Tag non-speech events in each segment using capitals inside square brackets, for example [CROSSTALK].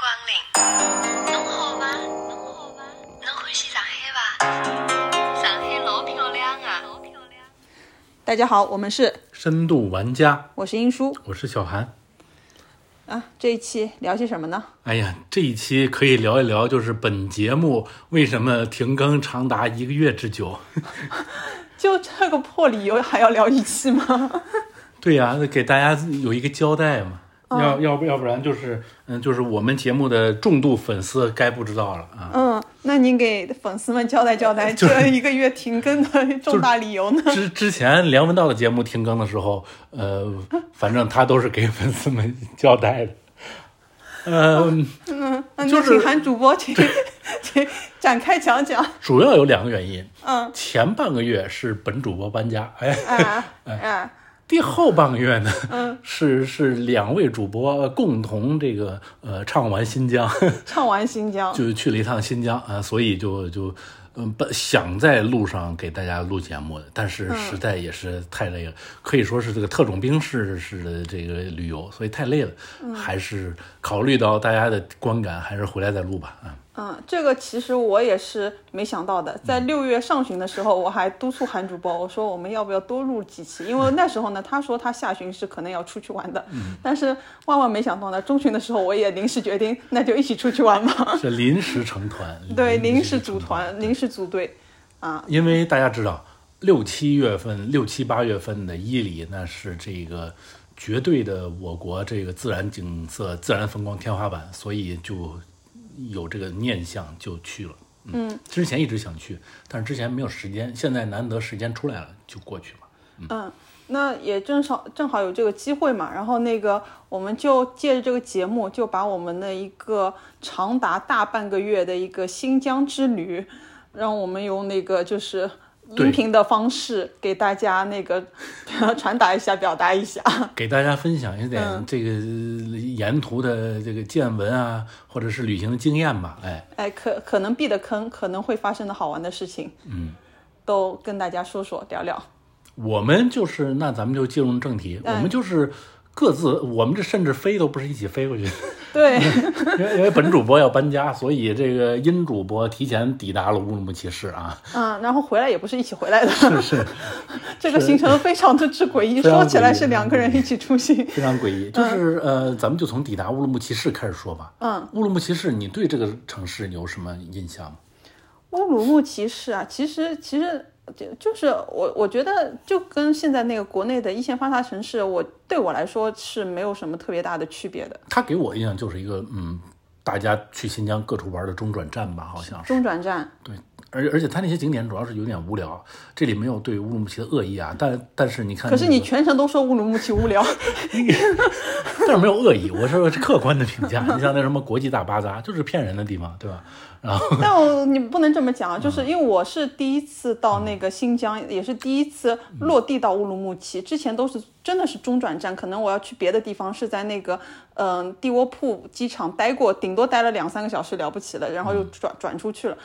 光临，侬好吗？侬好吗？侬欢喜上海伐？上海老漂亮啊！老漂亮。大家好，我们是，深度玩家，我是英叔我是小韩。啊。这一期聊些什么呢？哎呀，这一期可以聊一聊，就是本节目为什么停更长达一个月之久。 [LAUGHS] 就这个破理由还要聊一期吗？对呀、给大家有一个交代嘛。要要不要不然就是嗯，就是我们节目的重度粉丝该不知道了 [LAUGHS] [LAUGHS] 啊。嗯，那您给粉丝们交代交 [LAUGHS] 代，就是这一个月停更的重大理由呢？之之前梁文道的节目停更的时候，呃，反正他都是给粉丝们交代的。呃，嗯，就那是请韩主播， [LAUGHS] 请请展开讲讲。主要有两个原因。嗯，前半个月是本主播搬家，哎，哎哎，第后半个月呢，嗯 [LAUGHS] 是是两位主播呃共同这个呃唱完新疆， [LAUGHS] 唱完新疆，就去了一趟新疆啊、所以就就嗯本想在路上给大家录节目的，但嗯是实在也是太累了，可以说是这个特种兵式式的这个旅游，所以太累了，嗯还是考虑到大家的观感，还是回来再录吧啊。嗯，这个其实我也是没想到的。在六月上旬的时候，我还督促韩主播，我说我们要不要多录几期？因 [LAUGHS] 为那时候呢，他说他下旬是可能要出去玩的， [LAUGHS] 但是万万没想到呢，中旬的时候我也临时决定，那就一起出去玩吧。，这临时成团对，嗯临时时组团，临时组队，因为大家知道，六七月份、六七八月份的伊犁，那是这个绝对的我国这个自然景色、自然风光天花板，所以就有这个念想就去了。嗯，之前一直想去，但是之前没有时间，现在难得时间出来了，就过去吧。嗯，那也正好正好有这个机会嘛，然后那个我们就借着这个节目，就把我们的一个长达大半个月的一个新疆之旅，让我们用那个就是音对频的方式给大家那个 [LAUGHS] 传达一下、表达一下。给大家分享一点这个沿途的这个见闻啊，或者是旅行的经验吧。哎，哎，可可能避的坑，可能会发生的好玩的事情，嗯，都跟大家说说聊聊。我们就是，那咱们就进入正题，嗯我们就是各自，我们这甚至飞都不是一起飞 [LAUGHS] 过去的，对，因为因为本主播要搬家，所以这个殷主播提前抵达了乌鲁木齐市啊，嗯，然后回来也不是一起回来的，是是这个行程非常的之诡异，非常说起来诡异是两个人一起出行，非常诡异。就是、呃，咱们就从抵达乌鲁木齐市开始说吧。嗯，乌鲁木齐市，你对这个城市有什么印象吗？乌鲁木齐市啊，其实其实就就是我我觉得就跟现在那个国内的一线发达城市，我对我来说是没有什么特别大的区别的。它给我印象就是一个嗯，大家去新疆各处玩的中转站吧，好像是。中转站，对，而而且它那些景点主要是有点无聊，这里没有对乌鲁木齐的恶意啊，但但是你看、可那是你个全程都说乌鲁木齐无聊，但是没有恶意，我是客观的评价。你像那什么国际大巴扎，就是骗人的地方，对吧？然后但我你不能这么讲啊，就是因为我是第一次到那个新疆，也是第一次落地到乌鲁木齐，之前都是真的是中转站，可能我要去别的地方是在那个嗯、呃帝窝铺机场待过，顶多待了两三个小时了不起了，然后又转转出去了。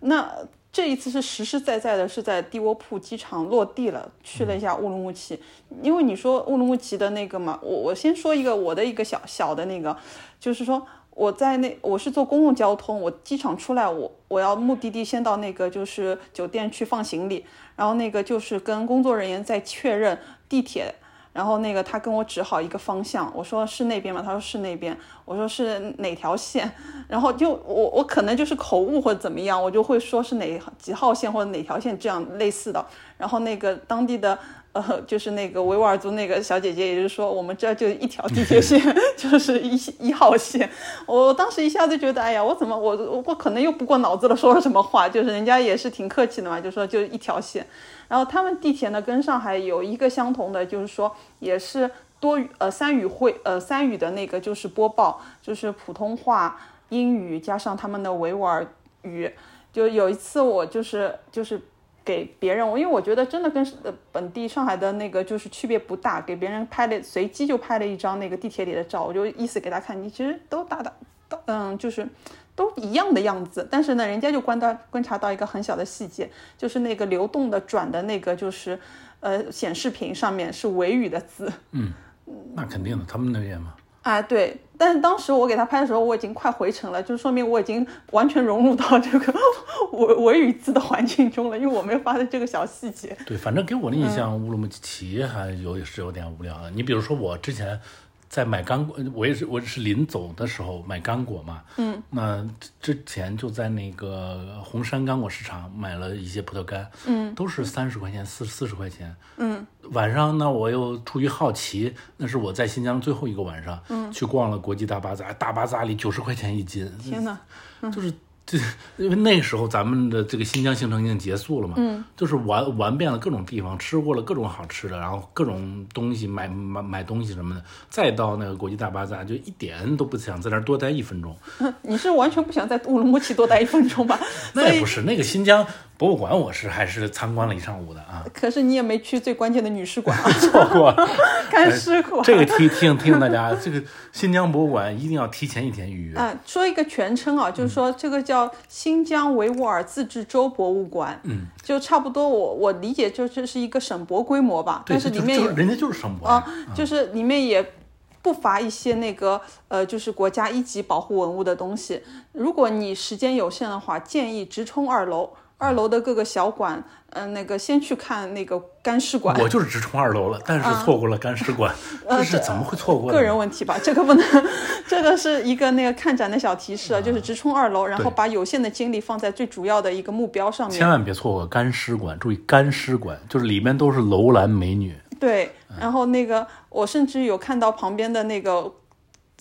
那这一次是实实在在的是在帝窝铺机场落地了，去了一下乌鲁木齐。因为你说乌鲁木齐的那个嘛，我我先说一个我的一个小小的那个，就是说我在那我是坐公共交通，我机场出来我我要目的地先到那个就是酒店去放行李，然后那个就是跟工作人员在确认地铁。然后那个他跟我指好一个方向，我说是那边吗？他说是那边，我说是哪条线， [LAUGHS] 然后就我我可能就是口误或者怎么样，我就会说是哪几号线或者哪条线这样类似的。然后那个当地的呃，就是那个维吾尔族那个小姐姐，也就是说我们这儿就一条地铁线， [LAUGHS] 就是一一号线。我当时一下子觉得，哎呀，我怎么我我我可能又不过脑子了，说了什么话？就是人家也是挺客气的嘛，就说就一条线。然后他们地铁呢跟上海有一个相同的，就是说也是多语呃三语会呃三语的那个就是播报，就是普通话、英语加上他们的维吾尔语。就有一次我就是就是给别人，我因为我觉得真的跟呃本地上海的那个就是区别不大，给别人拍了随机就拍了一张那个地铁里的照，我就意思给他看，你其实都大大都嗯就是都一样的样子，但是呢，人家就观到观察到一个很小的细节，就是那个流动的转的那个就是呃显示屏上面是维语的字，那肯定的，他们那边嘛，哎，对，但是当时我给他拍的时候，我已经快回城了，就说明我已经完全融入到这个 [LAUGHS] 维维语字的环境中了，因为我没有发现这个小细节。对，反正给我的印象，乌鲁木齐还有也是有点无聊的。你比如说，我之前在买干果，我也是我是临走的时候买干果嘛，嗯，那之前就在那个红山干果市场买了一些葡萄干，嗯，都是三十块钱、四四十块钱，嗯。晚上呢，我又出于好奇，那是我在新疆最后一个晚上，嗯，去逛了国际大巴扎，大巴扎里九十块钱一斤，天哪！就是这，因为那时候咱们的这个新疆行程已经结束了嘛，嗯，就是玩玩遍了各种地方，吃过了各种好吃的，然后各种东西买买买东西什么的，再到那个国际大巴扎，就一点都不想在那儿多待一分钟。你是完全不想在乌鲁木齐多待一分钟吧？所那也以不，是那个新疆博物馆，我是还是参观了一上午的啊， [LAUGHS] 可是你也没去最关键的女士馆 [LAUGHS] 啊，错过了干尸馆。啊这个提提醒提醒大家，这个新疆博物馆一定要提前一天预约。啊，说一个全称嗯啊，就是说这个叫新疆维吾尔自治州博物馆，嗯，就差不多我我理解就这是一个省博规模吧，对，但是就里面就有是人家就是省博呀啊，就是里面也不乏一些那个呃，就是国家一级保护文物的东西。如果你时间有限的话，建议直冲二楼，二楼的各个小馆，嗯、那个先去看那个干尸馆。我就是直冲二楼了，但是错过了干尸馆，这是怎么会错过的啊呢？呃个人问题吧，这个不能， [LAUGHS] 这个是一个那个看展的小提示啊，就是直冲二楼，然后把有限的精力放在最主要的一个目标上面千。万别错过干尸馆，注意干尸馆就是里面都是楼兰美女，对，然后那个我甚至有看到旁边的那个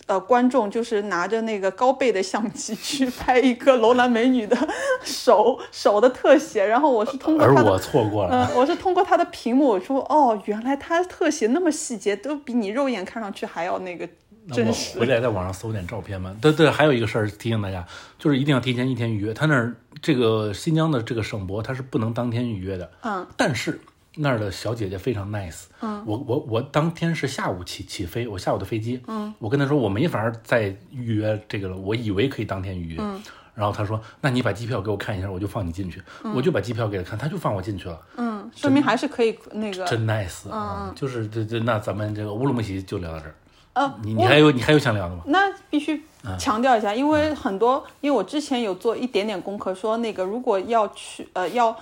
呃观众，就是拿着那个高倍的相机去拍一个楼兰美女的手 [LAUGHS] 手的特写，然后我是通过呃而她我的。错过嗯、了。我是通过她的屏幕，我说哦，原来她特写那么细节，都比你肉眼看上去还要那个那真我实回。来在网上搜点照片吧。对对，还有一个事儿提醒大家，就是一定要提前一天预约。他那儿这个新疆的这个省博，它是不能当天预约的。嗯，但是那儿的小姐姐非常 nice。嗯，我我我当天是下午起起飞，我下午的飞机。嗯，我跟她说我没法再预约这个了，我以为可以当天预约。嗯。然后她说：“那你把机票给我看一下，我就放你进去。我就把机票给她看，她就放我进去了。嗯，说明还是可以那个真嗯 nice 啊！就是这这，那咱们这个乌鲁木齐就聊到这儿。呃，你你还有你还有想聊的吗？那必须强调一下，因为很多，因为我之前有做一点点功课，说那个如果要去呃要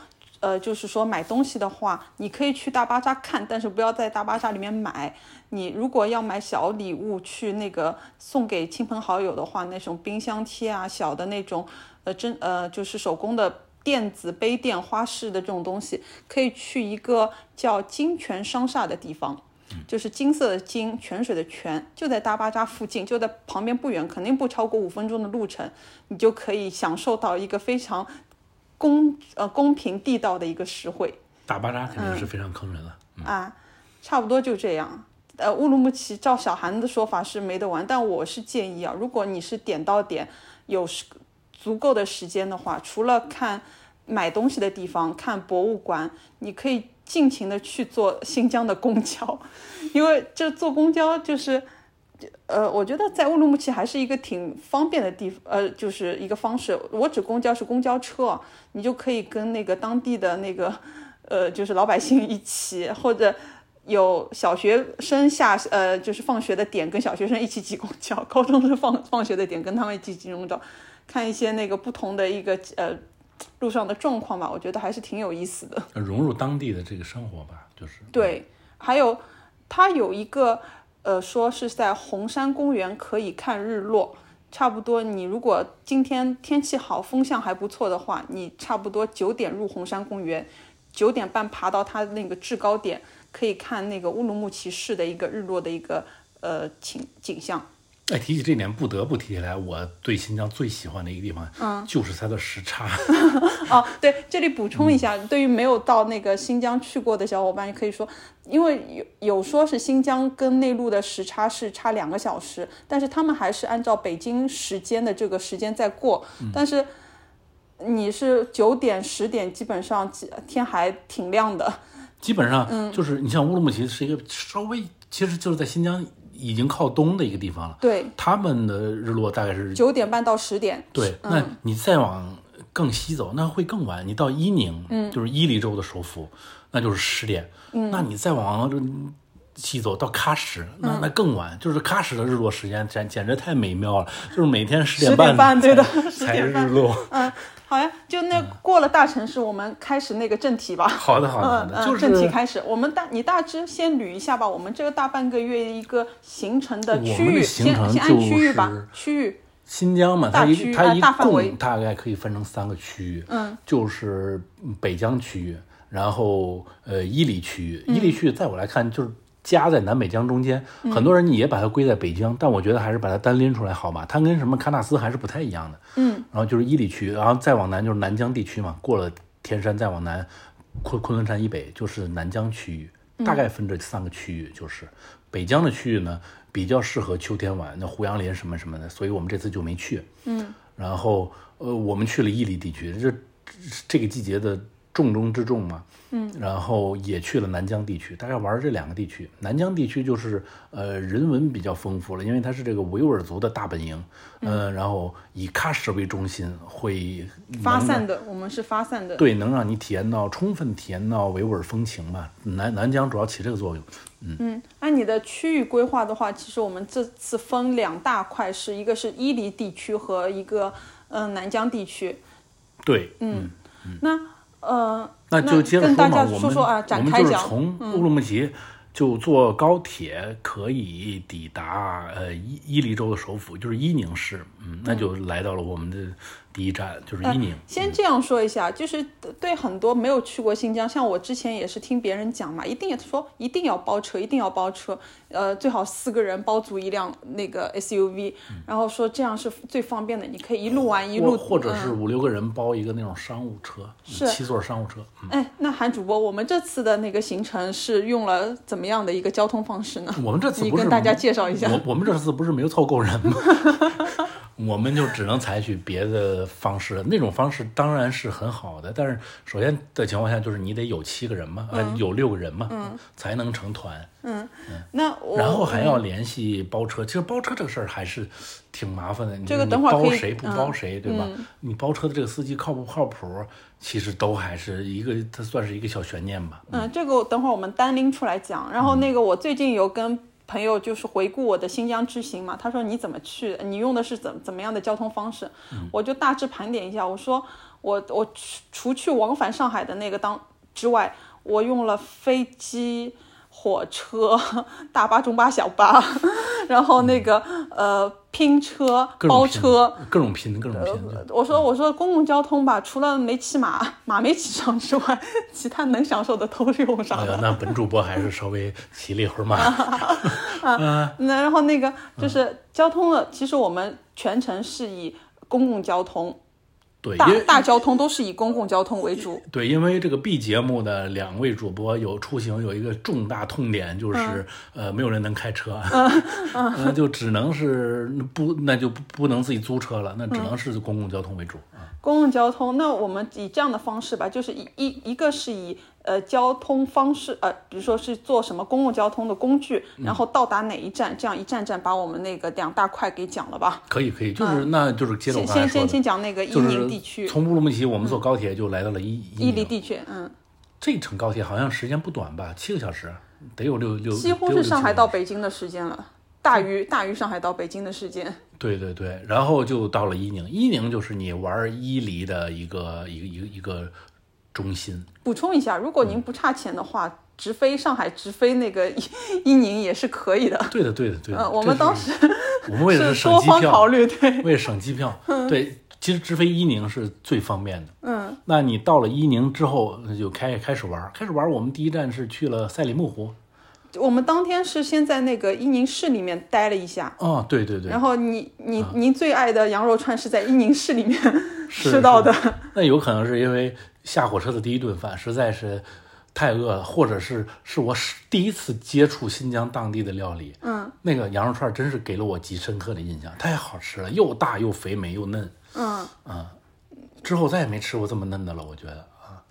呃就是说买东西的话，你可以去大巴扎看，但是不要在大巴扎里面买。你如果要买小礼物去那个送给亲朋好友的话，那种冰箱贴啊、小的那种呃真呃就是手工的电子杯垫、花式的这种东西，可以去一个叫金泉商厦的地方。就是金色的金，泉水的泉，就在大巴扎附近，就在旁边不远，肯定不超过五分钟的路程，你就可以享受到一个非常公呃公平地道的一个实惠大巴扎肯定是嗯非常坑人了。啊，差不多就这样。呃，乌鲁木齐照小韩的说法是没得玩，但我是建议啊，如果你是点到点，有时足够的时间的话，除了看买东西的地方、看博物馆，你可以尽情的去坐新疆的公交， [LAUGHS] 因为这坐公交就是，呃，我觉得在乌鲁木齐还是一个挺方便的地，呃，就是一个方式。我指公交是公交车啊，你就可以跟那个当地的那个，呃，就是老百姓一起，或者有小学生下呃，就是放学的点跟小学生一起挤公交，高中生放 [LAUGHS] 放学的点跟他们一起挤公交，看一些那个不同的一个呃路上的状况吧，我觉得还是挺有意思的。融入当地的这个生活吧，就是对，还有它有一个呃，说是在红山公园可以看日落。差不多，你如果今天天气好，风向还不错的话，你差不多九点入红山公园，九点半爬到它那个制高点，可以看那个乌鲁木齐市的一个日落的一个呃景景象。哎，提起这点，不得不提起来，我对新疆最喜欢的一个地方，嗯就是它的时差。哦，对，这里补充一下，对于没有到那个新疆去过的小伙伴，可以说，因为有有说是新疆跟内陆的时差是差两个小时，但是他们还是按照北京时间的这个时间在过，但是。你是九点十点，基本上天还挺亮的，基本嗯上就是你像乌鲁木齐是一个稍微，其实就是在新疆已经靠东的一个地方了。对，他们的日落大概是九点半到十点，对，那你再往更西走，那会更晚。你到伊宁，嗯，就是伊犁州的首府，那就是十点。嗯，那你再往西走到喀什，嗯那那更晚，就是喀什的日落时间简简直太美妙了，就是每天十点10点半对才的10 [LAUGHS] 才点日半落。嗯，好呀，就那过了大城市，我们开始那个正题吧。好的，好的，好嗯的，就嗯，是正题开始，我们大你大致先捋一下吧。我们这个大半个月一个行程的区我们域，的行程先先按就区域吧是，区域。新疆嘛，它大一区它啊一大范围共大概可以分成三个区域，嗯，就是北疆区域，然后呃伊犁区域，嗯伊犁区域在我来看就是。夹在南北疆中间，很多人也把它归在北疆，但我觉得还是把它单拎出来好吧。它跟什么喀纳斯还是不太一样的。嗯，然后就是伊犁区，然后再往南就是南疆地区嘛，过了天山再往南，昆昆仑山以北就是南疆区嗯域，大概分这三个区域，就是、北疆的区域呢比较适合秋天玩，那胡杨林什么什么的，所以我们这次就没去。嗯，然后呃，我们去了伊犁地区，这这个季节的重中之重嘛。嗯，然后也去了南疆地区，大概玩了这两个地区。南疆地区就是呃人文比较丰富了，因为它是这个维吾尔族的大本营，嗯、然后以喀什为中心，会发能散的，我们是发散的。对，能让你体验到充分体验到维吾尔风情吧。南南疆主要起这个作用。嗯，按你的区域规划的话，其实我们这次分两大块，是一个是伊犁地区和一个嗯、呃南疆地区。对，嗯那呃，那就接着跟说大嘛，家我说们说啊，我展们开就是讲。嗯从乌鲁木齐就坐高铁可以抵达呃伊伊犁州的首府，就是伊宁市，嗯，那就来到了我们的第一站，就是啊伊宁。先这样说一下，就是对很多没有去过新疆，像我之前也是听别人讲嘛，一定也说一定要包车，一定要包车，呃，最好四个人包足一辆那个 SUV，、然后说这样是最方便的，你可以一路玩一嗯或路，或者是嗯五六个人包一个那种商务车，是七座商务车，嗯哎，那韩主播，我们这次的那个行程是用了怎么样的一个交通方式呢？我们这次你不是跟大家介绍一下我我们这次不是没有凑够人吗？ [LAUGHS] 我们就只能采取别的方式，那种方式当然是很好的，但是首先的情况下就是你得有七个人嘛，呃嗯有六个人嘛，才能成团。那嗯我嗯然后还要联系包车。其实包车这个事儿还是挺麻烦的，你这个你等会儿可以嗯包谁不包谁，对吧？你包车的这个司机靠不靠谱，其实都还是一个，它算是一个小悬念吧。嗯，这个我等会儿我们单拎出来讲。然后嗯那个我最近有跟朋友就是回顾我的新疆之行嘛，他说你怎么去，你用的是怎怎么样的交通方式，嗯我就大致盘点一下。我说我我除除去往返上海的那个当之外，我用了飞机。火车、 [LAUGHS] 大巴、中巴、小巴， [LAUGHS] 然后那个呃拼车、嗯各种包拼车，，呃各种拼，各种拼。对我说我说公共交通吧，除了没骑 [LAUGHS] 马，马没骑上之外，其他能享受的都是用上哎呀了，。那本主播还是稍微骑了一 [LAUGHS] 会儿马。那然后那个嗯就是交通的，其实我们全程是以公共交通，对，大呃因为大交通都是以公共交通为主。对，因为这个 B 节目的两位主播有出行有一个重大痛点，就是、嗯呃，没有人能开车， [LAUGHS] 嗯、呃，就只能是不，那就不不能自己租车了，那只嗯能是公共交通为主。啊公共交通，那我们以这样的方式吧，就是一一一个是以呃交通方式，呃，比如说是坐什么公共交通的工具，嗯然后到达哪一站，这样一站站把我们那个两大块给讲了吧。可以，可以，就是、那就是接着我嗯先刚先才说先的，先讲那个伊就是宁地区，嗯从乌鲁木齐我们坐高铁就来到了伊伊犁犁。地区，嗯。这程高铁好像时间不短吧，七个小时，得有六六，几乎得有是六上七海个到北京的时间了，大于大于上海到北京的时间。对对对，然后就到了伊宁，伊宁就是你玩伊犁的一个一个一个一个中心。补充一下，如果嗯您不差钱的话，直飞上海，直飞那个伊 [LAUGHS] 伊宁也是可以的。对的对的对的。嗯，我这们是当时我们为了是省多机方考票，虑，对， [LAUGHS] 为了省机票，对，其实直飞伊宁是最方便的。嗯，那你到了伊宁之后那就开开始玩儿，开始玩儿。我们第一站是去了赛里木湖。我们当天是先在那个伊宁市里面待了一下。哦，对对对啊然，后你你您最爱的羊肉串是在伊宁市里面 [LAUGHS] 是吃到的，那有可能是因为下火车的第一顿饭实在是太饿了，或者是是我是第一次接触新疆当地的料理。嗯，那个羊肉串真是给了我极深刻的印象，太好吃了，又大又肥美又嫩。嗯，之后再也没吃过这么嫩的了，我觉得。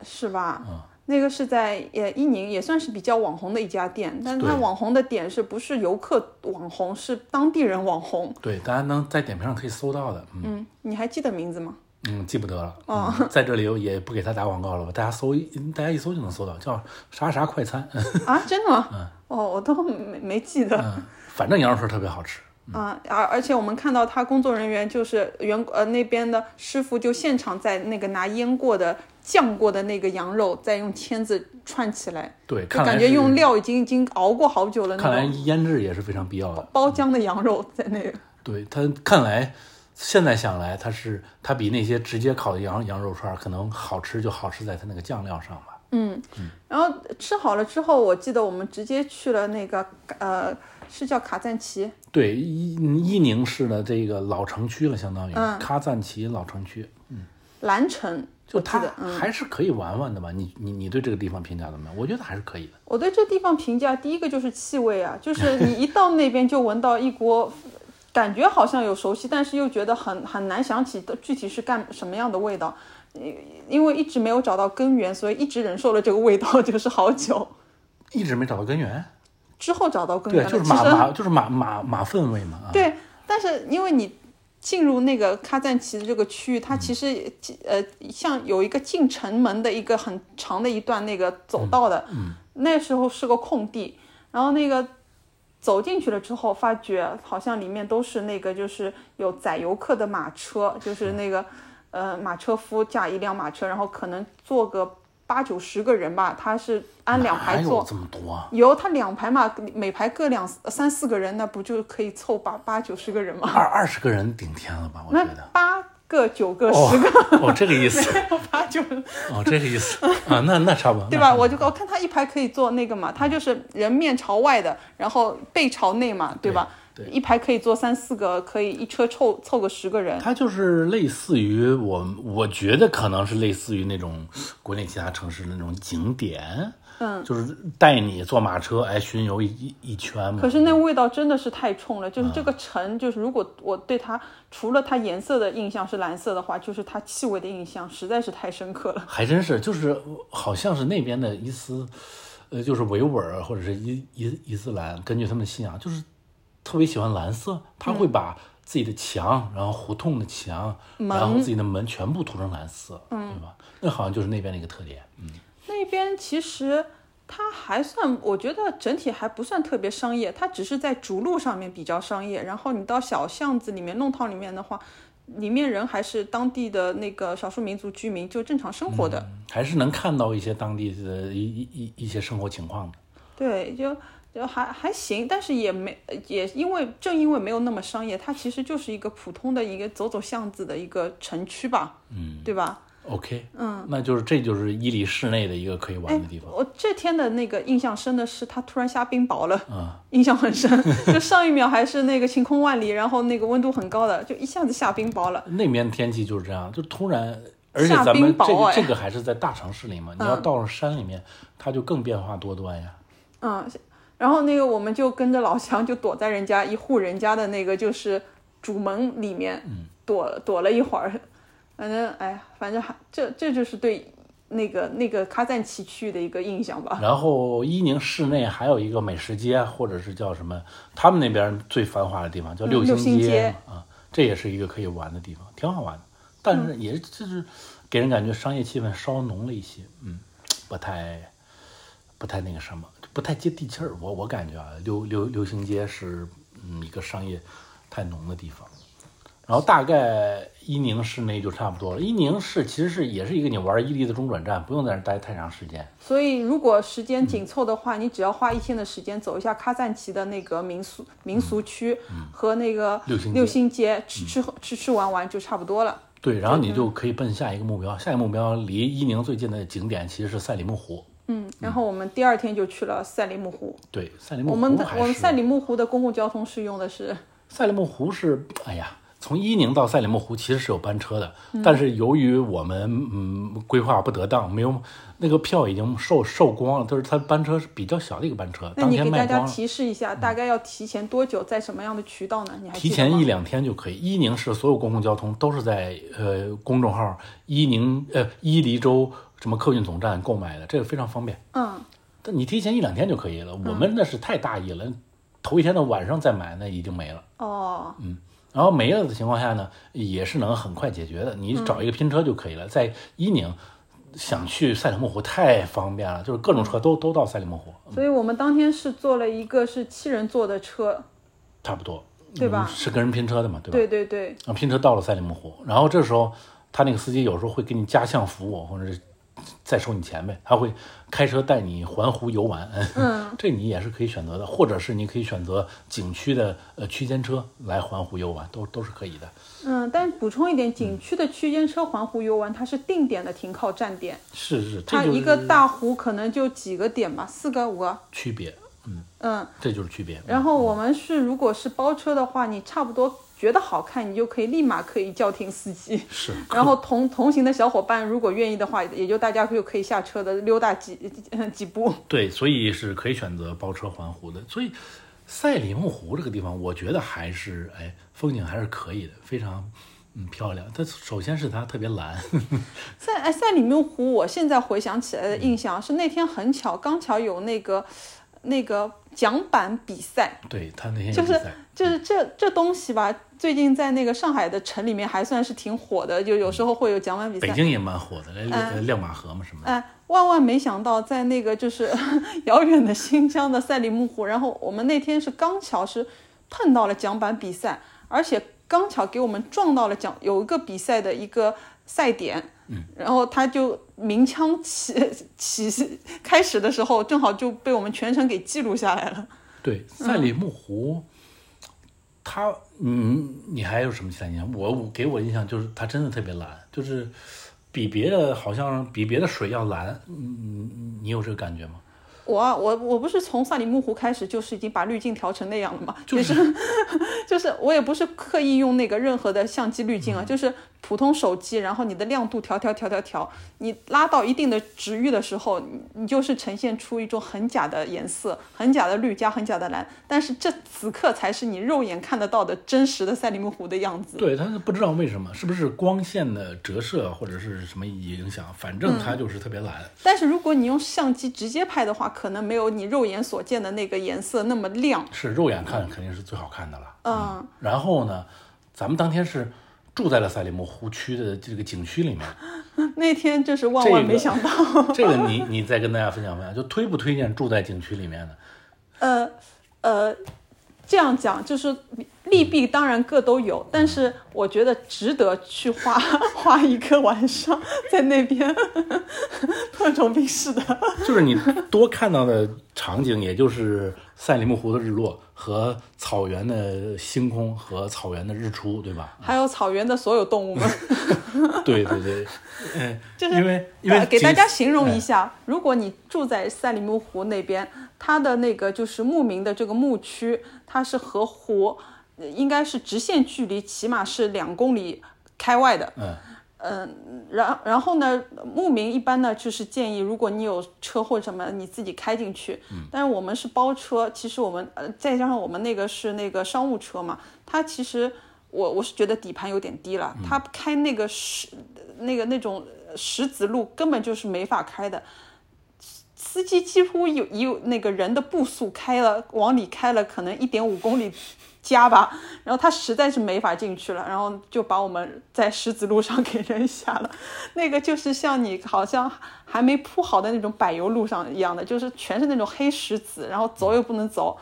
是吧？啊那个是在呃伊宁，也算是比较网红的一家店，但是它对网红的点是不是游客网红，是当地人网红。对，大家能在点评上可以搜到的。嗯，嗯，你还记得名字吗？嗯，记不得了。哦嗯，在这里也不给他打广告了吧？大家搜一，大家一搜就能搜到，叫啥啥快餐。啊，真的吗？哦，我都没没记得。嗯，反正羊肉串特别好吃。啊，而而且我们看到他工作人员就是员呃那边的师傅就现场在那个拿腌过的酱过的那个羊肉，再用签子串起来，对，就看来感觉是用料已经已经熬过好久了那看来种腌制也是非常必要的。包浆的羊肉在那个。对他看来，现在想来，它是它比那些直接烤的羊羊肉串儿可能好吃，就好吃在它那个酱料上吧。然后吃好了之后，我记得我们直接去了那个呃是叫卡赞奇，对，伊伊宁市的这个老城区了，相当于、嗯喀赞其老城区，蓝城，就我记它得嗯。还是可以玩玩的吧？你你你对这个地方评价怎么样？我觉得还是可以的。我对这地方评价，第一个就是气味啊，就是你一到那边就闻到一股，感觉好像有熟悉，但是又觉得很很难想起具体是干什么样的味道，因因为一直没有找到根源，所以一直忍受了这个味道， [LAUGHS] 就是好久。一直没找到根源，之后嗯找到根对源，了，就是其马实马就是马马马粪味嘛啊，对，但是因为你进入那个喀赞奇的这个区域，嗯它其实呃像有一个进城门的一个很长的一段那个嗯走道的，那时候是个空地，然后那个。走进去了之后，发觉好像里面都是那个，就是有载游客的马车，啊就是那个，呃，马车夫驾一辆马车，然后可能坐个八九十个人吧，他是按两哪排有坐，这么多啊？有，他两排嘛，每排各两三四个人，那不就可以凑八八九十个人吗？二二十个人顶天了吧？我那觉得。八个、九个、哦十个，哦，这个意 [LAUGHS] 思，八九，哦，这个意思啊，那那差不多，对那吧？差不多我就我看他一排可以坐那个嘛，他就是人面朝外的，然后背朝内嘛，对吧？对一排可以坐三四个，可以一车凑凑个十个人。它就是类似于我，我觉得可能是类似于那种国内其他城市的那种景点，嗯，就是带你坐马车哎巡游一一一圈嘛可。是那味道真的是太冲了，嗯就是这个城，就是如果我对它除了它颜色的印象是蓝色的话，就是它气味的印象实在是太深刻了。还真是，就是好像是那边的伊斯，呃，就是维吾尔或者是伊伊伊斯兰，根据他们的信仰，就是特别喜欢蓝色，他会把自己的墙，然后胡同的墙，然后自己的门全部涂成蓝色，嗯对吧？那好像就是那边的一个特点。嗯那边其实它还算，我觉得整体还不算特别商业，它只是在主路上面比较商业。然后你到小巷子里面、弄堂里面的话，里面人还是当地的那个少数民族居民，就正常生活的。还是能看到一些当地的一一一一些生活情况的。对，就就还还行，但是也没也因为正因为没有那么商业，它其实就是一个普通的一个走走巷子的一个城区吧，嗯，对吧？ OK，嗯，那就是这就是伊犁市内的一个可以玩的地方。我这天的那个印象深的是，他突然下冰雹了，啊 [LAUGHS] 印象很深。就上一秒还是那个晴空万里，然后那个温度很高的，就一下子下冰雹了。那边天气就是这样，就突然，而且哎下咱们冰这雹个哎这个还是在大城市里嘛，你要到了山里面，它就更变化多端呀。嗯，然后那个我们就跟着老乡就躲在人家一户人家的那个就是主门里面嗯躲躲了一会儿，反正哎呀，反正还这这就是对那个那个喀赞奇区的一个印象吧。然后伊宁市内还有一个美食街，或者是叫什么，他们那边最繁华的地方叫六嗯六星街街嘛啊，这也是一个可以玩的地方，挺好玩的。但是也就是给人感觉商业气氛稍浓了一些，嗯，不太不太那个什么，不太接地气儿。我我感觉啊，六六六星街是嗯一个商业太浓的地方。然后大概伊宁市内就差不多了。伊宁市其实是也是一个你玩伊犁的中转站，不用在那儿待太长时间。所以如果时间紧凑的话，你只要花一天的时间走一下喀赞奇的那个民俗民俗区和那个嗯六星街嗯六星街，吃吃喝吃吃玩玩就差不多了。对，然后你嗯就可以奔下一个目标。下一个目标离伊宁最近的景点其实是赛里木湖。嗯，然后我们第二天就去了赛里木湖。对，赛里木我湖们的还我们是赛里木湖的公共交通是用的是赛里木湖是，哎呀，从伊宁到赛里木湖其实是有班车的，嗯但是由于我们嗯规划不得当，没有那个票已经售售光了，就是它班车是比较小的一个班车，那当你天给大卖家光了。嗯提示一下，大概要提前多久，在什么样的渠道呢？你还提记得前吗一两天就可以。伊宁市所有公共交通都是在呃公众号伊宁呃伊犁州什么客运总站购买的，这个非常方便。嗯，但你提前一两天就可以了。我们那是太大意了，头一天的晚上再买那已经没了。哦，嗯，然后没了的情况下呢，也是能很快解决的，你找一个拼车就可以嗯了。在伊宁想去赛里木湖太方便了，就是各种车都都到赛里木湖，所以我们当天是坐了一个是七人座的车，差不多，对吧嗯是跟人拼车的嘛，对吧？对对对，然后啊拼车到了赛里木湖，然后这时候他那个司机有时候会给你加项服务，或者是再收你钱呗，他会开车带你环湖游玩， [LAUGHS] 嗯，这你也是可以选择的，或者是你可以选择景区的呃区间车来环湖游玩，都都是可以的。嗯，但补充一点，景区的区间车环湖游玩，它是定点的停靠站点，是是，这它就是一个大湖可能就几个点吧，四个五个，区别，嗯，嗯，这就是区别。然后我们是如果是包车的话，你差不多觉得好看，你就可以立马可以叫停司机。 [LAUGHS] 是，然后同同行的小伙伴如果愿意的话，也就大家就可以下车的溜达几几几步。对，所以是可以选择包车环湖的。所以赛里木湖这个地方，我觉得还是哎，风景还是可以的，非常嗯漂亮。它首先是它特别蓝，在哎赛里木湖，我现在回想起来的印象是那天很巧，刚巧有那个那个桨板比赛，对它那天有就比是赛，就是这这东西吧，最近在那个上海的城里面还算是挺火的，就有时候会有桨板比北赛。京也蛮火的，嗯那那亮马河嘛什么的。哎，万万没想到，在那个就是 [LAUGHS] 遥远的新疆的赛里木湖，然后我们那天是刚巧是碰到了桨板比赛，而且刚巧给我们撞到了桨有一个比赛的一个赛点，嗯，然后他就鸣枪起起开始的时候，正好就被我们全程给记录下来了。对，赛里木湖，它你你还有什么其他印象？我我给我印象就是它真的特别蓝，就是比别的好像比别的水要蓝。嗯，你你有这个感觉吗？我啊，我我不是从赛里木湖开始就是已经把滤镜调成那样了嘛，就是就是我也不是刻意用那个任何的相机滤镜啊，嗯就是普通手机，然后你的亮度调调调调调，你拉到一定的值域的时候，你你就是呈现出一种很假的颜色，很假的绿加很假的蓝，但是这此刻才是你肉眼看得到的真实的赛里木湖的样子。对，但是不知道为什么，是不是光线的折射或者是什么影响？反嗯正它就是特别蓝。但是如果你用相机直接拍的话，可能没有你肉眼所见的那个颜色那么亮。是肉眼看肯定是最好看的了。嗯，然后呢，咱们当天是住在了赛里木湖区的这个景区里面。那天真是万万这个没想到。 [LAUGHS] 这个你你再跟大家分享分享，就推不推荐住在景区里面的？呃呃，这样讲就是利弊当然各都有，但是我觉得值得去花 [LAUGHS] 花一个晚上在那边特种兵式的。 [LAUGHS] 就是你多看到的场景，也就是赛里木湖的日落和草原的星空和草原的日出，对 [LAUGHS] 吧？还有草原的所有动物们，对对对，嗯，就是因为 [LAUGHS] 因为哎呃给大景家形容一下，如果你住在赛里木湖那边，它的那个就是牧民的这个牧区，它是和湖呃应该是直线距离，起码是两公里开外的。嗯然然后呢，牧民一般呢就是建议，如果你有车或什么，你自己开进去。但是我们是包车，其实我们呃再加上我们那个是那个商务车嘛，它其实我我是觉得底盘有点低了，它开那个石那个那种呃石子路根本就是没法开的。司机几乎有有那个人的步速开了，往里开了可能一点五公里加吧，然后他实在是没法进去了，然后就把我们在石子路上给扔下了。 [LAUGHS] 那个就是像你好像还没铺好的那种柏油路上一样的，就是全是那种黑石子，然后走也不能走。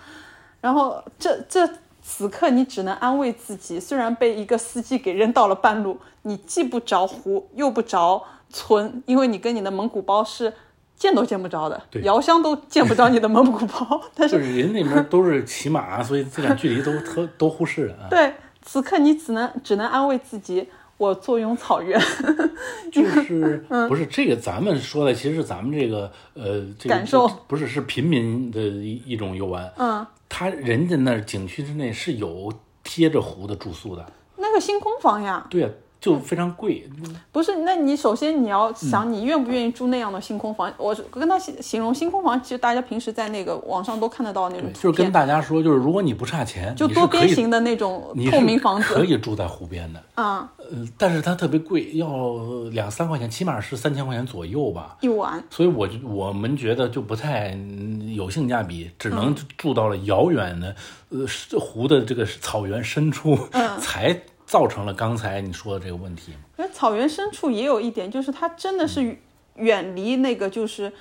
然后这这此刻你只能安慰自己，虽然被一个司机给扔到了半路，你既不着湖又不着村，因为你跟你的蒙古包是见都见不着的，对遥相都见不着你的蒙古包， [LAUGHS] 但就是是人那边都是骑马，所以这点距离都特都忽视啊。对，此刻你只能只能安慰自己，我坐拥草原。 [LAUGHS] [LAUGHS] 就是嗯不是这个咱们说的，其实是咱们这个呃，这个感受这不是是平民的一一种游玩。嗯，他人家那儿景区之内是有贴着湖的住宿的，那个星空房呀，对呀、啊嗯就非常贵。不是，那你首先你要想，你愿不愿意住那样的星空房？我跟他形形容星空房，其实大家平时在那个网上都看得到那种图就是跟片，大家说，就是如果你不差钱，就你多是可边以形的那种你是透明房可子以住在湖边的，啊，呃，但是它特别贵，要两三块钱，起码是三千块钱左右吧。一晚所以我就我们觉得就不太嗯有性价比，只能住到了遥远的、呃是湖的这个草原深处， [LAUGHS] 才造成了刚才你说的这个问题。而草原深处也有一点，就是它真的嗯是远离那个就是。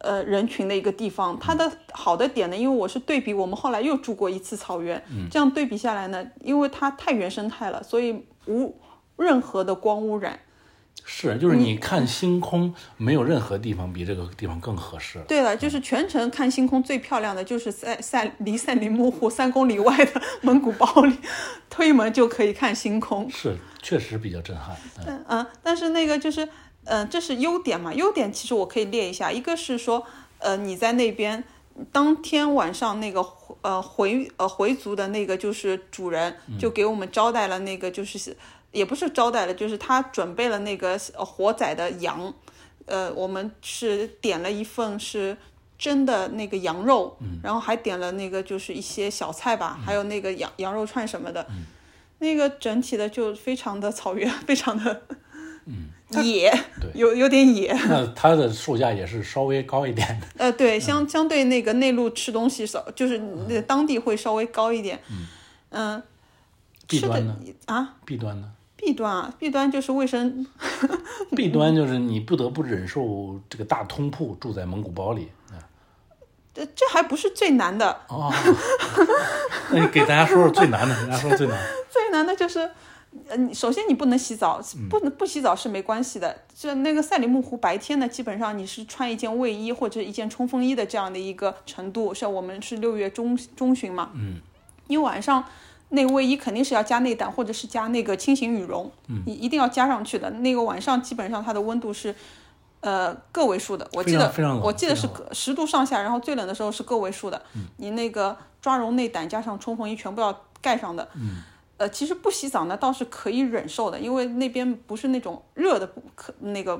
呃，人群的一个地方，它的好的点呢，因为我是对比，我们后来又住过一次草原，嗯这样对比下来呢，因为它太原生态了，所以无任何的光污染。是，就是你看星空，没有任何地方比这个地方更合适了。对了，就是全程看星空最漂亮的就是在赛离赛里木湖三公里外的 [LAUGHS] 蒙古包里，推门就可以看星空。是，确实比较震撼。嗯嗯、呃但是那个就是，嗯、这是优点嘛。优点其实我可以列一下，一个是说，呃，你在那边当天晚上那个呃回呃回族的那个就是主人就给我们招待了那个就是、也不是招待了，就是他准备了那个呃活宰的羊，呃，我们是点了一份是。蒸的那个羊肉，然后还点了那个就是一些小菜吧，还有那个羊羊肉串什么的，那个整体的就非常的草原，非常的 [LAUGHS] 野，嗯对嗯有有点野。那它的售价也是稍微高一点的。呃，对，相嗯相对那个内陆吃东西少，就是那当地会稍微高一点。嗯，弊吃的端呢？啊，弊端呢？弊端啊，弊端就是卫生，弊端就是你不得不忍受这个大通铺住在蒙古包里。啊这这还不是最难的， [LAUGHS] 哦，那哎你给大家说说最难的，给大家说说最难的。最难的就是，呃，你首先你不能洗澡，嗯不能不洗澡是没关系的。就那个赛里木湖白天呢，基本上你是穿一件卫衣或者一件冲锋衣的这样的一个程度，像我们是六月中中旬嘛，嗯，你晚上。那个卫衣肯定是要加内胆，或者是加那个轻型羽绒，嗯你一定要加上去的。那个晚上基本上它的温度是，呃，个位数的。我非记常得非常冷嗯我记得非是常个十度上下，然后最冷的时候是个位数的。你那个抓绒内胆加上冲锋衣全部要盖上的。嗯呃，其实不洗澡呢倒是可以忍受的，因为那边不是那种热的不可那个，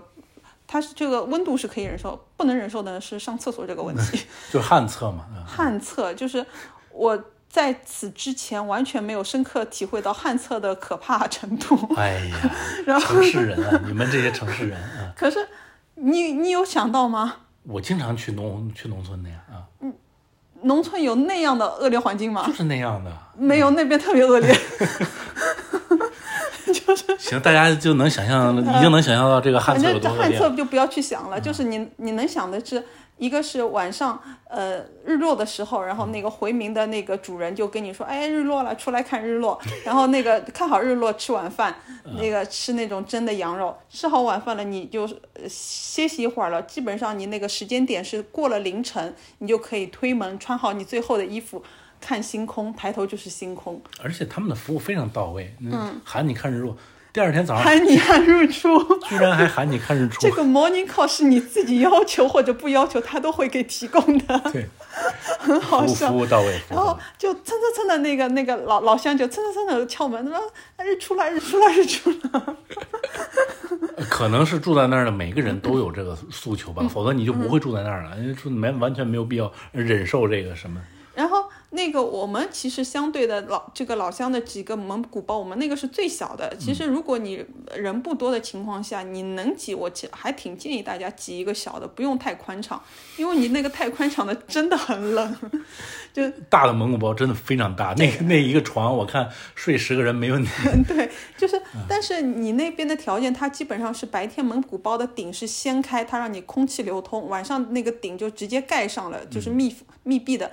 它是这个温度是可以忍受，不能忍受的是上厕所这个问题。就是旱厕嘛，啊，旱厕就是我在此之前完全没有深刻体会到旱厕的可怕程度，哎呀， [LAUGHS] 然后城市人啊，你们这些城市人啊，可是你你有想到吗？我经常去农去农村的呀，啊，农村有那样的恶劣环境吗就？是那样的。没有，那边特别恶劣。行，大家就能想象，嗯已经能想象到这个旱反厕正有多恶嗯旱劣厕了。就不要去想了，就是你你能想的是，一个是晚上呃日落的时候，然后那个回民的那个主人就跟你说，哎日落了，出来看日落，然后那个看好日落，吃晚饭，嗯那个吃那种蒸的羊肉，吃好晚饭了你就呃歇息一会儿了，基本上你那个时间点是过了凌晨，你就可以推门穿好你最后的衣服。看星空，抬头就是星空，而且他们的服务非常到位，嗯，喊你看日落，第二天早上喊你看日出。 [LAUGHS] 居然还喊你看日出 [LAUGHS] 这，个 morning call 是你自己要求或者不要求，他都会给提供的。 [LAUGHS] 对，很好服务笑服。务到位，服然务到后位。就蹭蹭蹭的那个那个老老乡就蹭蹭蹭的敲门，他说哎日出了，日出了，日出了。呃可能是住在那儿的每个人都有这个诉求嗯吧，否则你就不会住在那儿了，因为住没完全没有必要忍受这个什么。 [LAUGHS] 然后那个我们其实相对的老这个老乡的几个蒙古包，我们那个是最小的。其实如果你人不多的情况下，你能挤，我其还挺建议大家挤一个小的，不用太宽敞，因为你那个太宽敞的真的很冷。 [LAUGHS] 就大的蒙古包真的非常大，那那一个床我看睡十个人没问题。 [LAUGHS] 对，就是，但是你那边的条件，它基本上是白天蒙古包的顶是掀开，它让你空气流通，晚上那个顶就直接盖上了，就是密密闭的，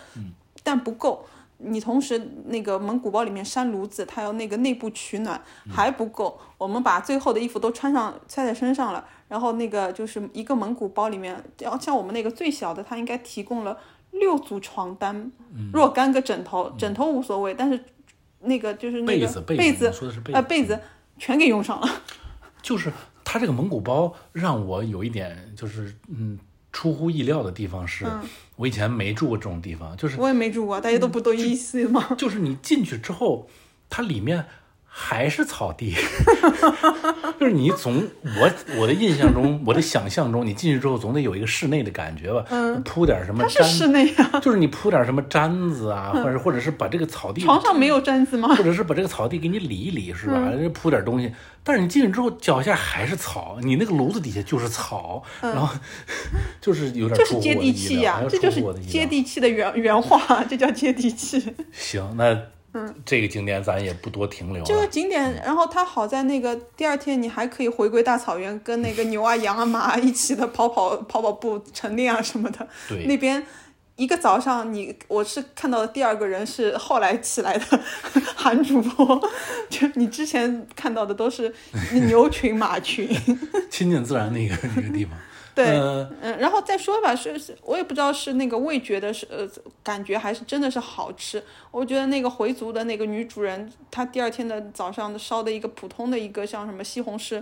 但不够。你同时那个蒙古包里面扇炉子，它要那个内部取暖嗯还不够。我们把最后的衣服都穿上，穿在身上了，然后那个就是一个蒙古包里面，要像我们那个最小的，它应该提供了六组床单、嗯若干个枕头，枕头无所谓，但是那个就是那被个子，被被子，你说的是被呃，子，嗯被子全给用上了。 [LAUGHS] 就是它这个蒙古包让我有一点就是嗯出乎意料的地方是，嗯我以前没住过这种地方，就是嗯 [LAUGHS] 我也没住过，大家都不都一系吗？就是你进去之后，它里面还是草地， [LAUGHS] 就是你总我我的印象 [LAUGHS] 中，我的想象中，你进去之后总得有一个室内的感觉吧？嗯，铺点什么它是毡，室内啊，就是你铺点什么毡子啊，或者或者是把这个草地床上没有毡 [LAUGHS] 子吗？或者是把这个草地给你理一理，是吧？嗯铺点东西。但是你进去之后，脚下还是草，你那个炉子底下就是草，然 [LAUGHS] 后就是有点嗯就出是乎接我的地意气料，呀、还这哎出就乎是我的意料啊接地气的原原话，这叫接地气。行，那嗯这个景点咱也不多停留这个了。景点，然后它好在那个第二天你还可以回归大草原，跟那个牛啊、羊啊、马啊一起的跑跑跑跑步、晨练啊什么的。对那边一个早上你，我是看到的第二个人是后来起来的 [LAUGHS] 韩主播，就你之前看到的都是牛群、马群。 [LAUGHS] 亲近自然那个那个地方，对呃嗯，然后再说吧，是是，我也不知道是那个味觉的是呃感觉还是真的是好吃。我觉得那个回族的那个女主人，她第二天的早上烧的一个普通的一个像什么西红柿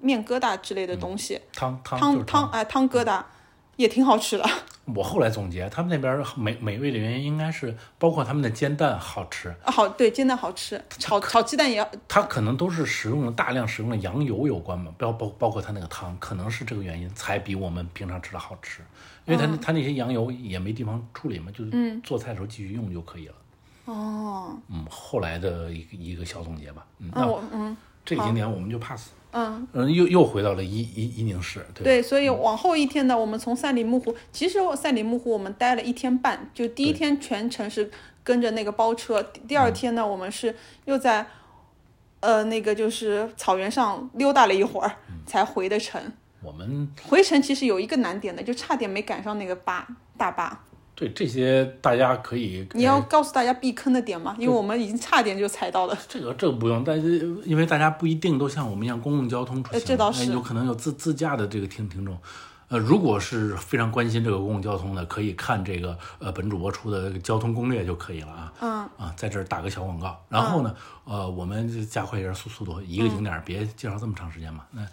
面疙瘩之类的东西，汤嗯汤就汤是汤哎汤疙瘩也挺好吃的。 [LAUGHS] 我后来总结，他们那边美美味的原因应该是包括他们的煎蛋好吃，啊好，对，煎蛋好吃，炒炒鸡蛋也它可能都是使用了大量使用了羊油有关吧，包包包括它那个汤，可能是这个原因才比我们平常吃的好吃，因为它、嗯它那些羊油也没地方处理嘛，就是做菜的时候继续用就可以了。哦，嗯，后来的一个一个小总结吧。嗯，嗯那我嗯这个景点我们就 pass。嗯。嗯，又又回到了伊伊伊宁市，对吧对，嗯所以往后一天呢，我们从赛里木湖，其实我赛里木湖我们待了一天半，就第一对天全程是跟着那个包车，第第二天呢，我们是又在，呃，那个就是草原上溜达了一会儿，才回的城。我们回城其实有一个难点的，就差点没赶上那个巴大巴。对这些大家可以呃你要告诉大家避坑的点吗？因为我们已经差点就踩到 [LAUGHS] 了。这个这个不用，但是因为大家不一定都像我们一样公共交通出行，呃这倒是有可能有自自驾的这个听听众。呃，如果是非常关心这个公共交通的，可以看这个呃本主播出的交通攻略就可以了啊。嗯啊，在这儿打个小广告。然后呢，嗯呃，我们就加快一下速速度，一个景点儿别介绍这么长时间嘛。那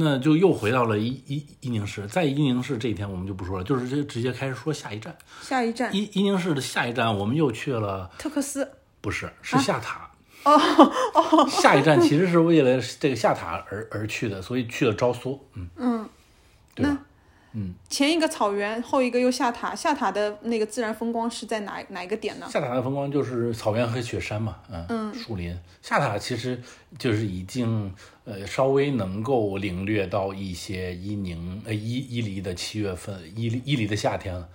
那就又回到了伊伊伊宁市，在伊宁市这一天我们就不说了，就是直直接开始说下一站。下一站伊伊宁市的下一站我们又去了。特克斯，不啊是，是下塔。哦哦，下一站其实是为了这个下塔而而去的，所以去了昭苏。嗯嗯，对吧？前一个草原，后一个又下塔，下塔的那个自然风光是在哪哪一个点呢？下塔的风光就是草原和雪山嘛，嗯，树林。下塔其实就是已经呃稍微能够领略到一些伊宁呃伊伊犁的七月份，伊犁伊犁的夏天了，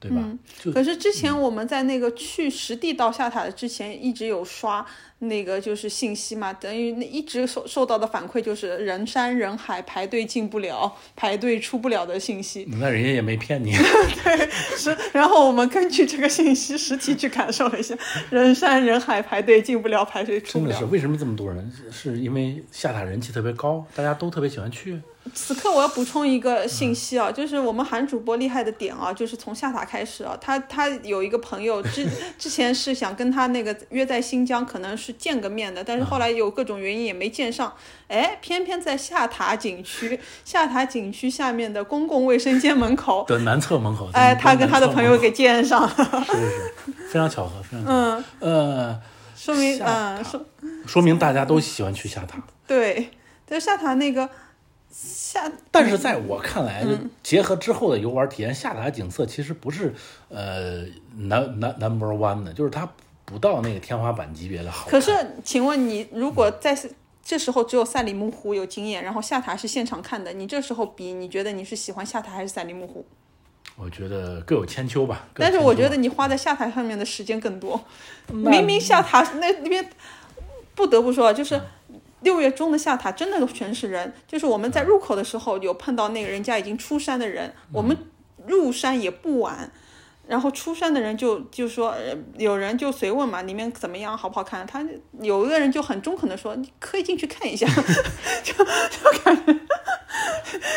对吧？嗯就嗯可是之前我们在那个去实地到下塔的之前，一直有刷那个就是信息嘛，等于那一直受受到的反馈就是人山人海，排队进不了，排队出不了的信 [LAUGHS] 息。那人家也没骗 [LAUGHS] 你。是，然后我们根据这个信息实体去感受了一下，人山人海，排队进不了，排队出真不的是，了。为什么这么多人？是是因为下塔人气特别高，大家都特别喜欢去。此刻我要补充一个信息啊，就是我们韩主播厉害的点啊，就是从下塔开始啊，他他有一个朋友 [LAUGHS] 之之前是想跟他那个约在新疆，可能是见个面的，但啊是后来有各种原因也没见上，哎，偏偏在下塔景区，下塔景区下面的公共卫生间门口，的南侧门口，哎，咱他们跟南他的侧朋门友口给见上了，是是是，非常巧合，非常巧合。嗯呃，说明下塔嗯说说明大家都喜欢去下塔，对，但是下塔那个下，但是在我看来，就嗯结合之后的游玩体验，下塔景色其实不是呃南南 number one 的，就是它不到那个天花板级别的好看。可是，请问你如果在这时候只有赛里木湖有经验，然后下塔是现场看的，你这时候比，你觉得你是喜欢下塔还是赛里木湖？我觉得各有千秋吧。各有但是千我秋觉吧得你花在下塔上面的时间更多。那明明下塔那那边，不得不说啊，就是六月中的下塔真的全是人，就是我们在入口的时候有碰到那个人家已经出山的人，我们入山也不晚。然后出山的人就就说，呃有人就随问嘛，里面怎么样，好不好看？他有一个人就很中肯的说，你可以进去看一下， [LAUGHS] 就就感觉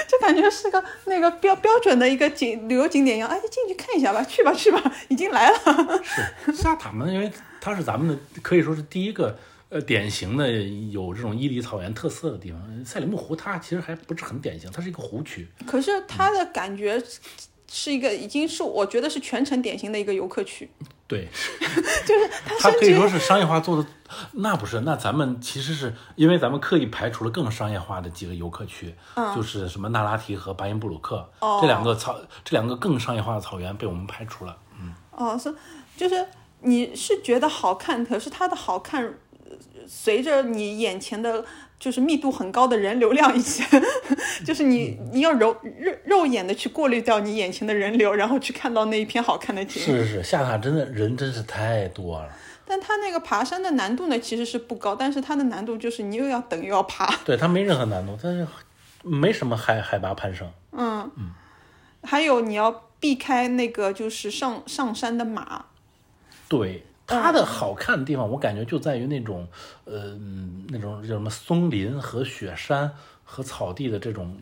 就感觉是个那个标标准的一个景旅游景点一样，哎，进去看一下吧，去吧去吧，已经来了。是下塔嘛，因为它是咱们的可以说是第一个呃典型的有这种伊犁草原特色的地方。赛里木湖它其实还不是很典型，它是一个湖区。可是它的感觉是一个已经是我觉得是全程典型的一个游客区，对， [LAUGHS] 就是它它甚可以至说是商业化做的，那不是，那咱们其实是因为咱们刻意排除了更商业化的几个游客区，就是什么那拉提和巴音布鲁克、嗯哦这两个草，这两个更商业化的草原被我们排除了。哦，是，就是你是觉得好看，可是它的好看，呃随着你眼前的就是密度很高的人流量一起， [LAUGHS] 就是你你要肉肉肉眼的去过滤掉你眼前的人流，然后去看到那一片好看的景。是是是，下塔真的人真是太多了。但它那个爬山的难度呢，其实是不高，但是它的难度就是你又要等又要爬。对，它没任何难度，但是没什么海海拔攀升。嗯还有你要避开那个就是上上山的马，对，嗯它的好看的地方，我感觉就在于那种，呃，嗯那种叫什么松林和雪山和草地的这种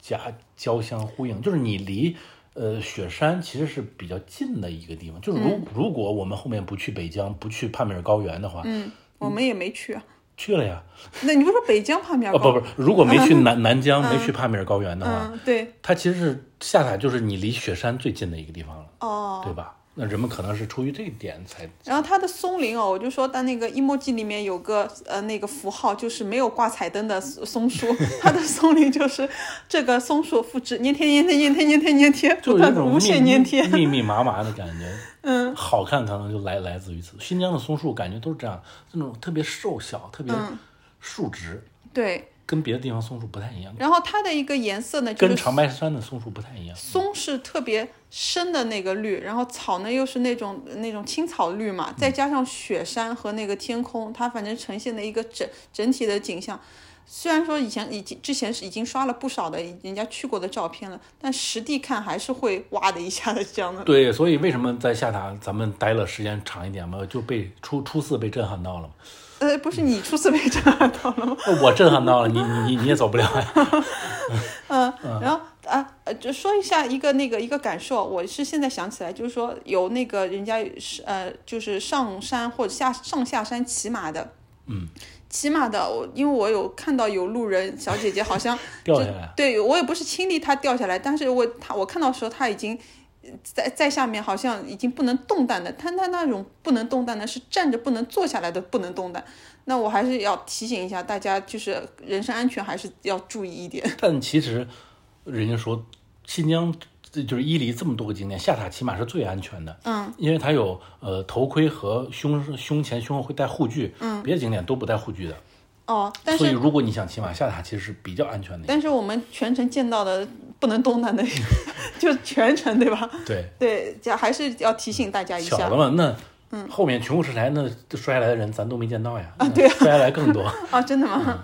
夹交相呼应，就是你离。呃，雪山其实是比较近的一个地方，就是嗯如、如果我们后面不去北疆，不去帕米尔高原的话，嗯，我们也没去啊。去了呀，那你不是说北疆旁边哦高？不不，如果没去 [LAUGHS] 南南疆，没去帕米尔高原的话，嗯，对，它其实是下塔就是你离雪山最近的一个地方了，哦，对吧？那人们可能是出于这一点才然后它的松林哦，我就说它那个 emoji 里面有个呃那个符号，就是没有挂彩灯的松树， [LAUGHS] 它的松林就是这个松树复制粘贴粘贴粘贴粘贴粘贴，就不有一断种无限密粘贴。密 [LAUGHS] 密麻麻的感觉。嗯，好看可能就来来自于此。新疆的松树感觉都是这样，那种特别瘦小，特别嗯竖直，对，跟别的地方松树不太一样，然后它的一个颜色呢，就跟是长白山的松树不太一样。松是特别深的那个绿，然后草呢又是那种那种青草绿嘛，再加上雪山和那个天空，它反正呈现的一个整整体的景象。虽然说以前已经之前是已经刷了不少的人家去过的照片了，但实地看还是会哇的一下子这样的。对，所以为什么在下塔咱们待了时间长一点嘛，就被初初四被震撼到了嘛。哦呃，不是你初次被震撼到了吗？我震撼到了，你你你你也走不了呀。嗯，然后啊呃，就说一下一个那个一个感受，我是现在想起来，就是说有那个人家是呃，就是上山或者下上下山骑马的，嗯，骑马的，我因为我有看到有路人小姐姐好像 [LAUGHS] 掉就下来对我也不是亲历她掉下来，但是我她我看到的时候她已经。呃在在下面好像已经不能动弹的，她她那种不能动弹的是站着不能坐下来的不能动弹。那我还是要提醒一下大家，就是人身安全还是要注意一点。但其实人家说新疆这就是伊犁这么多个景点，下塔起码是最安全的。嗯，因为它有呃头盔和胸胸前胸后会带护具，嗯，别的景点都不带护具的。哦，但所以是如果你想骑马，下塔其实是比较安全的。但是我们全程见到的不能动弹的，就全程对吧？ [LAUGHS] 对，对，这还是要提醒大家一巧下了嘛，那。嗯后面穷苦吃柴那摔下来的人咱都没见到呀，啊对 [LAUGHS] 摔下来更多，啊，真的吗？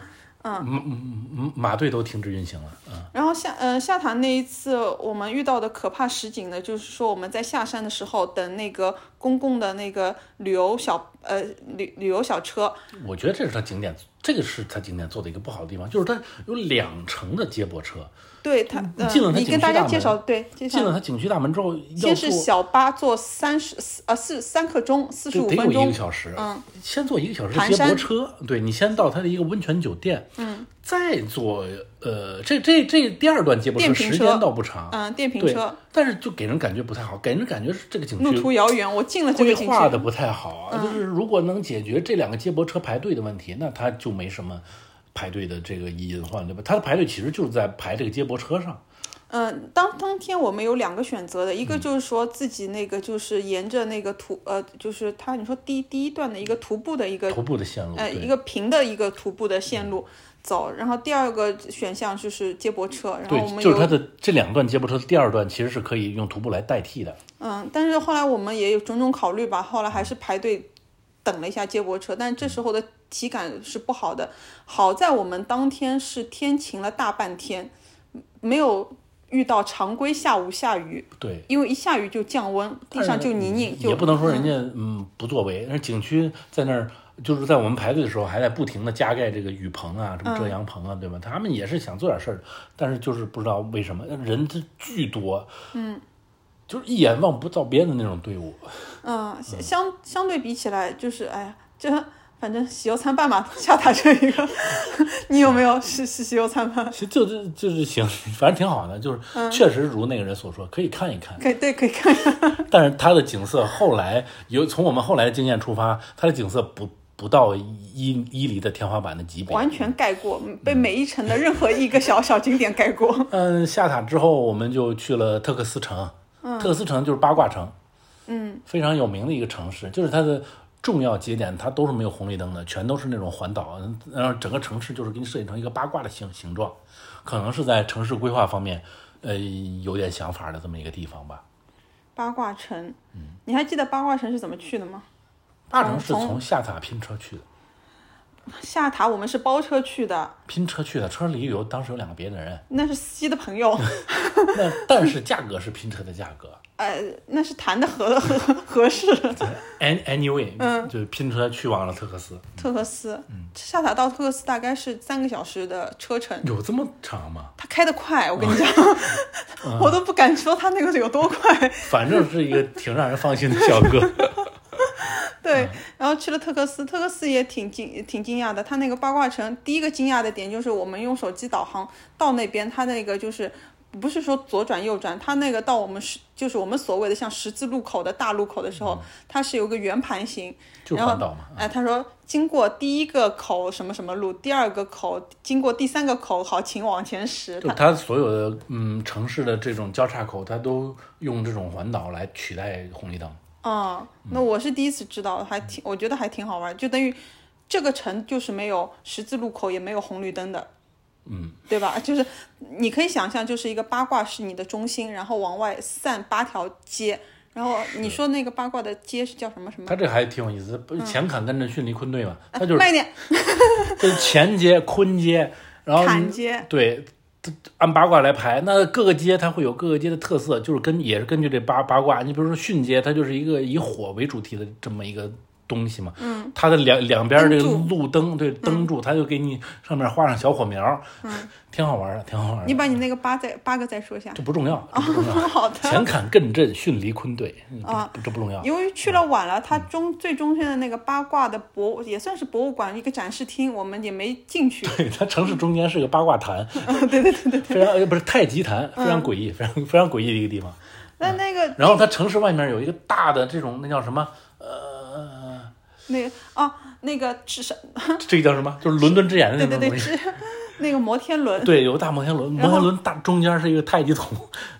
嗯马队都停止运行了，啊，然后下呃下塔那一次，我们遇到的可怕实景呢，就是说我们在下山的时候，等那个公共的那个旅游小呃旅旅游小车，我觉得这是它景点，这个是它景点做的一个不好的地方，就是它有两层的接驳车，对他，你呃进了它你景跟区大大家门介绍，对，介进了绍，它景区大门之后，要先是坐小巴坐三十四呃四三刻钟，四十就五得有分一钟个，小时，嗯，先坐一个小时的盘接驳山车，对你先到它的一个温泉酒店，嗯，再坐呃这这这第二段接驳车电瓶时车间倒不长，嗯，电瓶对车，，但是就给人感觉不太好，给人感觉是这个景路区途遥远，我进了这规个景区，嗯划的不太好啊，就是如果能解决这两个接驳车排队的问题，那它就没什么排队的这个隐患，对吧？它的排队其实就是在排这个接驳车上，嗯，当当天我们有两个选择的，嗯一个就是说自己那个就是沿着那个徒呃，就是它你说第第一段的一个徒步的一个徒步的线路，呃对嗯一个平的一个徒步的线路走，然后第二个选项就是接驳车，然后我们对，就是它有的这两段接驳车的第二段其实是可以用徒步来代替的，嗯，但是后来我们也有种种考虑吧，后来还是排队等了一下接驳车，但这时候的体感是不好的。好在我们当天是天晴了大半天，没有遇到常规下午下雨。对。因为一下雨就降温，地上就泥泞，就哎也不能说人家嗯不作为，那景区在那儿就是在我们排队的时候还在不停的加盖这个雨棚啊，嗯什么遮阳棚啊，对吧？他们也是想做点事儿，但是就是不知道为什么人这巨多，嗯，就是一眼望不到边的那种队伍，嗯，相相对比起来，就是哎呀，这反正喜忧参半吧，下达这一个。 [LAUGHS] 你有没有是是喜忧参半？其实就是就是行， [LAUGHS] 反正挺好的，就是嗯确实如那个人所说，可以看一看。可以对，可以看一 [LAUGHS] 下。但是它的景色后来有从我们后来的经验出发，它的景色不不到伊伊犁的天花板的级别。完全盖过，被每一城的任何一个 [LAUGHS] 小小景点盖过。嗯，下塔之后我们就去了特克斯城，特克斯城就是八卦城，嗯，非常有名的一个城市，就是它的重要节点它都是没有红绿灯的，全都是那种环岛，嗯然后整个城市就是给你设计成一个八卦的形形状，可能是在城市规划方面，呃，有点想法的这么一个地方吧。八卦城，嗯你还记得八卦城是怎么去的吗？大城是从从下塔拼车去的，下塔我们是包车去的，拼车去的，车里有当时有两个别的人，那是司机的朋 [LAUGHS] 友，那但是价格是拼车的价格。呃，那是谈的 [LAUGHS] 合合合适。 An- Anyway，嗯，就是拼车去往了特克斯，特克斯，嗯下塔到特克斯大概是三个小时的车程，有这么长吗？他开得快，我跟你讲， [LAUGHS] 我都不敢说他那个有多快。反正是一个挺让人放心的小哥。对，然后去了特克斯，特克斯也挺惊挺惊讶的。他那个八卦城，第一个惊讶的点就是我们用手机导航到那边，他那个就是不是说左转右转，他那个到我们十就是我们所谓的像十字路口的大路口的时候，它是有个圆盘形，就然后环岛嘛哎，他说经过第一个口什么什么路，第二个口经过第三个口，好，请往前驶。就它所有的嗯城市的这种交叉口，它都用这种环岛来取代红绿灯。啊、那我是第一次知道，还挺，我觉得还挺好玩，就等于这个城就是没有十字路口，也没有红绿灯的，嗯，对吧？就是你可以想象，就是一个八卦是你的中心，然后往外散八条街，然后你说那个八卦的街是叫什么什么？它这还挺有意思，不是前坎跟着迅离昆队嘛，它就是慢一点，就是前街、昆街，然后坎街对，它按八卦来排。那各个街它会有各个街的特色，就是根也是根据这八八卦。你比如说巽街，它就是一个以火为主题的这么一个东西嘛。嗯，它的两两边这个灯嗯路灯对灯柱，它就给你上面画上小火苗，嗯，挺好玩的，挺好玩你的。把哦你那个八再八个再说一下。这不重要，这不重要。好的前坎艮震巽离坤兑，嗯啊这不这不重要。由于去了晚了，它中最中间的那个八卦的博也算是博物馆一个展示厅，我们也没进去。对，它城市中间是个八卦坛，哦对对对嗯对，非常呃不是太极坛，非常诡异，非常非常诡异的一个地方。那那个然后它城市外面有一个大的这种那叫什么？呃，那个啊，那个是什这个叫什么？就是伦敦之眼的对那对对，种东西。 [LAUGHS] 是那个摩天轮。对，有个大摩天轮，摩然后天轮大中间是一个太极桶，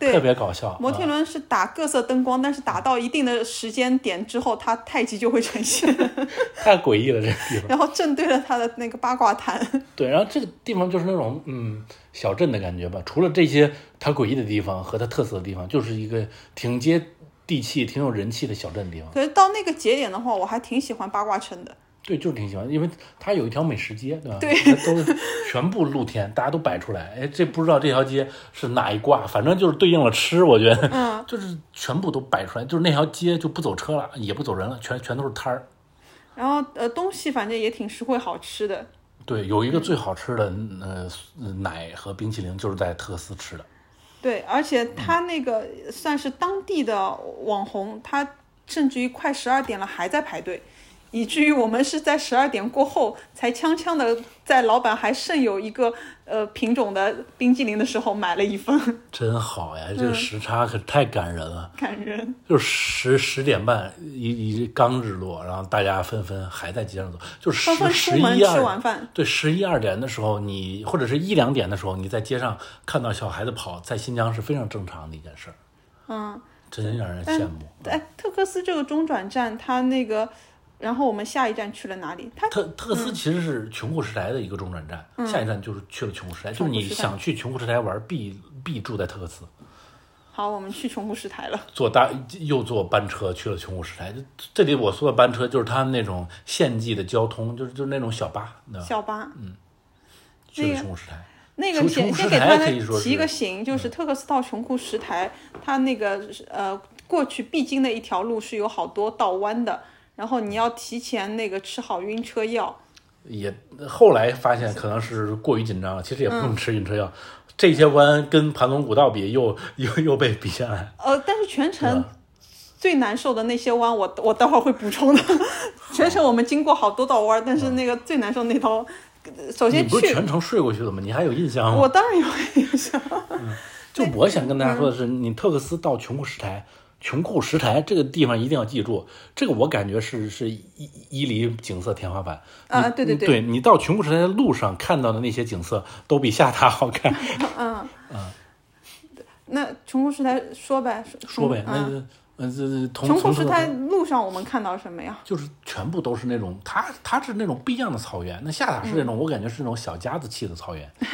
对 [LAUGHS] 特别搞笑。摩天啊轮是打各色灯光，但是打到一定的时间点之后，它太极就会呈现， [LAUGHS] 太诡异了这个地方。然后正对着它的那个八卦坛。对，然后这个地方就是那种嗯小镇的感觉吧。除了这些它诡异的地方和它特色的地方，就是一个挺接地气、挺有人气的小镇地方。可是到那个节点的话，我还挺喜欢八卦城的。对，就是挺喜欢，因为它有一条美食街，对吧？对，都全部露天，大家都摆出来。哎，这不知道这条街是哪一挂，反正就是对应了吃，我觉得，嗯， [LAUGHS] 就是全部都摆出来，就是那条街就不走车了，也不走人了，全全都是摊儿。然后呃，东西反正也挺实惠好吃的。对，有一嗯个最好吃的呃奶和冰淇淋就是在特斯吃的，对，而且它那个算是当地的网红，他甚至于快十二点了还在排队，以至于我们是在十二点过后才锵锵的在老板还剩有一个呃品种的冰激凌的时候买了一份，真好呀！嗯这个时差可太感人了，感人。就是十十点半一一刚日落，然后大家纷纷还在街上走，就是十纷纷出十门一吃二晚饭，对，十一二点的时候你，或者是一两点的时候，你在街上看到小孩子跑，在新疆是非常正常的一件事儿，嗯，真让人羡慕。哎，特克斯这个中转站，它那个，然后我们下一站去了哪里？它特特克嗯斯其实是穷库什台的一个中转站，下一站就是去了穷库什台，就是穷库你什台想去穷库什台玩，必必住在特克斯，好，我们去穷库什台了。坐大又坐班车去了穷库什台。这这里我说的班车就是他们那种县际的交通，就是就是那种小巴，对吧？校巴，那去了个穷库什台。那穷个先穷先石给大台可以家说是嗯提一个醒，就是特克斯到穷库什台，它那个呃过去必经的一条路是有好多道弯的，然后你要提前那个吃好晕车药。也后来发现可能是过于紧张了，其实也不用吃晕车药。 [LAUGHS] 这些弯跟盘龙古道比又，又又被比下来。呃，但是全程最难受的那些弯我，我待会儿会补充的。 [LAUGHS] 全程我们经过好多道弯，但是那个最难受那道，首嗯你先不是去，全程睡过去的吗？你还有印象我吗？当然有印 [LAUGHS] 象。就我想跟大家说的是，你特克斯到穷库什台，穷库什台这个地方一定要记住，这个我感觉是是伊伊伊犁景色天花板啊你对对对对你到穷库什台的路上看到的那些景色都比下塔好看。那穷苦时代 [LAUGHS] 说呗，说呗，那嗯，个呃，这这同穷苦同时时代路上我们看到什么呀？就是全部都是那种，它它是那种不一样的草原，那下塔是那嗯种、我感觉是那种小家子气的草原。 [LAUGHS]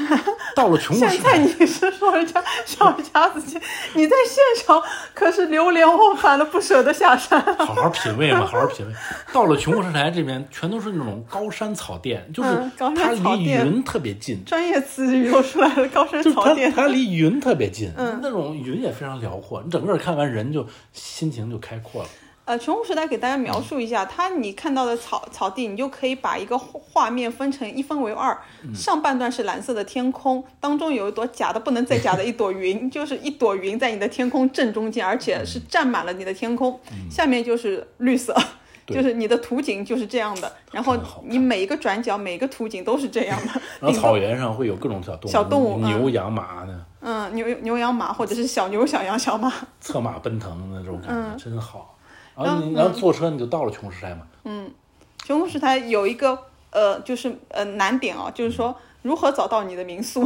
到了穷苦时现在代，你是说人家小家子气，你在现场可是流连忘返的，不舍得下山。好好品味嘛，好好品味。到了穷苦石台这边，全都是那种高山草甸，就是嗯高它山草离甸云特别近，专业词语又出来了，高山就是草它甸。嗯它离云特别近，那种云也非常辽阔，你整个看完人就心情就开阔了。呃，穷苦时代给大家嗯描述一下，它你看到的草草地，你就可以把一个画画面分成一分为二，嗯上半段是蓝色的天空，当中有一朵假的不能再假的一朵云， [LAUGHS] 就是一朵云在你的天空正中间，而且嗯是占满了你的天空，下面就是绿色。对就是你的图景就是这样的，然后真好看你每一个转角、每一个图景都是这样的。 [LAUGHS] 然后顶草原上会有各种小动物，小动物牛、羊、马的，嗯，牛牛羊马或者是小牛、小羊、小马，策马奔腾的那种感嗯觉，真好。然后你然后坐车你就到了琼石山嘛，熊牧石台有一个呃，就是呃难点哦，就是说如何找到你的民 [LAUGHS] 宿，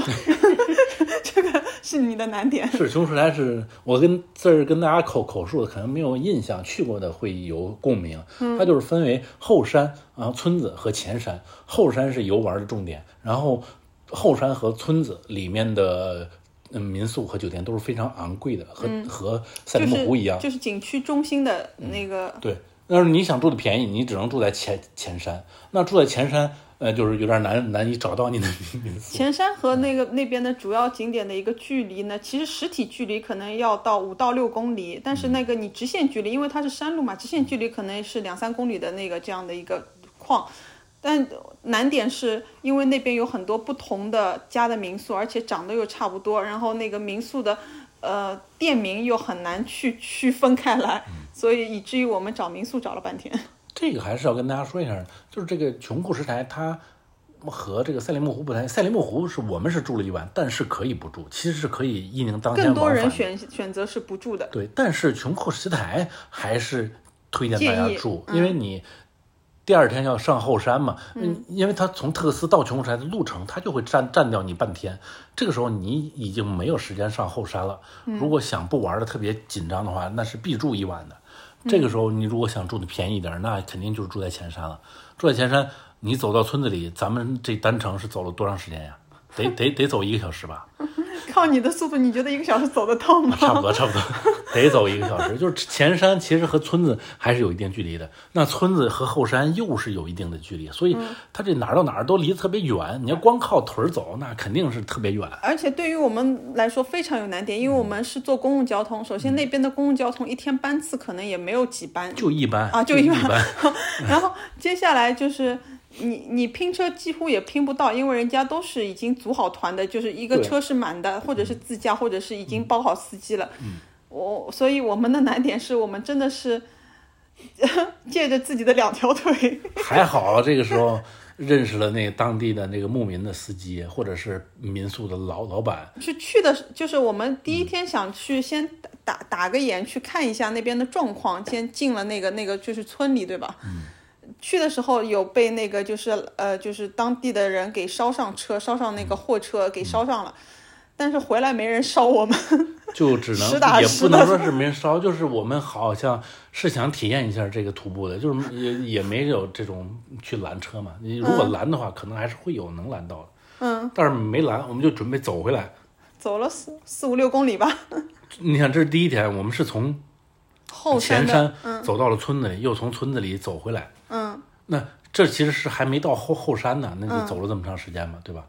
这个是你的难点。是琼石台是我跟这儿跟大家口口述的，可能没有印象，去过的会有共鸣。嗯它就是分为后山啊、村子和前山。后山是游玩的重点，然后后山和村子里面的。嗯，民宿和酒店都是非常昂贵的，和、和赛嗯就里木是湖一样。嗯就是景区中心的那个，对，要是你想住的便宜，你只能住在前前山。那住在前山，呃，就是有点难难以找到你的 [LAUGHS] 民宿。前山和那个那边的主要景点的一个距离呢，其实实体距离可能要到五到六公里，但是那个你直线距离，因为它是山路嘛，直线距离可能是两三公里的那个这样的一个况。但难点是因为那边有很多不同的家的民宿，而且长得又差不多，然后那个民宿的呃店名又很难去区分开来，所以以至于我们找民宿找了半天。这个还是要跟大家说一下的，就是这个穷库石台它。和这个赛里木湖不太，赛里木湖是我们是住了一晚，但是可以不住，其实是可以一宁当天更多往人返的选选择是不住的，对，但是穷库石台还是推荐大建家议嗯住，因为你第二天要上后山嘛，嗯，因为它从特克斯到穷库石台的路程，它就会占占掉你半天，这个时候你已经没有时间上后山了。嗯如果想不玩的特别紧张的话，那是必住一晚的。嗯这个时候你如果想住的便宜一点，那肯定就是住在前山了。住在前山，你走到村子里，咱们这单程是走了多长时间呀？得得得走一个小时吧。靠你的速度，你觉得一个小时走得到吗？ [LAUGHS] 差不多，[LAUGHS] 差不多，得走一个小时。就是前山其实和村子还是有一定距离的，那村子和后山又是有一定的距离，所以嗯它这哪儿到哪儿都离得特别远。你要光靠腿儿走，那肯定是特别远。而且对于我们来说非常有难点，因为我们是坐公共交通，首先那边的公共交通一天班次可能也没有几班， [LAUGHS] 就一般啊就就一一般般。 [LAUGHS] 然后接下来就是你你拼车几乎也拼不到，因为人家都是已经组好团的，就是一个对车是满的，或者是自驾，或者是已经包好司机了。我所以我们的难点是我们真的是 [LAUGHS] 借着自己的两条腿，还好这个时候认识了那个当地的那个牧民的司机，或者是民宿的老老板，去去的是，就是我们第一天想去先打打打个眼，去看一下那边的状况，先进了那个那个就是村里，对吧？嗯。去的时候有被那个就是呃就是当地的人给捎上车，捎上那个货车给捎上了，但是回来没人捎我们。 [LAUGHS] [LAUGHS] 就只能实打也实不的能说是没人烧，就是我们好像是想体验一下这个徒步的，就是也也没有这种去拦车嘛。你如果拦的话，可能还是会有能拦到的。嗯，但是没拦，我们就准备走回来。走了四四五六公里吧，你想，这是第一天，我们是从后前的嗯山走到了村子里，又从村子里走回来。嗯，那这其实是还没到后后山呢，那嗯就走了这么长时间嘛，对吧？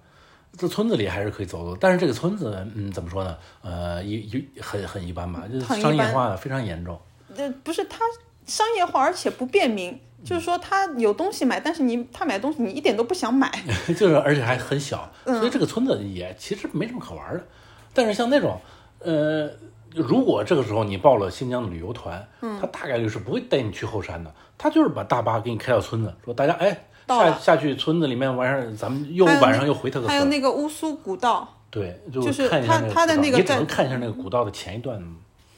这村子里还是可以走走，但是这个村子，嗯，怎么说呢？呃，一一很很一般吧，就是很一商业般化的非常严重。呃，不是它商业化，而且不便民，就是说它有东西买，但是你他买东西你一点都不想买， [LAUGHS] 就是而且还很嗯小，所以这个村子也其实没什么可玩的。但是像那种，呃，如果这个时候你报了新疆的旅游团，嗯，他大概率是不会带你去后山的，他就是把大巴给你开到村子，说大家哎到下了下去村子里面完事儿，咱们又还有那晚上又回他个还有村。那个乌苏古道，对，就就是看一他下那他的那个个古道你只在能看一下那个古道的前一段，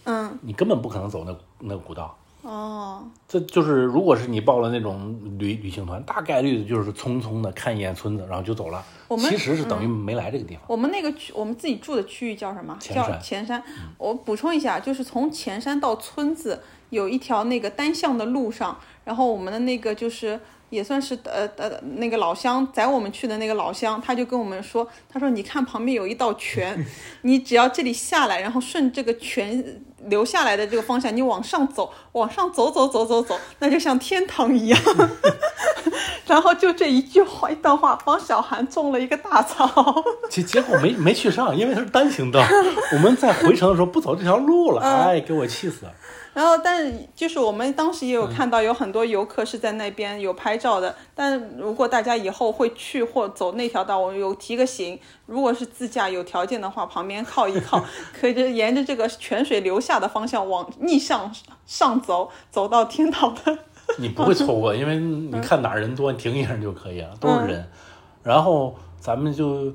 嗯，你根本不可能走那那个古道。哦，这就是，如果是你报了那种旅旅行团，大概率就是匆匆的看一眼村子，然后就走了。我们嗯其实是等于没来这个地方。我们那个区，我们自己住的区域叫什么？前叫山前山。我补充一下，就是从前山到村嗯子有一条那个单向的路上，然后我们的那个就是也算是呃呃那个老乡载我们去的那个老乡，他就跟我们说，他说你看旁边有一道泉， [LAUGHS] 你只要这里下来，然后顺这个泉流下来的这个方向，你往上走，往上走走走走走，那就像天堂 [LAUGHS] 一样。然后就这一句话一段话，帮小韩种了一个大草。结结果没没去上，因为它是单行道。我们在回程的时候不走这条路了，哎，给我气死了。然后，但是就是我们当时也有看到有很多游客是在那边有拍照的。但如果大家以后会去或走那条道，我有提个醒，如果是自驾有条件的话，旁边靠一靠，可以就沿着这个泉水流下的方向往逆向上走，走到天堂的。你不会错过，因为你看哪儿人多，你停一下就可以了，都是人。然后咱们就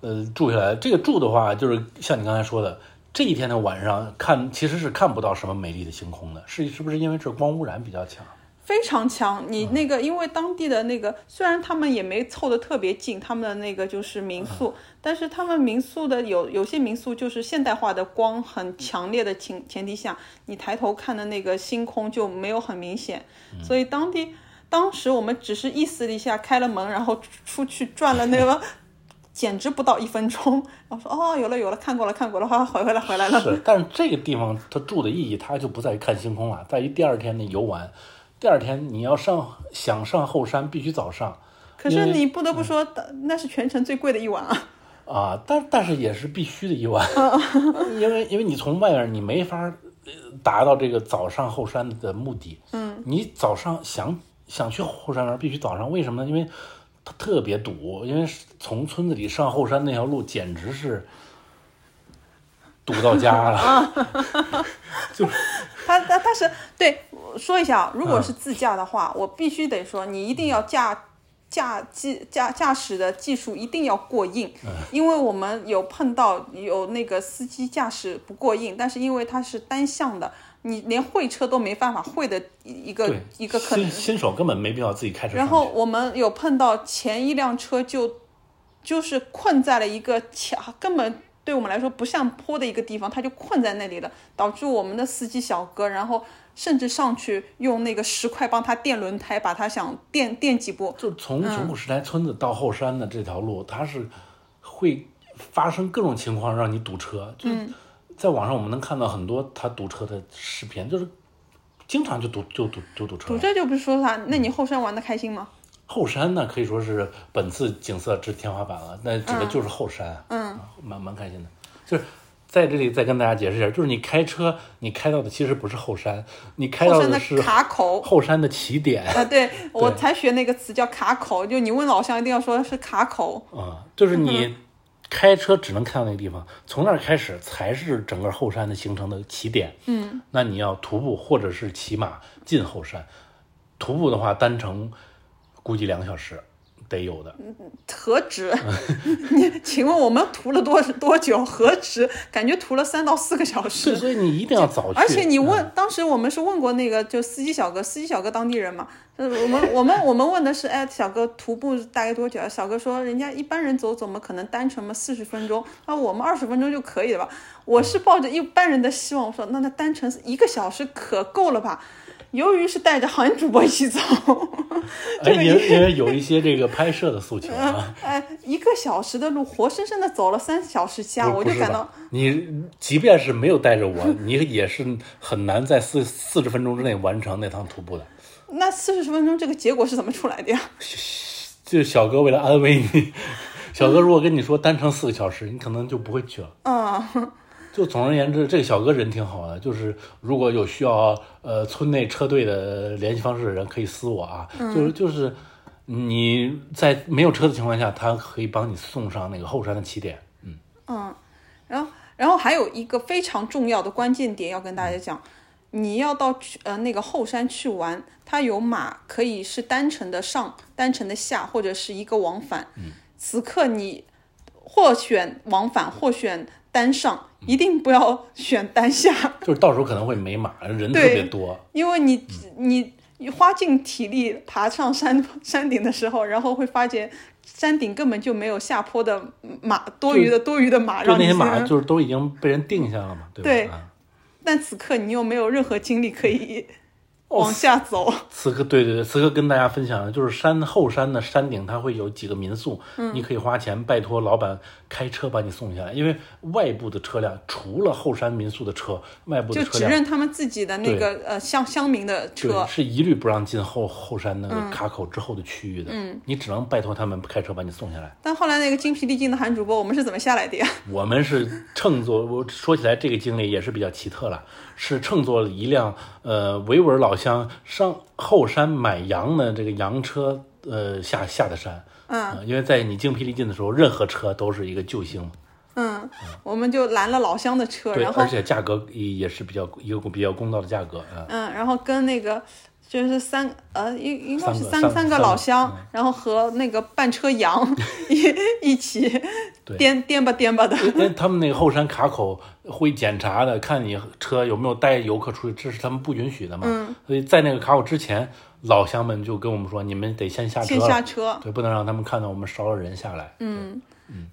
呃住下来，这个住的话，就是像你刚才说的，这一天的晚上看其实是看不到什么美丽的星空的，是是不是因为这光污染比较强？非常强。你嗯那个，因为当地的那个，虽然他们也没凑得特别近，他们的那个就是民嗯宿， [LAUGHS] 但是他们民宿的有有些民宿就是现代化的光嗯很强烈的情前提下，你抬头看的那个星空就没有很明显，嗯所以当地。当时我们只是意思了一下，开了门，然后出出去转了那个，简直不到一分钟。然后说哦，有了有了，看过了看过了，哈，回回来回来了。是，但是这个地方它住的意义，它就不在于看星空了，在于第二天的游玩。第二天你要上想上后山，必须早上可因是为嗯你不得不说，那是全程最贵的一晚啊。啊，但但是也是必须的一晚，哦 [LAUGHS] 因为因为你从外面你没法呃达到这个早上后山的目的。嗯，你早上想想去后山玩，必须早上，为什么呢？因为它特别堵，因为是从村子里上后山那条路简直是堵到家啊了。 [LAUGHS] 他他他是对我说一下啊，如果是自驾的话，我必须得说，你一定要驾驾技驾驾驶的技术一定要过硬，因为我们有碰到有那个司机驾驶不过硬，但是因为它是单向的，你连会车都没办法会的一一个 [LAUGHS] 对，一个可能新。新手根本没必要自己开车上然去。后我们有碰到前一辆车就就是困在了一个墙，根本对我们来说不像坡的一个地方，他就困在那里了，导致我们的司机小哥，然后甚至上去用那个石块帮他垫轮胎，把他想垫垫几步。就从九股石台村子到后山的这条路，它是会发生各种情况让你堵车。就是嗯在网上我们能看到很多他堵车的视频，就是经常就堵就堵就堵车堵。这就不是说啥，那你后山玩的开心吗？后山呢可以说是本次景色之天花板了，那指的就是后山，嗯，蛮蛮开心的。就是在这里再跟大家解释一下，就是你开车你开到的其实不是后山，你开后到山的是卡口。后山的起点。啊， [LAUGHS] 对我才学那个词叫卡口，就你问老乡一定要说是卡口。啊，就是嗯你开车只能看到那个地方，从那儿开始才是整个后山的行程的起点。嗯，那你要徒步或者是骑马进后山，徒步的话单程估计两个小时得有的。嗯何止？ [LAUGHS] 你请问我们涂了多多久？何止？感觉涂了三到四个小对，时。所以你一定要早去。而且你问，当时我们是问过那个就司机小哥，司机小哥当地人嘛，呃我们我们我们问的是，哎，小哥徒步大概多久啊？小哥说，人家一般人走走嘛，可能单程嘛四十分钟，那我们二十分钟就可以了吧？我是抱着一般人的希望，我说那那单程一个小时可够了吧？由于是带着韩主播一起走，哎，因为因为有一些这个拍摄的诉求啊。 [LAUGHS] 哎，一个小时的路，活生生的走了三小时加，不嗯啊我就感到，不是吧你即便是没有带着我，你也是很难在四四十分钟之内完成那趟徒步的。那四十分钟这个结果是怎么出来的呀？ [LAUGHS] 就是小哥为了安慰你，小哥如果跟你说单程四个小时，你可能就不会去了。啊、就总而言之，这个小哥人挺好的，就是如果有需要呃村内车队的联系方式的人可以私我啊，嗯就是就是你在没有车的情况下，他可以帮你送上那个后山的起点。嗯，然后。然后还有一个非常重要的关键点要跟大家讲，你要到去呃那个后山去玩，它有马可以是单程的上、单程的下，或者是一个往返。嗯此刻你或选往返，或选单上，一定不要选单下。就是到时候可能会没马，人特对别多，因为你你你花尽体力爬上山 [LAUGHS] 山顶的时候，然后会发觉山顶根本就没有下坡的马，多余的多余的马就让那你些去马就是都已经被人定下了嘛，对吧？对啊但此刻你又没有任何精力可以哦往下 [LAUGHS] 走，此刻，对对对，此刻跟大家分享的就是山后山的山顶，它会有几个民宿，嗯你可以花钱拜托老板开车把你送下来，因为外部的车辆除了后山民宿的车，外部就的车只辆认他们自己的那个呃乡乡民的车嗯对。是一律不让进后后山那个卡口之后的区域的，你只能拜托他们开车把你送下来。但后来那个精疲力尽的韩主播，我们是怎么下来的呀？我们是乘坐，我说起来这个经历也是比较奇特了，是乘坐了一辆呃维吾尔老乡上后山买羊的这个羊车，呃下下的山。嗯、因为在你精疲力尽的时候，任何车都是一个救星嘛。嗯，我们就拦了老乡的车，对，然后而且价格也也是比较一个比较公道的价格啊。嗯，然后跟那个就是三呃，应应该是三三个三三个三老个乡，然后和那个半车 [LAUGHS] 羊一一起对颠颠吧颠吧的。因为他们那个后山卡口会检查的，看你车有没有带游客出去，这是他们不允许的嘛。所以在那个卡口之前，老乡们就跟我们说，你们得先下车先了，下车对，不能让他们看到我们捎了人下来。嗯，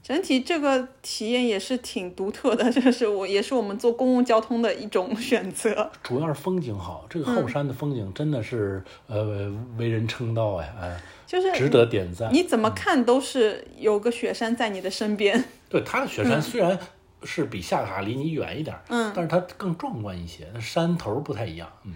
整体这个体验也是挺独特的， [LAUGHS] 这是我也是我们坐公共交通的一种 [LAUGHS] 选择。主要是风景好，这个嗯后山的风景真的是、呃为人称道呀，哎，就是值得点赞。你怎么看都是有个雪山在你的身边。对，它的雪嗯山虽然是比下塔离你远一点，嗯，但是它更壮观一些，那山头不太一样。嗯，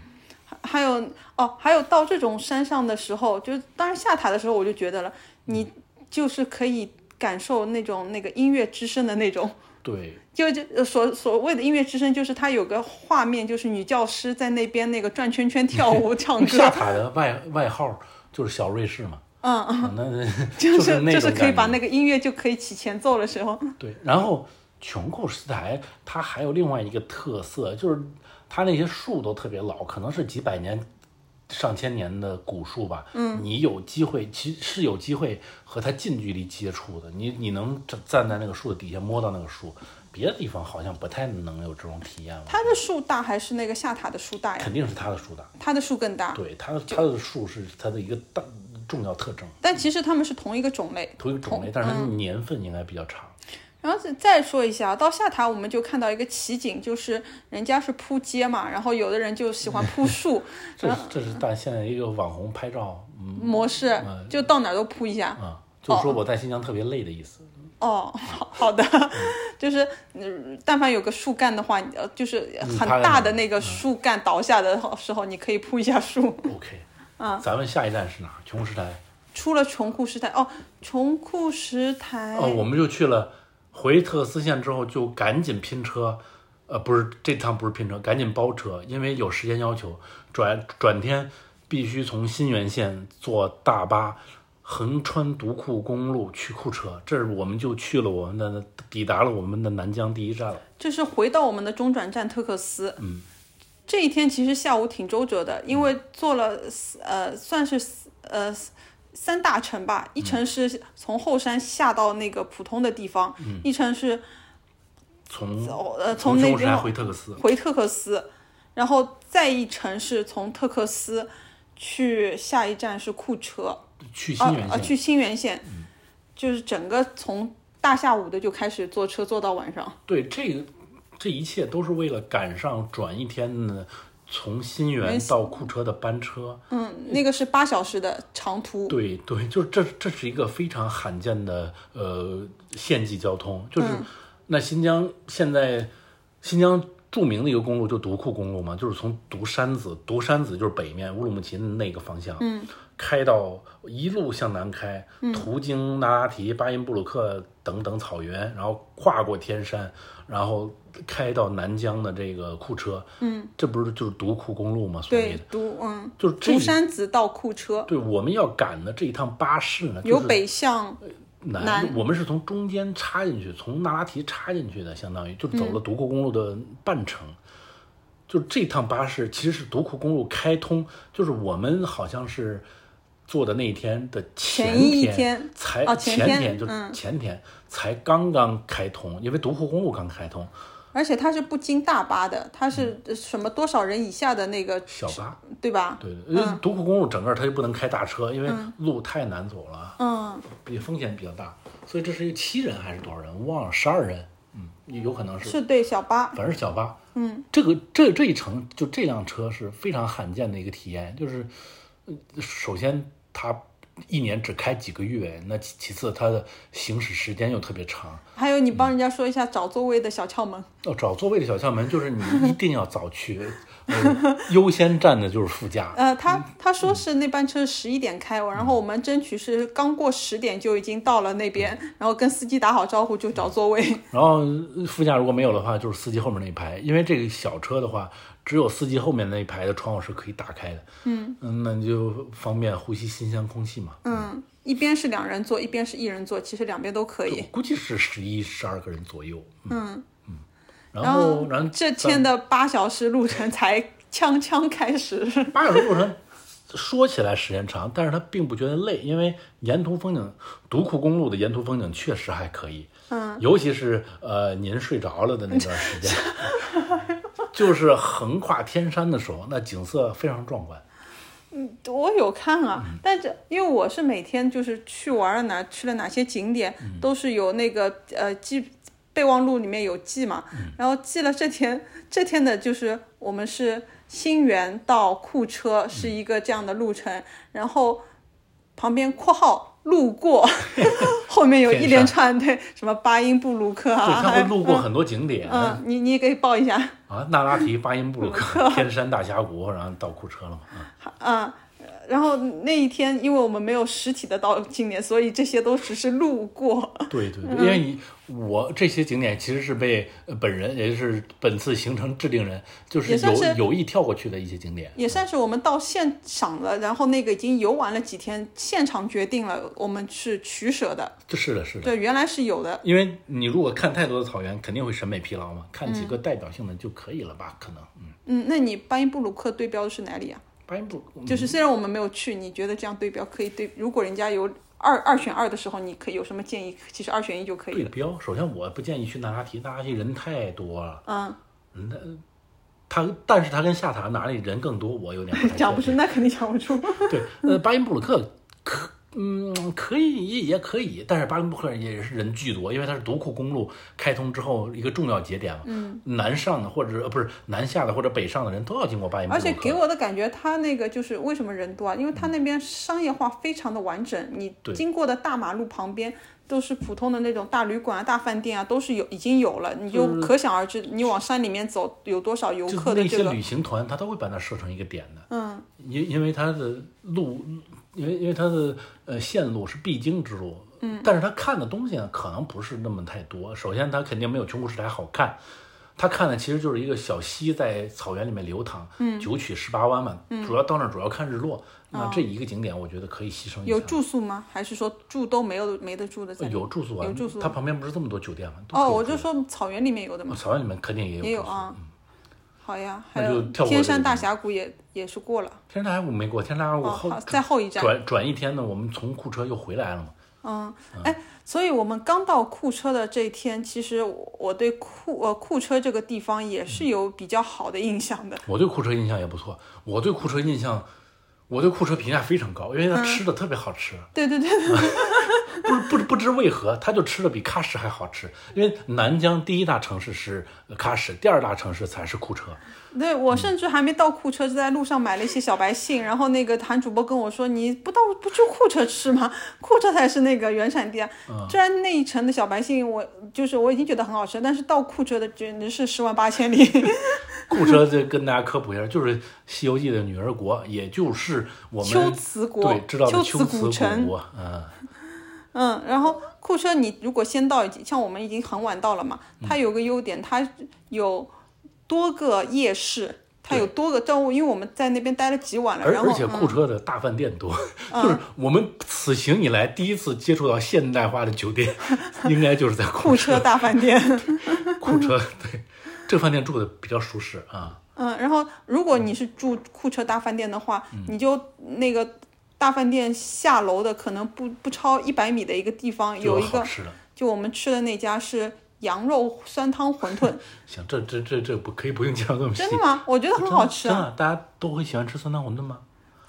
还有哦，还有到这种山上的时候，就是当然下塔的时候，我就觉得了，嗯你就是可以感受那种那个音乐之声的那种。 [LAUGHS] 对，就就呃所所谓的音乐之声，就是它有个画面，就是女教师在那边那个转圈圈跳 [LAUGHS] 舞唱歌，下塔的外外号就是小瑞士嘛。嗯，啊那那 [LAUGHS] 就就是那就种是可以感把觉那个音乐就可以起前奏的时候，对，然后琼库石台它还有另外一个特色，就是它那些树都特别老，可能是几百年、上千年的古树吧。嗯，你有机会，其实是有机会和它近距离接触的。你你能站站在那个树的底下摸到那个树，别的地方好像不太能有这种体验了。它的树大还是那个下塔的树大呀？肯定是它的树大，它的树更大，对它它的树是它的一个大重要特征，但其实它们是同一个种类。同一个种类，但是它的年份应该比较长。然后再再说一下，到下塔我们就看到一个奇景，就是人家是铺街嘛，然后有的人就喜欢铺 [LAUGHS] 树这是这是大现在一个网红拍照，嗯模式，就到哪儿都铺一下。啊，就是说我在新疆特别累的意思。哦，好好的， [LAUGHS] 就是嗯但凡有个树干的话，呃，就是嗯很大的那个树干倒下的时候，你可以铺一下树。 OK，啊，咱们下一站是哪儿？琼石台。除了穷库石台，哦，穷库石台，哦，我们就去了，回特斯县之后就赶紧拼车，呃，不是这趟不是拼车，赶紧包车，因为有时间要求，转转天必须从新源县坐大巴。横穿独库公路去库车，这是我们就去了我们的抵达了我们的南疆第一站了。这是回到我们的中转站特克斯。嗯，这一天其实下午挺周折的，因嗯为坐了四呃算是四呃三大城吧，一嗯城是从后山下到那个普通的地方，一城是从走呃嗯从那琼石边台回特克斯，回特克斯，然后再一程是从特克斯去下一站是库车，去新啊源嗯啊县，去新源县，就是整个从大下午的就开始坐车坐到晚上。对，这个这一切都是为了赶上转一天的从新源到库车的班车。嗯，那个是八小时的长途，对对，就是这这是一个非常罕见的呃县际交通，就是、那新疆现在新疆著名的一个公路就独库公路嘛，就是从独山子，独山子就是北面乌鲁木齐那个方向，嗯，开到一路向南开，途经那拉提、巴音布鲁克等等草原，然后跨过天山，然后开到南疆的这个库车，嗯，这不是就是独库公路吗？所谓对的，独嗯，就是这独山子到库车，对，我们要赶的这一趟巴士呢，有就是呃北向，南，南我们是从中间插进去，从那拉提插进去的，相当于就嗯走了独库公路的半程。就这趟巴士其实是独库公路开通，就是我们好像是坐的那一天的前前一天天才哦前前天天就嗯前天才刚刚开通，因为独库公路刚开通，而且它是不经大巴的，它是什么多少人以下的那个嗯小巴。对吧？对，因为独库公路整个它就不能开大车，因为路太难走了，嗯，比风险比较大，所以这是一个七人还是多少人？我忘了，十二人，嗯，有可能是是对小巴，反正是小巴，嗯，这个这这一程就这辆车是非常罕见的一个体验，就是，呃首先它一年只开几个月，那其其次它的行驶时间又特别长。还有你帮人家说一下找座位的小窍门。要找座位的小窍门就是你一定要早去，呃优先站的就是副驾，呃，他嗯他说是那班车十一点开，然后我们争取是刚过十点就已经到了那边，嗯然后跟司机打好招呼就找座位。然后呃副驾如果没有的话，就是司机后面那一排，因为这个小车的话，只有司机后面那一排的窗户是可以打开的，嗯，那你就方便呼吸新鲜空气嘛，嗯，一边是两人座，一边是一人座，其实两边都可以。估计是十一、十二个人左右。嗯嗯，然然后然后这咱天的八小时路程才 [LAUGHS] 锵锵开始。八小时路程，说起来时间长，但是他并不觉得累，因为沿途风景，独库公路的沿途风景确实还可以。嗯，尤其是呃您睡着了的那段时间， [LAUGHS] 就是横跨天山的时候，那景色非常壮观。我有看啊，嗯但这因为我是每天就是去玩了哪去了哪些景点，嗯都是有那个呃记备忘录里面有记嘛，嗯然后记了这天 [LAUGHS] 这天的就是我们是新源到库嗯车是一个这样的路程，然后旁边括号路 [LAUGHS] 过，后面有一连串对什么巴音布鲁克对，啊，他会还路过很多景点、嗯，你你也可以报一下，啊，那拉提、巴音布鲁克、天山大峡谷，然后到库车了嘛。啊啊，然后那一天，因为我们没有实体的到今年，所以这些都只是路过。 [LAUGHS] 对对嗯对，因为你我这些景点其实是被呃本人，也就是本次行程制定人，就是也算有是有意跳过去的一些景点。也算是我们到现场了，然后那个已经游玩了几天，现场决定了我们是取舍的。这是的，是的。对，原来是有的，因为你如果看太多的草原，肯定会审美疲劳嘛。看几个代表性的就可以了吧？可能，嗯，嗯，那你巴音布鲁克对标的是哪里啊？巴音布鲁就是虽然我们没有去，你觉得这样对标可以对？如果人家有二二选二的时候，你可以有什么建议？其实二选一就可以对了。标。首先，我不建议去那拉提，那拉提人太多了。嗯，它，但是它跟下塔哪里人更多，我有点不太 [LAUGHS] 讲不确定出，那肯定讲不出。对，呃，巴音布鲁克可嗯可以也也可以，但是巴音布鲁克也是人巨多，因为它是独库公路开通之后一个重要节点嘛。嗯，南上的或者呃不是南下的或者北上的人都要经过巴音布而鲁克。且给我的感觉，它那个就是为什么人多啊？因为它那边商业化非常的完整，你嗯对经过的大马路旁边都是普通的那种大旅馆啊、大饭店啊，都是有已经有了，你就可想而知，你往山里面走有多少游嗯就客的那这些个旅行团，他都会把那设成一个点的。嗯，因因为它的路，因为因为它的呃线路是必经之路。嗯，但是他看的东西呢，可能不是那么太多。首先，他肯定没有琼库什台好看。他看的其实就是一个小溪在草原里面流淌，嗯，九曲十八弯嘛，嗯主要到那儿主要看日落。那这一个景点，我觉得可以牺牲哦一下。有住宿吗？还是说住都没有没得住的在？有住宿啊，有住宿它旁边不是这么多酒店吗？都可哦，以我住就说草原里面有的嘛，哦草原里面肯定也有也有住宿啊。好呀，那还有就跳天过这个山大地峡谷也也是过了。天山峡谷没过，天山峡谷哦，后好，再后一站。转转一天呢，我们从库车又回来了嘛。嗯，哎，所以我们刚到库车的这一天，其实我我对库呃库车这个地方也是有比较好的印象的。我对库车印象也不错，我对库车印象，我对库车评价非常高，因为嗯它吃的特别好吃，对对对对， [LAUGHS] 不是不不知为何，它就吃的比喀什还好吃。因为南疆第一大城市是喀什，第二大城市才是库车。对我甚至还没到库车，就在路上买了一些小白杏，然后那个韩主播跟我说：“你不到不去库车吃吗？ [LAUGHS] 库车才是那个原产地啊！”嗯虽然那一城的小白杏我就是我已经觉得很好吃，但是到库车的简直是十万八千里。库车这跟大家科普一下，就是《西游记》的女儿国，也就是 [LAUGHS] 我们龟兹国对知道的龟龟兹兹古古城国，嗯。嗯，然后库车你如果先到，已经像我嗯们已经很晚到了嘛，它有个优点，它有多个夜市，它有多个照顾，因为我们在那边待了几晚了，而然后嗯而且库车的大饭店多，就是我们此行以来第一次接触到现代化的酒 [LAUGHS] 店，应该就是在库库车车。大饭店。库车对，这个饭店住的比较舒适啊。 [LAUGHS] 嗯，然后如果你是住库车大饭店的话，嗯你就那个大饭店下楼的可能不不超一百米的一个地方就有一好个，吃的，就我们吃的那家是羊肉酸汤馄 [LAUGHS] 饨，行，这这这这不可以不用介绍这么细，真的吗？我觉得很好吃真啊。的，大家都会喜欢吃酸汤馄饨吗？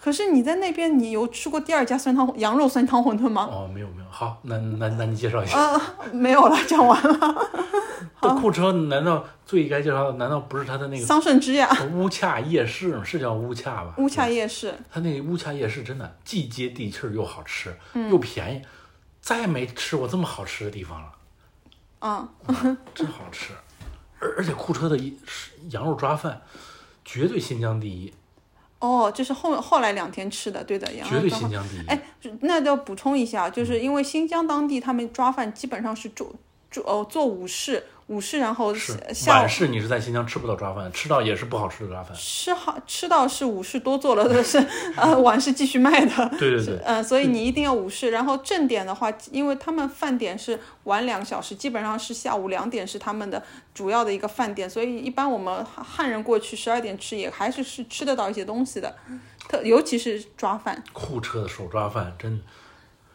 可是你在那边，你有吃过第二家酸汤羊肉酸汤馄饨吗？哦，没有没有，好，那那那你介绍一下。呃，没有 [LAUGHS] 了，讲完了。这库车难道最该介绍的？难道不是它的那个桑葚汁呀，乌恰夜市吗？是叫乌恰吧？乌恰夜市，它那乌恰夜市真的既接地气儿又好吃，嗯又便宜，再没吃过这么好吃的地方了，嗯，真好吃。而而且库车的一羊肉抓饭，绝对新疆第一，哦，这是后后来两天吃的，对的，羊绝肉对烧新烤。疆第一。哎，那要补充一下，就是因为新疆当地他们抓饭基本上是做做哦做午市，午市然后是下午晚市你是在新疆吃不到抓饭，吃到也是不好吃的抓饭。吃好吃到是午市多做了的是 [LAUGHS] 呃晚市继续卖的。对对对，呃，所以你一定要午市。然后正点的话，因为他们饭点是晚两个小时，基本上是下午两点是他们的主要的一个饭点，所以一般我们汉汉人过去十二点吃也还是是吃得到一些东西的，嗯特尤其是抓饭，库车的手抓饭真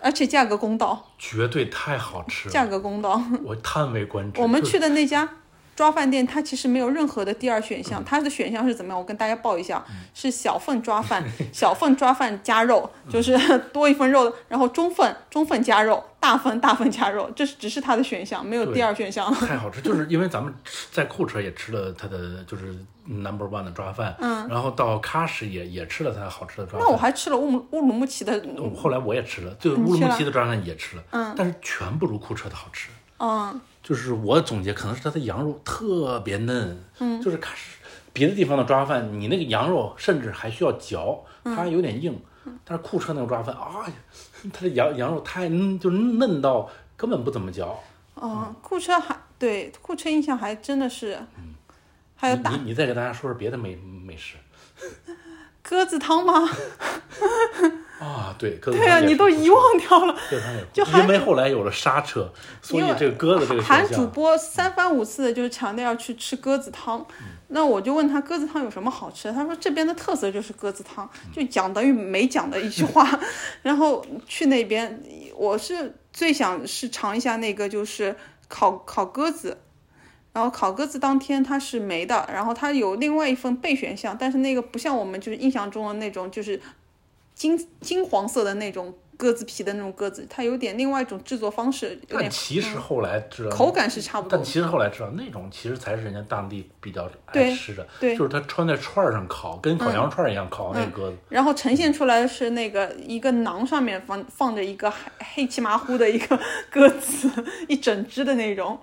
而且价格公道，绝对太好吃价了，格公道。我叹为观止。我们就是去的那家抓饭店，它其实没有任何的第二选嗯项，它的选项是怎么样？我跟大家报一下，是小份抓 [LAUGHS] 饭，小份抓饭加肉，嗯就是 [LAUGHS] 多一份肉，然后中份中份加肉，大份大份加肉，这是只是它的选项，没有第对二选项。太好吃，就是因为咱们吃在库车也吃了它的就是 number one 的抓饭，嗯，然后到喀什也也吃了它好吃的抓那我饭。还吃了乌姆乌鲁木齐的，我后来我也吃了，就你乌鲁吃木了齐的抓饭也吃了，嗯，但是全不如库车的好吃。嗯，就是我总结，可能是它的羊肉特别嫩，嗯，就是喀什别的地方的抓饭，你那个羊肉甚至还需要嚼，它有点硬，但是库车那种抓饭，哎呀， [LAUGHS] 它的羊羊肉太嫩就是嫩到根本不怎么嚼。嗯，库车还对库车印象还真的是，还有嗯你打你你再给大家说说别的美美食。鸽子汤吗？啊，对，鸽子对啊，汤也你是都不错遗忘掉了。鸽子汤也不就错韩因为后来有了刹车，所以因为这个鸽子这个韩选主项，播三番五次的就是强调要去吃鸽子汤，嗯那我就问他鸽子汤有什么好吃的，他说这边的特色就是鸽子汤，就讲等于没讲的一句 [LAUGHS] 话。然后去那边，我是最想是尝一下那个就是烤烤鸽子。然后烤鸽子当天它是没的，然后它有另外一份备选项，但是那个不像我们就是印象中的那种就是金金黄色的那种鸽子皮的那种鸽子，它有点另外一种制作方式，有但点嗯其实后来知道，口感是差不多嗯但。其实后来知道那种其实才是人家当地比较爱对吃的，对嗯就是它穿在串儿上烤，跟烤羊肉串儿一样烤那个鸽子，然后呈现出来的是那个一个馕上面放放着一个黑黑漆麻糊的一个鸽子， [LAUGHS] 一整只的那种。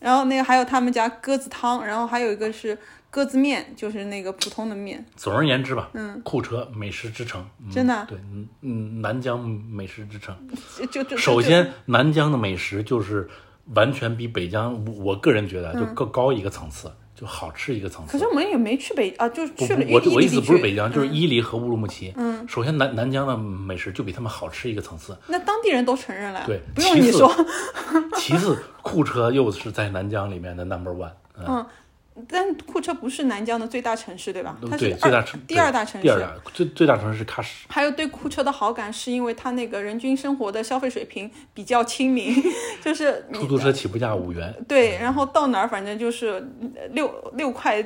然后那个还有他们家鸽子汤，然后还有一个是鸽子面，就是那个普通的面。总而言之吧，嗯，库车美食之城，嗯真的啊对，嗯嗯，南疆美食之城。就就就首就先，南疆的美食就是完全比北疆，我我个人觉得啊就更高一个层次，就好吃一个层次。嗯可是我们也没去北啊，就是不去了不我伊我意犁地思不是北区。嗯疆，就是伊犁和乌鲁木齐。嗯，首先南南疆的美食就比他们好吃一个层次。那当地人都承认了，对不用其你次说。 [LAUGHS] 其次，库车又是在南疆里面的 number one。嗯，哦但库车不是南疆的最大城市，对吧？它是对，二最大城第二大城市。第二大最最大城市是喀什。还有对库车的好感，是因为它那个人均生活的消费水平比较亲民， [LAUGHS] 就是你出租车起步价五元，对，然后到哪儿反正就是六六块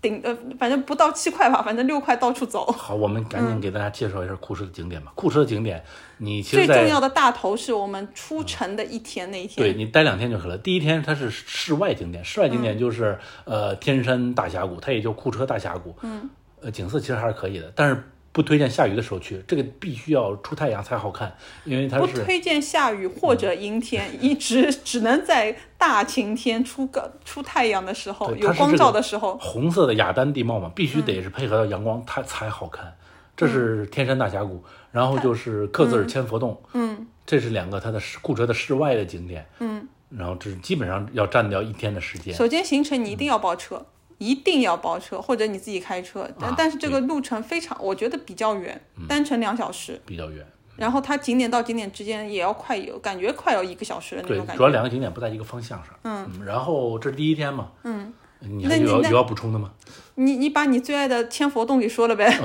顶呃，反正不到七块吧，反正六块到处走。好，我们嗯赶紧给大家介绍一下库车的景点吧。库车的景点，你其最实重在要的大头是我们出城的一天那一对天，你待两天就可以了。第一天它是室外景嗯点，室外景点就是、呃天山大峡谷，它也叫库车大峡谷。嗯，呃，景色其实还是可以的，但是不推荐下雨的时候去，这个必须要出太阳才好看，因为它不是推荐下雨或者阴天， [LAUGHS] 一直只能在大晴天出个出太阳的时候，对有它是光这照个的时候，嗯红色的雅丹地貌嘛，必须得是配合到阳光，它才好看。这是天山大峡谷，然后就是克孜尔千佛洞，嗯，这是两个它的室库车的室外的景点，嗯，然后这是基本上要占掉一天的时间。嗯首先行程你一定要包车，一定要包车或者你自己开车，但、啊但是这个对嗯路程非常，我觉得比较远，单程两小时，比较远。然后它景点到景点之间也要快有，感觉快有一个小时的那对种，感主要觉。两个景点不在一个方向上。嗯，然后这是第一天嘛。嗯，你那还你有要那有要补充的吗？你你把你最爱的千佛洞给说了 [LAUGHS] 呗，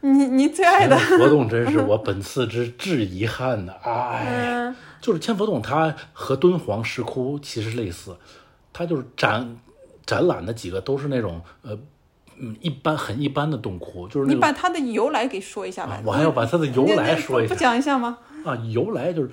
你你最爱的，千佛洞真 [LAUGHS] 是我本次之至遗憾的，哎，嗯，就是千佛洞，它和敦煌石窟其实类似，它就是展展览的几个都是那种呃嗯一般很一般的洞窟，就是那你种把它的由来给说一下吧啊。我还要把它的由你来你说一嗯不下讲一下吗？啊，由来就是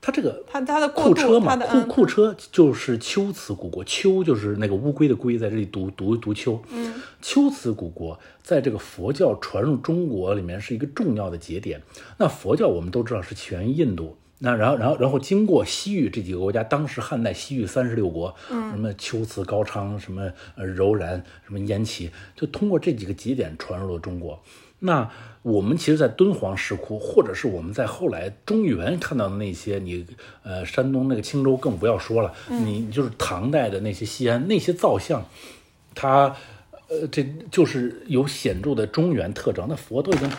它这个它它的过库车渡，嘛，它的库嗯，库车就是龟兹古国，龟就是那个乌龟的龟，在这里读读读龟。嗯，龟兹古国在这个佛教传入中国里面是一个重要的节点。那佛教我们都知道是起源于印度。那然后，然后，然后经过西域这几个国家，当时汉代西域三十六国，嗯什么龟兹、高昌，什么呃柔然，什么焉耆，就通过这几个节点传入了中国。那我们其实，在敦煌石窟，或者是我们在后来中原看到的那些，你呃，山东那个青州更不要说了，嗯你就是唐代的那些西安那些造像，它呃，这就是有显著的中原特征。那佛都已经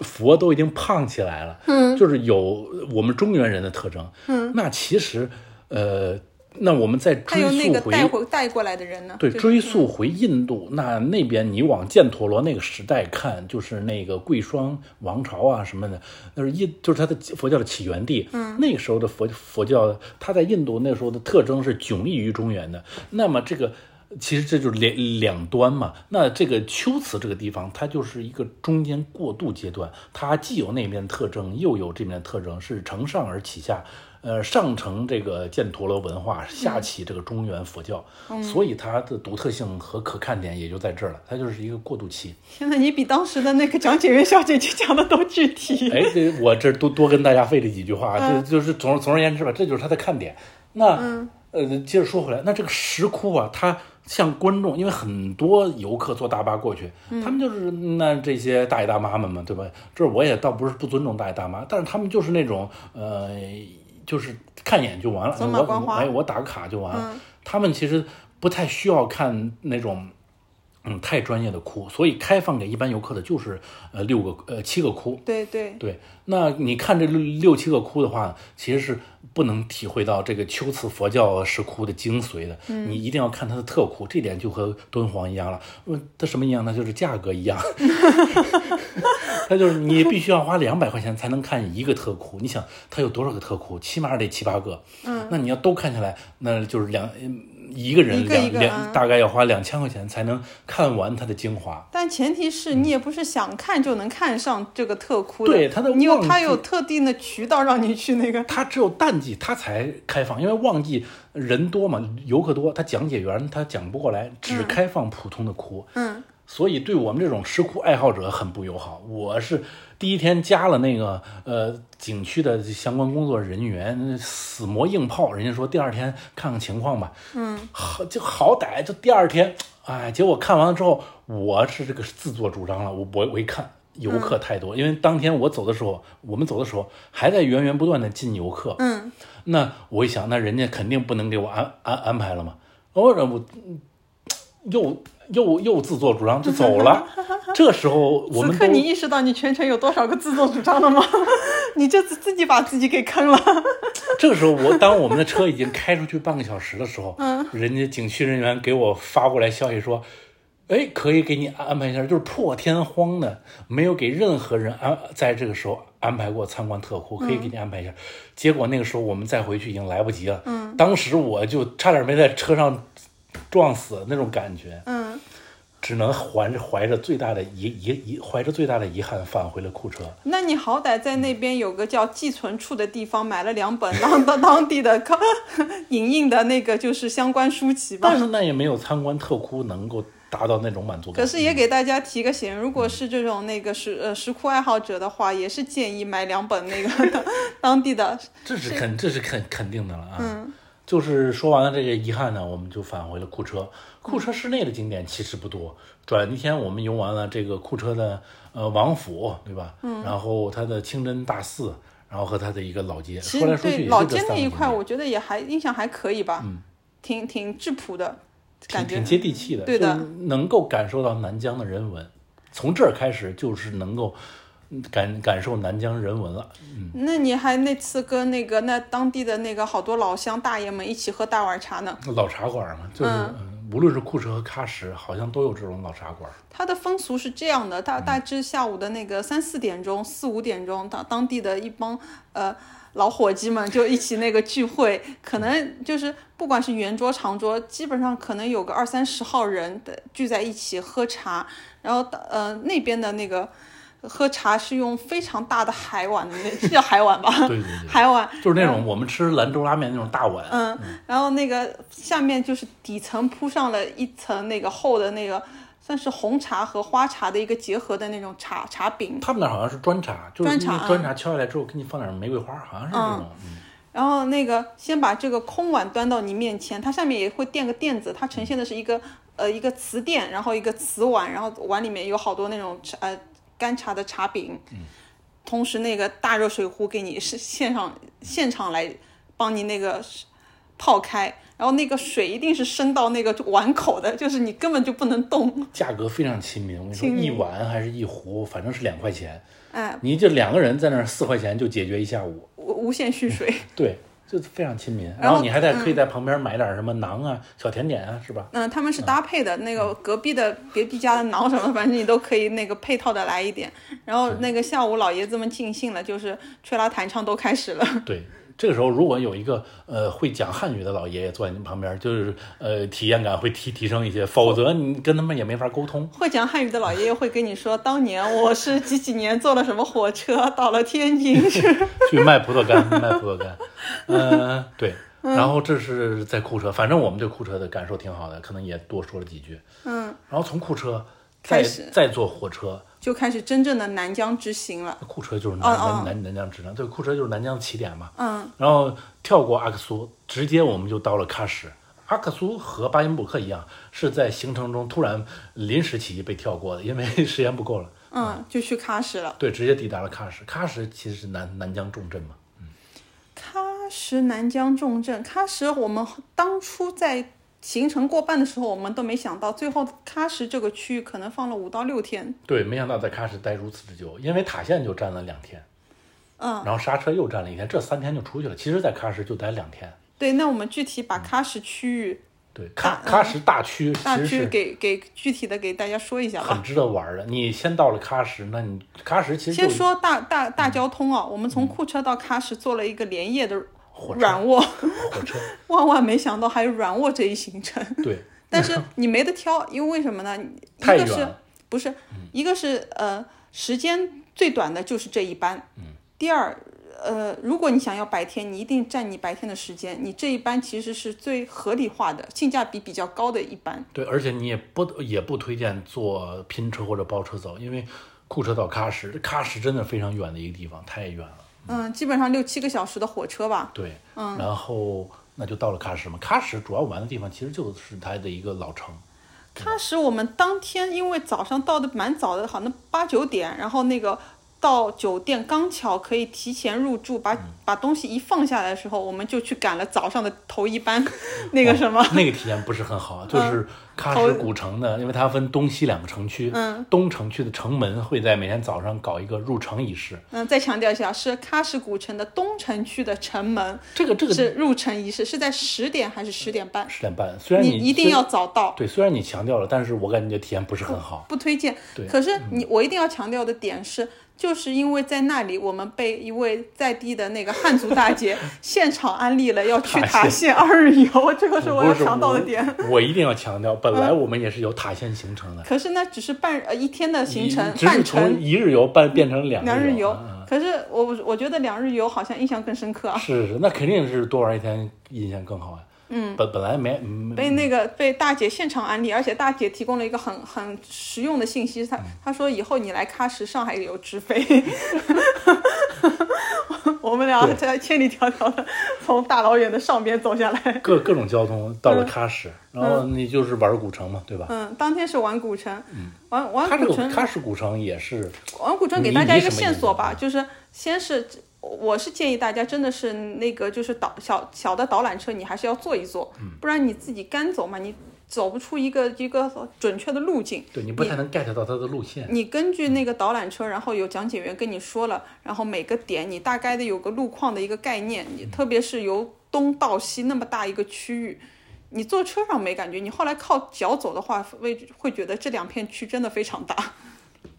佛都已经胖起来了，嗯，就是有我们中原人的特征，嗯，那其实呃，那我们再还追有那溯个回带回带过来的人呢？对，就是追溯回印度，那那边你往犍陀罗那个时代看，就是那个贵霜王朝啊什么的，那是印，就是它的佛教的起源地。嗯，那个时候的佛佛教，它在印度那时候的特征是迥异于中原的。那么这个其实这就是两两端嘛。那这个秋瓷这个地方，它就是一个中间过渡阶段，它既有那边的特征，又有这边的特征，是承上而启下。呃，上承这个犍陀罗文化，下启这个中原佛教，所以它的独特性和可看点也就在这儿了。它就是一个过渡期。天呐，你比当时的那个讲解员小姐姐讲的都具体。哎，这我这多多跟大家费这几句话，这嗯就是总总而言之吧，这就是它的看点。那、呃，接着说回来，那这个石窟啊，它像观众，因为很多游客坐大巴过去，嗯他们就是那这些大爷大妈们嘛，对吧？这我也倒不是不尊重大爷大妈，但是他们就是那种呃，就是看一眼就完了，走马观我花嗯哎我打个卡就完了。他们其实不太需要看那种。嗯，太专业的窟，所以开放给一般游客的就是呃六个呃七个窟，对对，对，那你看这六六七个窟的话，其实是不能体会到这个秋瓷佛教石窟的精髓的。嗯你一定要看它的特窟，这点就和敦煌一样了。嗯，它什么一样呢？就是价 [LAUGHS] 格一样。它就是你必须要花两百块钱才能看一个特窟。你想它有多少个特窟？起码得七八个。嗯，那你要都看下来，那就是两嗯一个人一个两一个两啊大概要花两千块钱才能看完它的精华。但前提是你也不是想看就能看上这个特窟的，嗯对它的你有旺它季有特定的渠道让你去那个。它只有淡季它才开放，因为旺季人多嘛，游客多，他讲解员他讲不过来，只开放普通的窟。嗯，所以对我们这种吃窟爱好者很不友好。我是第一天加了那个呃景区的相关工作人员，死磨硬泡，人家说第二天看看情况吧。嗯，好就好歹就第二天，哎，结果看完了之后，我是这个自作主张了。我我我一看。游嗯客太多，因为当天我走的时候，我们走的时候还在源源不断的进游客。嗯，那我一想，那人家肯定不能给我安安安排了嘛。偶尔我又又又自作主张就走 [LAUGHS] 了。这时候我此们刻都你意识到你全程有多少个自作主张了吗？ [LAUGHS] 你这次自己把自己给坑了。这个时候我当我们的车已经开出去半个小时的时候，嗯人家景区人员给我发过来消息说。哎，可以给你安排一下，就是破天荒的，没有给任何人安在这个时候安排过参观特窟，可以给你安嗯排一下。结果那个时候我们再回去已经来不及了，嗯，当时我就差点没在车上撞死那种感觉，嗯，只能怀着怀着最大的遗遗遗怀着最大的遗憾返回了库车。那你好歹在那边有个叫寄存处的地方买了两本 [LAUGHS] 当当当地的影印的那个就是相关书籍吧但。是那也没有参观特窟能够达到那种满足感。可是也给大家提个醒，如果是这种那个石呃石窟爱好者的话，也是建议买两本那个 [LAUGHS] 当当地的。这是肯这是肯肯定的了啊。嗯就是说完了这个遗憾呢，我们就返回了库车。嗯库车市内的景点其实不多，转一天我们游完了这个库车的呃王府，对吧？嗯。然后它的清真大寺，然后和它的一个老街，其说来实说去对也老就这街三那个一景块，点。我觉得也还印象还可以吧，挺挺质朴的。感嗯挺觉挺接地气的，对的，能够感受到南疆的人文。从这儿开始就是能够嗯感感受南疆人文了。那你还那次跟那个那当地的那个好多老乡大爷们一起喝大碗茶呢。老茶馆嘛，就是、嗯嗯无论是库什和喀什，好像都有这种老茶馆。它的风俗是这样的，大大致下午的那个三四点钟、四五点钟，当当地的一帮呃老伙计们就一起那个聚会，可能就是不管是圆桌长桌，基本上可能有个二三十号人的聚在一起喝茶，然后呃那边的那个喝茶是用非常大的海碗的那，是叫海碗吧？对对对 [LAUGHS] 海碗，就是那种我们吃兰州拉面那种大碗，嗯，然后那个下面就是底层铺上了一层那个厚的那个，算是红茶和花茶的一个结合的那种茶茶饼。他们那儿好像是砖茶，就是砖茶嗯那砖茶敲下来之后，给你放点玫瑰花，好像是这种。嗯然后那个先把这个空碗端到你面前，它下面也会垫个垫子，它呈现的是一个呃一个瓷垫，然后一个瓷碗，然后碗里面有好多那种茶呃干茶的茶饼。同时那个大热水壶给你是现场现场来帮你那个泡开，然后那个水一定是升到那个碗口的，就是你根本就不能动。价格非常亲民，我跟你说，亲民一碗还是一壶，反正是两块钱。哎，你这两个人在那儿四块钱就解决一下午，无无限续水。对，就非常亲民。后然后你还在可以在旁边买点什么馕啊、小甜点啊，是吧？嗯，他们是搭配的，那个隔壁的别壁家的馕什么，反正你都可以那个配套的来一点。然后那个下午老爷子们尽兴了，就是吹拉弹唱都开始了。 [LAUGHS] 对，这个时候如果有一个呃会讲汉语的老爷爷坐在你旁边，就是呃体验感会提提升一些，否则你跟他们也没法沟通。会讲汉语的老爷爷会跟你说，当年我是几几年坐了什么火车到了天 [LAUGHS] 津，是去卖葡萄干， [LAUGHS] 卖葡萄干，呃，对。嗯然后这是在库车，反正我们对库车的感受挺好的，可能也多说了几句。嗯，然后从库车再开始再坐火车，就开始真正的南疆之行了。库车就是南哦哦南南南疆之南，对，库车就是南疆的起点嘛。嗯，然后跳过阿克苏，直接我们就到了喀什。阿克苏和巴音布克一样，是在行程中突然临时起意被跳过的，因为 [LAUGHS] 时间不够了。嗯，就去喀什了。对，直接抵达了喀什。喀什其实是南南疆重镇嘛。喀什南疆重镇，喀什我们当初在行程过半的时候，我们都没想到，最后喀什这个区域可能放了五到六天。对，没想到在喀什待如此之久，因为塔县就站了两天，嗯，然后刹车又站了一天，这三天就出去了。其实，在喀什就待两天。对，那我们具体把喀什区域对，大喀喀什大区嗯大其实区是给给具体的给大家说一下很吧。值得玩的。你先到了喀什，那你喀什其实先就说大大嗯大交通啊，我们从库车到喀什坐了一个连夜的火车软卧，火车， [LAUGHS] 万万没想到还有软卧这一行 [LAUGHS] 程。对，但是你没得挑，因为为什么呢？一太个远是了嗯不是一个是呃时间最短的就是这一班，嗯第二呃如果你想要白天，你一定占你白天的时间，你这一班其实是最合理化的，性价比比较高的一班。对，而且你也不也不推荐坐拼车或者包车走，因为库车到喀什，喀什真的非常远的一个地方，太远了。嗯，基本上六七个小时的火车吧。对，嗯然后那就到了喀什嘛。喀什主要玩的地方其实就是它的一个老城，喀什我们当天因为早上到的蛮早的，好像八九点，然后那个到酒店刚巧可以提前入住，把把东西一放下来的时候，我们就去赶了早上的头一 [LAUGHS] 班，那个什么 [LAUGHS] 哦， [LAUGHS] 那个体验不是很嗯好，啊就是喀什古城呢，因为它分东西两个城区，嗯东城区的城门会在每天早上搞一个入城仪式，嗯，再强调一下，是喀什古城的东城区的城门这个这个是入城仪式，是在十点还是十点半？十点半，虽然你你一定虽要早到，对，虽然你强调了，但是我感觉体验不是很好，不推荐对。嗯可是你，我一定要强调的点是，就是因为在那里，我们被一位在地的那个汉族大 [LAUGHS] 姐现场安利了要去塔塔县二日游，这个 [LAUGHS] 是我要不 [LAUGHS] 是强调的我点。嗯我一定要强调，本来我们也是有塔县行程的，可是呢，只是半呃一天的行程一，只是半从程一日游办变成两两日游啊。可是我我觉得两日游好像印象更深刻啊，是是，那肯定是多玩一天印象更好呀。嗯，本本来没没被那个被大姐现场安利，而且大姐提供了一个很很实用的信息，她嗯她说以后你来喀什，上海也有直飞。 [LAUGHS] 我们俩对在千里迢迢的从大老远的上边走下来。各各种交通到了喀什，然后你就是玩古城嘛，对吧？嗯，当天是玩古城，玩玩嗯它这古个城，喀什古城也是王古镇给迷大家迷一个什么线意思索吧，啊就是先是我是建议大家真的是嗯那个就是导小小的导览车，你还是要坐一坐，不然你自己干走嘛，你走不出一个一个准确的路径。对你不太能 get 到它的路线。你根据那个导览车，然后有讲解员跟你说了，然后每个点你大概的有个路况的一个概念，你特别是由东到西那么大一个区域，你坐车上没感觉，你后来靠脚走的话，会会觉得这两片区真的非常大。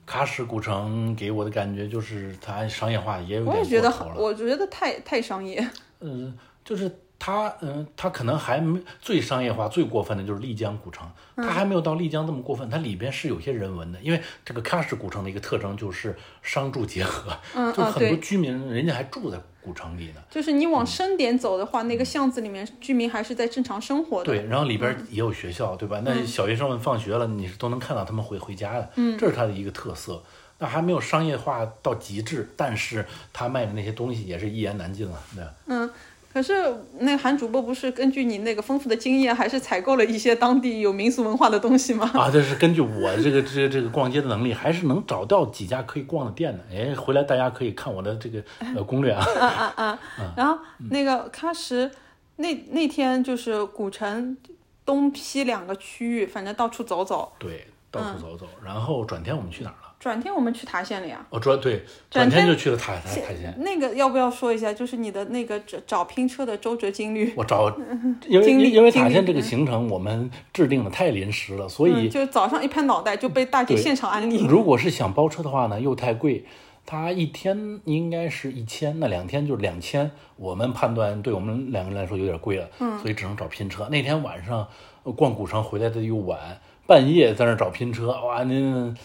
喀什古城给我的感觉就是它商业化也有我点也觉得过头很，了。我觉得太太商业。嗯，就是它，嗯，它可能还没最商业化、最过分的就是丽江古城，嗯它还没有到丽江这么过分，它里边是有些人文的，因为这个喀什古城的一个特征就是商住结合，嗯就是啊很多对居民人家还住在古城里呢。就是你往深点走的话，那个巷子里面居民还是在正常生活的。对，然后里嗯边也有学校，对吧？那小学生们放学了，你是都能看到他们回回家的，嗯，这是它的一个特色。那还没有商业化到极致，但是他卖的那些东西也是一言难尽了，对吧。嗯，可是那个韩主播不是根据你那个丰富的经验，还是采购了一些当地有民俗文化的东西吗？啊，这是根据我这个这个这个逛街的能力，还是能找到几家可以逛的店的。哎，回来大家可以看我的这个 [LAUGHS] 呃攻略啊。然后那个喀什那那天就是古城东西两个区域，反正到处走走。对，到嗯处走走，然后转天我们去哪儿了？转天我们去塔县了呀。哦，转对，转转天天嗯就去了塔塔塔县。那个要不要说一下？就是你的那个找找拼车的周折经历，我找，因为嗯经历因为经塔历县这个行程我们制定的太临时了，所以嗯，就早上一拍脑袋就被大姐对现场安利。如果是想包车的话呢，又太贵，它一天应该是一千，那两天就是两千。我们判断对我们两个人来说有点贵了，所以只能找拼车。那天晚上呃逛古城回来的又晚，半夜在那儿找拼车，哇，您。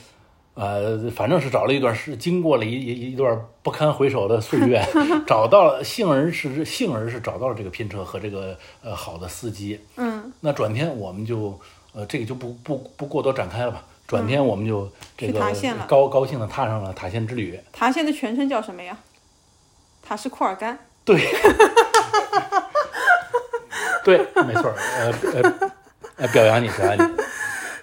呃，反正是找了一段时，经过了一一一段不堪回首的岁月，找到了，幸而是幸而是找到了这个拼车和这个呃好的司机，嗯，那转天我们就呃，这个就不不不过多展开了吧。转天我们就这嗯去个塔县了高高兴的踏上了塔县之旅。塔县的全称叫什么呀？塔什库尔干。对， [LAUGHS] 对，没错儿，呃呃呃，表扬你，表 [LAUGHS] 扬你。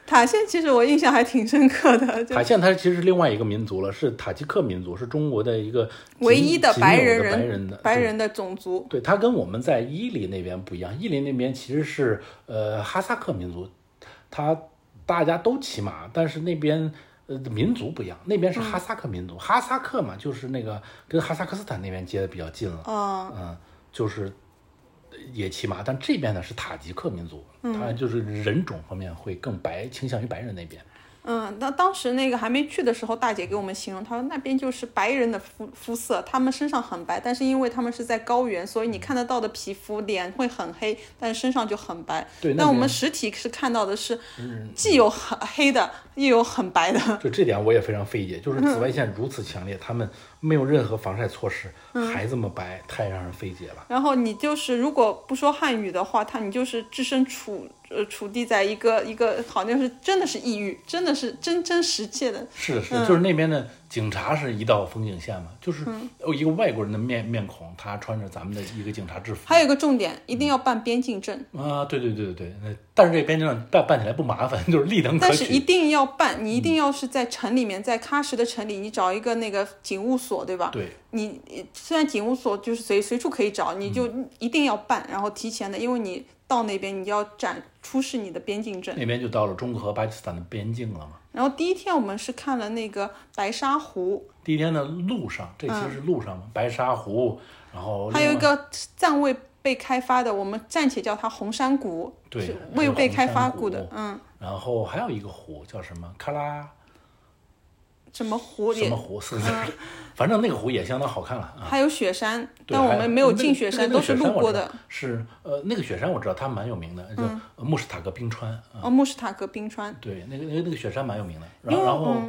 塔县其实我印象还挺深刻的，就塔县它其实是另外一个民族了，是塔吉克民族，是中国的一个唯仅一的仅白有人的白人人的白对人的种族。对，它跟我们在伊犁那边不一样，伊犁那边其实是呃哈萨克民族，它大家都骑马，但是那边呃民族不一样，那边是哈萨克民族，哈萨克嘛就是那个跟哈萨克斯坦那边接的比较近了，嗯，嗯，就是也骑马，但这边呢是塔吉克民族，它就是人种方面会更白，倾向于白人那边。嗯，那当时那个还没去的时候，大姐给我们形容，她说那边就是白人的肤肤色，他们身上很白，但是因为他们是在高原，所以你看得到的皮肤脸会很黑，但是身上就很白。对那但我边们实体是看到的是，既有很黑的，又有很白的。就这点我也非常费解，就是紫外线如此强烈，他们没有任何防晒措施，还这么白，太让人费解了。然后你就是如果不说汉语的话，他你就是置身处呃处地在一个一个好像是真的是异域，真的是真真实切的是的，是的，就是那边的警察是一道风景线嘛，就是嗯哦一个外国人的面面孔，他穿着咱们的一个警察制服。还有一个重点，一定要办边境证，啊，对对对对对，那但是这边证办办起来不麻烦， [LAUGHS] 就是立等可嗯但是一取。定要办，你一定要是在城里面，在喀什的城里，你找一个那个警务所，对吧？对，你虽然警务所就是随随处可以找，你就嗯一定要办，然后提前的，因为你到那边你要展出示你的边境证。那边就到了中国和巴基斯坦的边境了嘛。然后第一天我们是看了那个白沙湖，第一天的路上，这其实是路上嘛，白沙湖，然后嗯还有一哦另外个暂未被开发的，我们暂且叫它红山谷，对是还未有被红开山发谷过的，嗯，然后还有一个湖叫什么喀拉什么湖什也嗯么湖四个字儿， [LAUGHS] 反正那个湖也相当好看了啊。还有雪山，对但我还们没有那个进雪山，那都个是雪山路我过知道的。嗯是呃，那个雪山我知道它蛮有名的，就呃慕士塔格冰川。啊哦，慕士塔格冰川，对，那个那个那个雪山蛮有名的。然后嗯然后，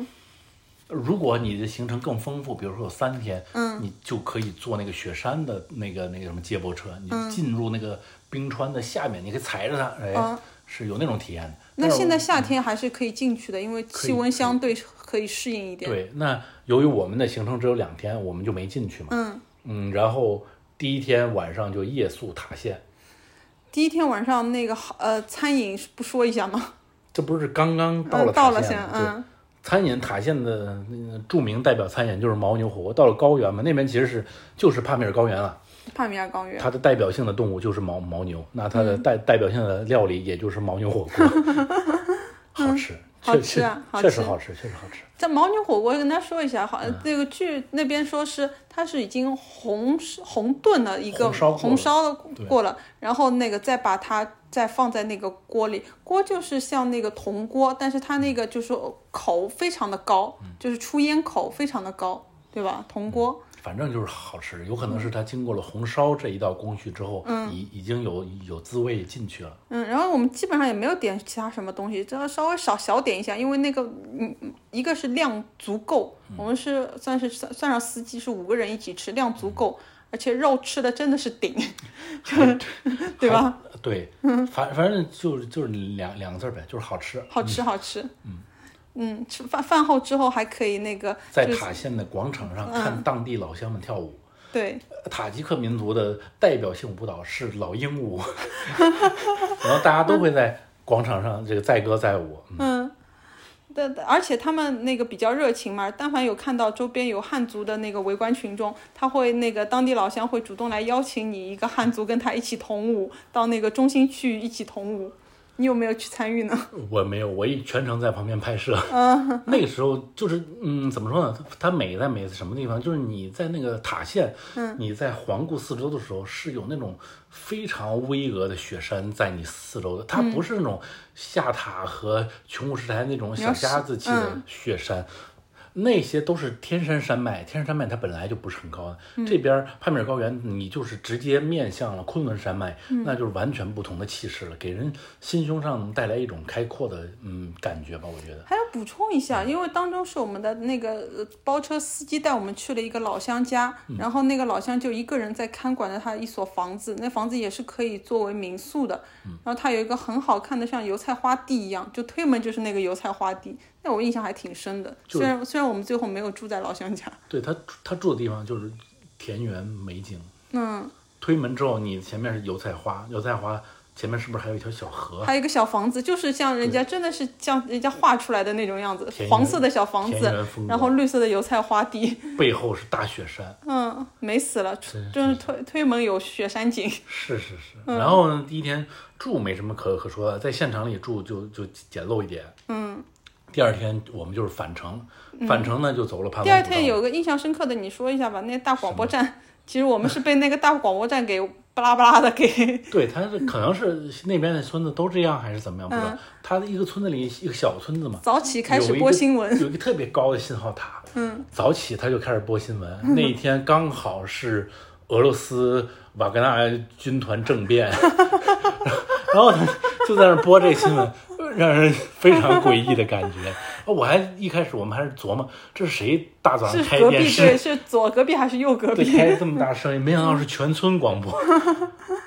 如果你的行程更丰富，比如说有三天，嗯，你就可以坐那个雪山的那个那个什么接驳车，你嗯进入那个冰川的下面，你可以踩着它，哎，是有那种体验的。哦那但是现在夏天还是可以进去的，因为气温相对可以适应一点。对，那由于我们的行程只有两天，我们就没进去嘛。嗯嗯，然后第一天晚上就夜宿塔县，第一天晚上那个好呃餐饮不说一下吗？这不是刚刚到了嗯，到塔了县先吗？对。嗯，餐饮塔县的那个著名代表餐饮就是牦牛火锅。到了高原嘛，那边其实是就是帕米尔高原了。啊帕米亚高原。它的代表性的动物就是牦牦牛，那它的嗯代、代表性的料理也就是牦牛火 [LAUGHS] 锅，好吃，好确吃啊确好确实吃好吃，确实好吃。在牦牛火锅，跟他说一下，好，嗯这个据那边说是它是已经红红炖了一个红烧过了红烧了过了，然后那个再把它再放在那个锅里，锅就是像那个铜锅，但是它那个就是口非常的高，嗯就是出烟口非常的高，对吧？铜锅，反正就是好吃，有可能是它经过了红烧这一道工序之后，已已经有有滋味进去了。嗯，然后我们基本上也没有点其他什么东西，只要稍微少小点一下，因为那个嗯，一个是量足够，我们是算是算算上司机是五个人一起吃，量足够，而且肉吃的真的是 [LAUGHS] 顶，对吧？对，嗯反反正就是就是两两个字儿呗，就是好吃。好吃好吃，嗯吃饭饭后之后还可以那个在就是嗯塔县的广场上看当地老乡们跳舞。对塔吉克民族的代表性舞蹈是老鹰舞， [LAUGHS] 然后大家都会在广场上这个载歌载舞。嗯嗯。但而且他们那个比较热情嘛，但凡有看到周边有汉族的那个围观群众，他会那个当地老乡会主动来邀请你一个汉族跟他一起同舞，到那个中心区一起同舞。你有没有去参与呢？嗯我没有，我一全程在旁边拍摄。嗯 [LAUGHS] 那个时候就是，嗯，怎么说呢？它美在美在什么地方？就是你在那个塔县，嗯你在环顾四周的时候，是有那种非常巍峨的雪山在你四周的。它嗯不是那种下塔和琼湖石台那种你小要嗯是家子气的雪山。那些都是天山山脉，天山山脉它本来就不是很高的。这边儿帕米尔高原，你就是直接面向了昆仑山脉，那就是完全不同的气势了，给人心胸上带来一种开阔的嗯感觉吧，我觉得。还要补充一嗯下，因为当中是我们的那个呃包车司机带我们去了一个老乡家，嗯然后那个老乡就一个人在看管着他一所房子，那房子也是可以作为民宿的。嗯然后他有一个很好看的像油菜花地一样，就推门就是那个油菜花地，那我印象还挺深的。就虽然虽然我们最后没有住在老乡家，对他他住的地方就是田园美景，嗯，推门之后你前面是油菜花，油菜花前面是不是还有一条小河？还有一个小房子，就是像人家真的是像人家画出来的那种样子田，园黄色的小房田子园风，然光后绿色的油菜花地。背后是大雪山，嗯，美死了，是就是推推门有雪山景，是是是。嗯然后呢，第一天住没什么可可说的，在现场里住就就简陋一点。嗯。第二天我们就是返程，返程呢就走了盘嗯第龙二古道。天有个印象深刻的，你说一下吧。那大广播站，其实我们是被那个大广播站给 [LAUGHS] 巴拉巴拉的给， [LAUGHS] 对，他是可能是那边的村子都这样，还是怎么样？不知嗯道。他的一个村子里一个小村子嘛，早起开始播新有一闻， [LAUGHS] 个，有一个特别高的信号塔。嗯，早起他就开始播新闻。那一天刚好是俄罗斯瓦格纳军团 [LAUGHS] 政变，然后他就在那儿播这新闻，让人非常诡异的感觉。哦我还一开始我们还是琢磨，这是谁大早上是开隔电壁视对，？是左隔壁还是右隔对，壁？开这么大声音，没想到是全村广 [LAUGHS] 播。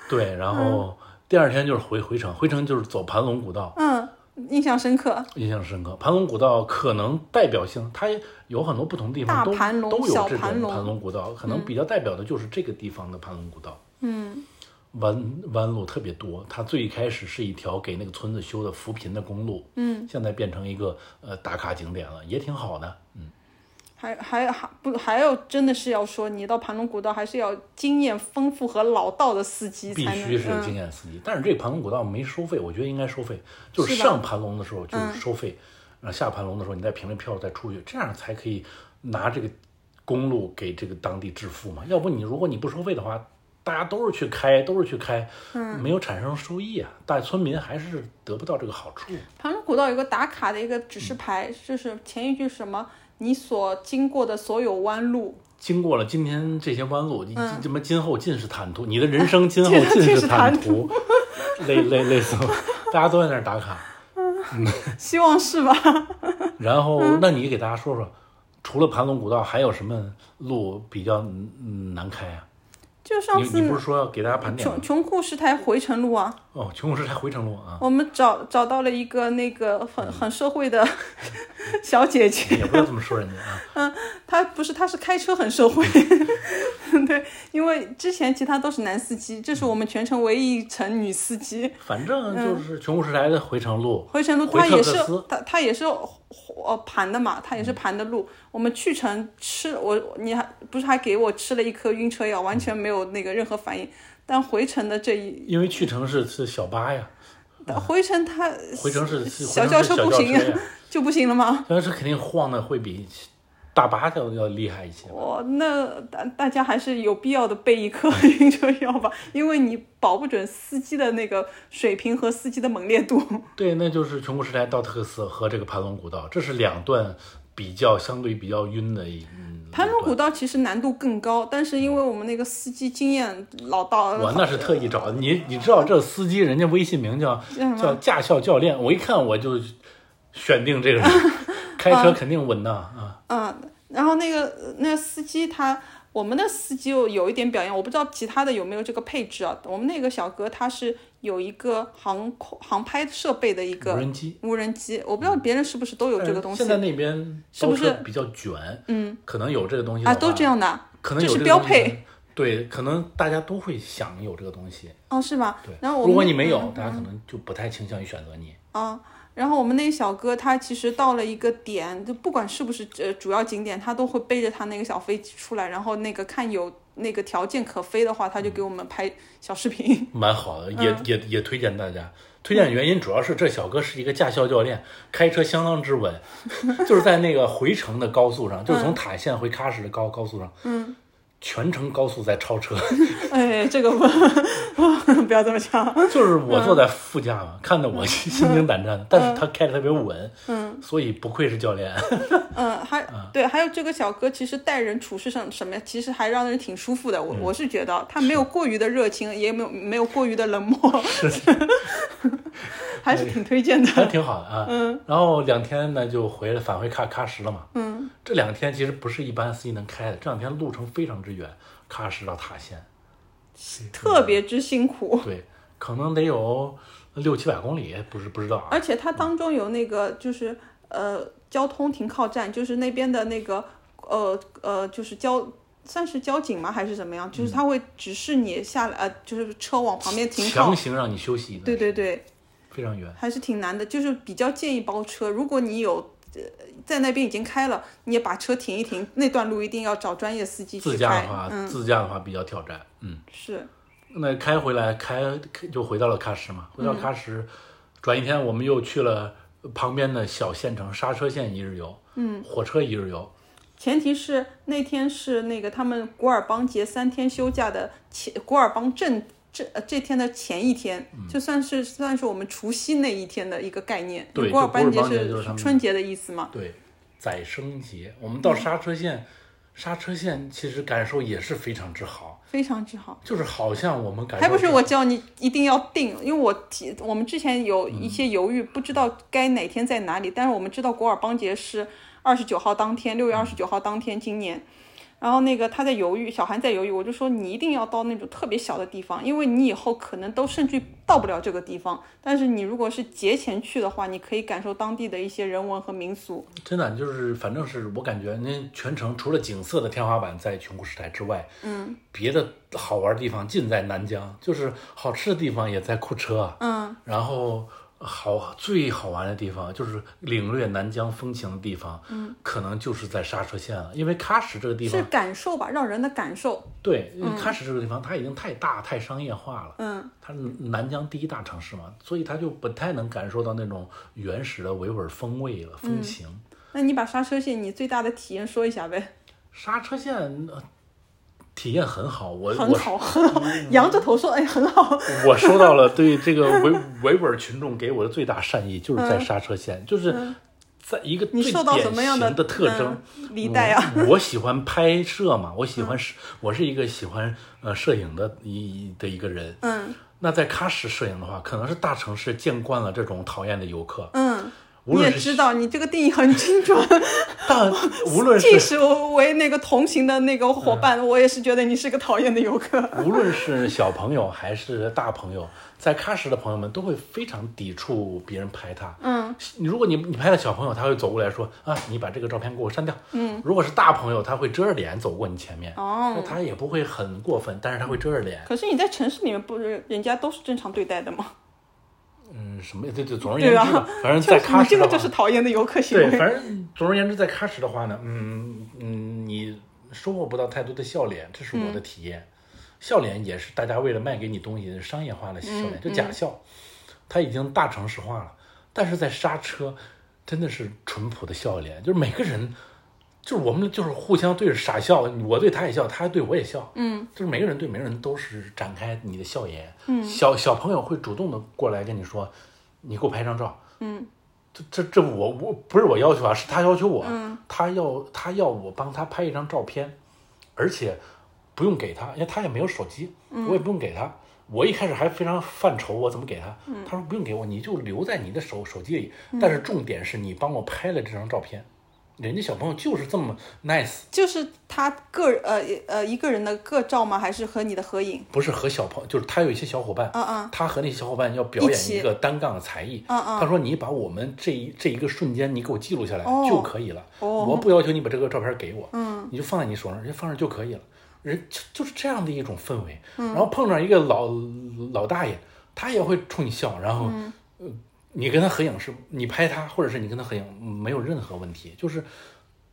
对，然后第二天就是回回城，回城就是走盘龙古道，嗯，印象深刻。印象深刻。盘龙古道可能代表性，它也有很多不同地方大都盘龙都有小这种盘盘龙嗯龙古道，可能比较代表的就是这个地方的盘龙古道。嗯。弯弯路特别多，它最开始是一条给那个村子修的扶贫的公路，嗯，现在变成一个呃打卡景点了，也挺好的，嗯，还还还不还有，真的是要说，你到盘龙古道还是要经验丰富和老道的司机必才能。须是有嗯经验司机。但是这盘龙古道没收费，我觉得应该收费，就是是吧上盘龙的时嗯候就是收费，然后下盘龙的时候你再凭着票再出去，这样才可以拿这个公路给这个当地致富嘛。要不你如果你不收费的话，大家都是去开，都是去开，没有产生收益啊，大村民还是得不到这个好处。盘龙古道有个打卡的一个指示牌，就是前一句是什么？你所经过的所有弯路，经过了今天这些弯路，你什么今后尽是坦途，你的人生嗯今后尽尽是是坦坦途，类类类 [LAUGHS] 似，大家都在那儿打卡。希望是吧？然后，嗯那你给大家说说，除了盘龙古道，还有什么路比较嗯难开啊？就上你次你不是说要给大家盘点吗穷？穷库石台回程路啊，哦，穷苦石台回程路啊，我们找找到了一个那个很很社会的嗯 [LAUGHS] 小姐姐，也不要这么说人 [LAUGHS] 家啊。她不是她是开车很社会， [LAUGHS] 对，因为之前其他都是男司机，这是我们全程唯一一程女司机。嗯反正就是穷苦石台的回程路，回程路回她特也克是斯她她也是呃盘的嘛，它也是盘的路。我们去程吃我你还不是还给我吃了一颗晕车药，完全没有那个任何反应。但回程的这一因为去城市是小巴呀，回程它回城是是小回城轿是车小不轿行啊车呀， [LAUGHS] 就不行了吗？小轿车肯定晃的会比大巴要要厉害一些。我那大大家还是有必要的备一颗 [LAUGHS] 晕车药吧，因为你保不准司机的那个水平和司机的猛烈度。对，那就是穷苦时代到特克斯和这个盘龙古道，这是两段比较相对比较晕的一。嗯盘龙古路道其实难度更高，但是因为我们那个司机经验老道，段我那是特意找你，你知道这司机人家微信名叫什么叫驾校教练，我一看我就选 [LAUGHS] 定这个人，开车肯定稳呐啊！嗯，然后那个那个司机他，我们的司机有有一点表扬，我不知道其他的有没有这个配置啊。我们那个小哥他是有一个航空航拍设备的一无个人机哎无人机，我不知道别人是不是都有啊这个东西现在那边是不包车是比较卷？嗯，可能有这个东西啊，的都话这，样的啊，可能这有是个标东西配的。对，可能大家都会想有这个东西。哦，是吧？对，然后我如果们嗯你没有，大家可能就不太倾向于选择你。啊。然后我们那个小哥，他其实到了一个点，就不管是不是呃主要景点，他都会背着他那个小飞机出来，然后那个看有那个条件可飞的话，他就给我们拍小视频。 [LAUGHS] 蛮好的，也、也也推荐大家。推荐原因主要是这小哥是一个驾校教练，开车相当之 [LAUGHS] 稳，就是在那个回程的高速上，就是从塔县回喀什的高高速上，嗯，全程高速在超车， [LAUGHS] 哎，这个 [LAUGHS] 不不要这么讲。就是我坐在副驾嘛，看得我心心惊胆战的，但是他开的特别稳，嗯，所以不愧是教练，嗯，还对，还有这个小哥其实待人处事上什么，其实还让人挺舒服的。嗯我我是觉得他没有过于的热情，也没有没有过于的冷漠， [LAUGHS] 还是挺推荐还的。挺好的啊。嗯，然后两天呢就回来返回喀喀什了嘛，嗯，这两天其实不是一般司机能开的，这两天路程非常之远，喀什到塔县，特别之辛苦。对，可能得有六七百公里，不是不知道啊。而且它当中有那个就是呃交通停靠站，就是那边的那个呃呃就是交算是交警吗还是怎么样？嗯就是他会指示你下来，呃就是车往旁边停靠强。行让你休息一段对时间，对对，非常远。还是挺难的，就是比较建议包车。如果你有呃在那边已经开了，你也把车停一停，那段路一定要找专业司机自去驾开的。话，嗯，自驾的话比较挑战。嗯，是，那开回来开开就回到了喀什嘛，嗯回到喀什，转一天我们又去了旁边的小县城刹车县一日游，嗯，火车一日游，前提是那天是那个他们古尔邦节三天休假的前，古尔邦镇这呃这天的前一天，嗯就算是算是我们除夕那一天的一个概念。对古尔就古尔节邦节就是他们春节的意思嘛。对，宰生节，我嗯们到刹车县，刹车县其实感受也是非常之好，非常之好。就是好像我们感受还不是我叫你一定要定，因为我提我们之前有一些犹豫，不知道该哪天在哪里，但是我们知道古尔邦节是二十九号当天，六月二十九号当天，今年。然后那个他在犹豫，小韩在犹豫，我就说你一定要到那种特别小的地方，因为你以后可能都甚至到不了这个地方。但是你如果是节前去的话，你可以感受当地的一些人文和民俗。真的就是，反正是我感觉，那全程除了景色的天花板在穷苦时代之外，嗯，别的好玩地方尽在南疆，就是好吃的地方也在库车，嗯，然后好最好玩的地方就是领略南疆风情的地方，嗯，可能就是在刹车县了，因为喀什这个地是方，感受吧，让人的感受。对，因为喀什这个地方它已经太大太商业化了，嗯，它是南疆第一大城市嘛，所以它就不太能感受到那种原始的维吾尔风味了风情。那你把刹车线你最大的体验说一下呗？刹车线、呃体验很好，呃我很好，很好， [LAUGHS] 扬着头说，哎，很好。 [LAUGHS] 我我收到了对这个维维吾尔群众给我的最大善意，就是在刹车线，就是在一个最嗯你受到什么样典型的的特征。嗯礼带啊？嗯我！我喜欢拍摄嘛，我喜欢摄，我是一个喜欢呃摄影的一的一个人。嗯那在喀什摄影的话，可能是大城市见惯了这种讨厌的游客，嗯，无你也论是知道，你这个定义很精 [LAUGHS] 准。大，无论即是嗯使我为那个同行的那个伙伴，我也是觉得你是个讨厌的游客。无论是小朋友还是大朋友，在喀什的朋友们都会非常抵触别人拍他。嗯，你如果你你拍了小朋友，他会走过来说啊，你把这个照片给我删掉。嗯，如果是大朋友，他会遮着脸走过你前面，哦，他也不会很过分，但是他会遮着脸。可是你在城市里面不是人家都是正常对待的吗？嗯，什么，对对，总而言对之吧吧，反正就在是你喀这什个的就话，是讨厌的游客行对，为。反正总而言之，在喀什的话呢，嗯嗯，你收获不到太多的笑脸，这是我的体验。笑脸也是大家为了卖给你东西商业化的笑脸，就假笑，它已经大城市化了。但是在刹车，真的是淳朴的笑脸，就是每个人，就是我们就是互相对着傻笑，我对他也笑，他对我也笑，嗯，就是每个人对每个人都是展开你的笑颜，嗯，小小朋友会主动的过来跟你说，你给我拍张照，这这这我我不是我要求啊，是他要求我，他要他要我帮他拍一张照片，而且不用给他，因为他也没有手机，我也不用给他。我一开始还非常犯愁，我怎么给他？他说不用给我，你就留在你的手手机里。但是重点是你帮我拍了这张照片，人家小朋友就是这么 nice，就是他个呃呃一个人的个照吗？还是和你的合影？不是和小朋友，就是他有一些小伙伴，嗯嗯他和那些小伙伴要表一演起一个单杠的才艺。嗯嗯他说：“你把我们这一这一个瞬间，你给我记录下来哦就可以了。哦我不要求你把这个照片给我，嗯你就放在你手上，人家放那儿就可以了。人就就是这样的一种氛围。嗯然后碰上一个老老大爷，他也会冲你笑，然后、嗯呃你跟他合影是，你拍他，或者是你跟他合影，没有任何问题，就是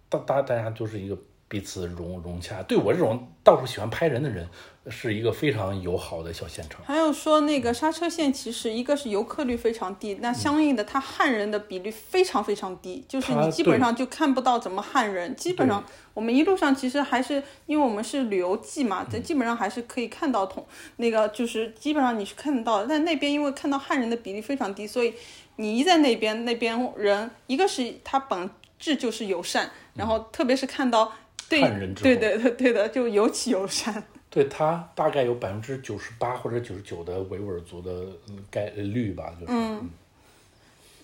大大大家就是一个彼此融融洽。对我这种到处喜欢拍人的人，是一个非常友好的小县城。”还有说那个刹车线，其实一个是游客率非常低，那相应的它汉人的比率非常非常低，就是嗯它你基本上就看不到怎么汉人。基本上我们一路上其实还是因为我们是旅游季嘛，嗯这基本上还是可以看到同那个就是基本上你是看得到的，但那边因为看到汉人的比例非常低，所以你一在那边，那边人一个是他本质就是友善，然后特别是看到对汉人之对后对对对的，就尤其友善。对他大概有百分之九十八或者九十九的维吾尔族的嗯概率吧，就是、嗯、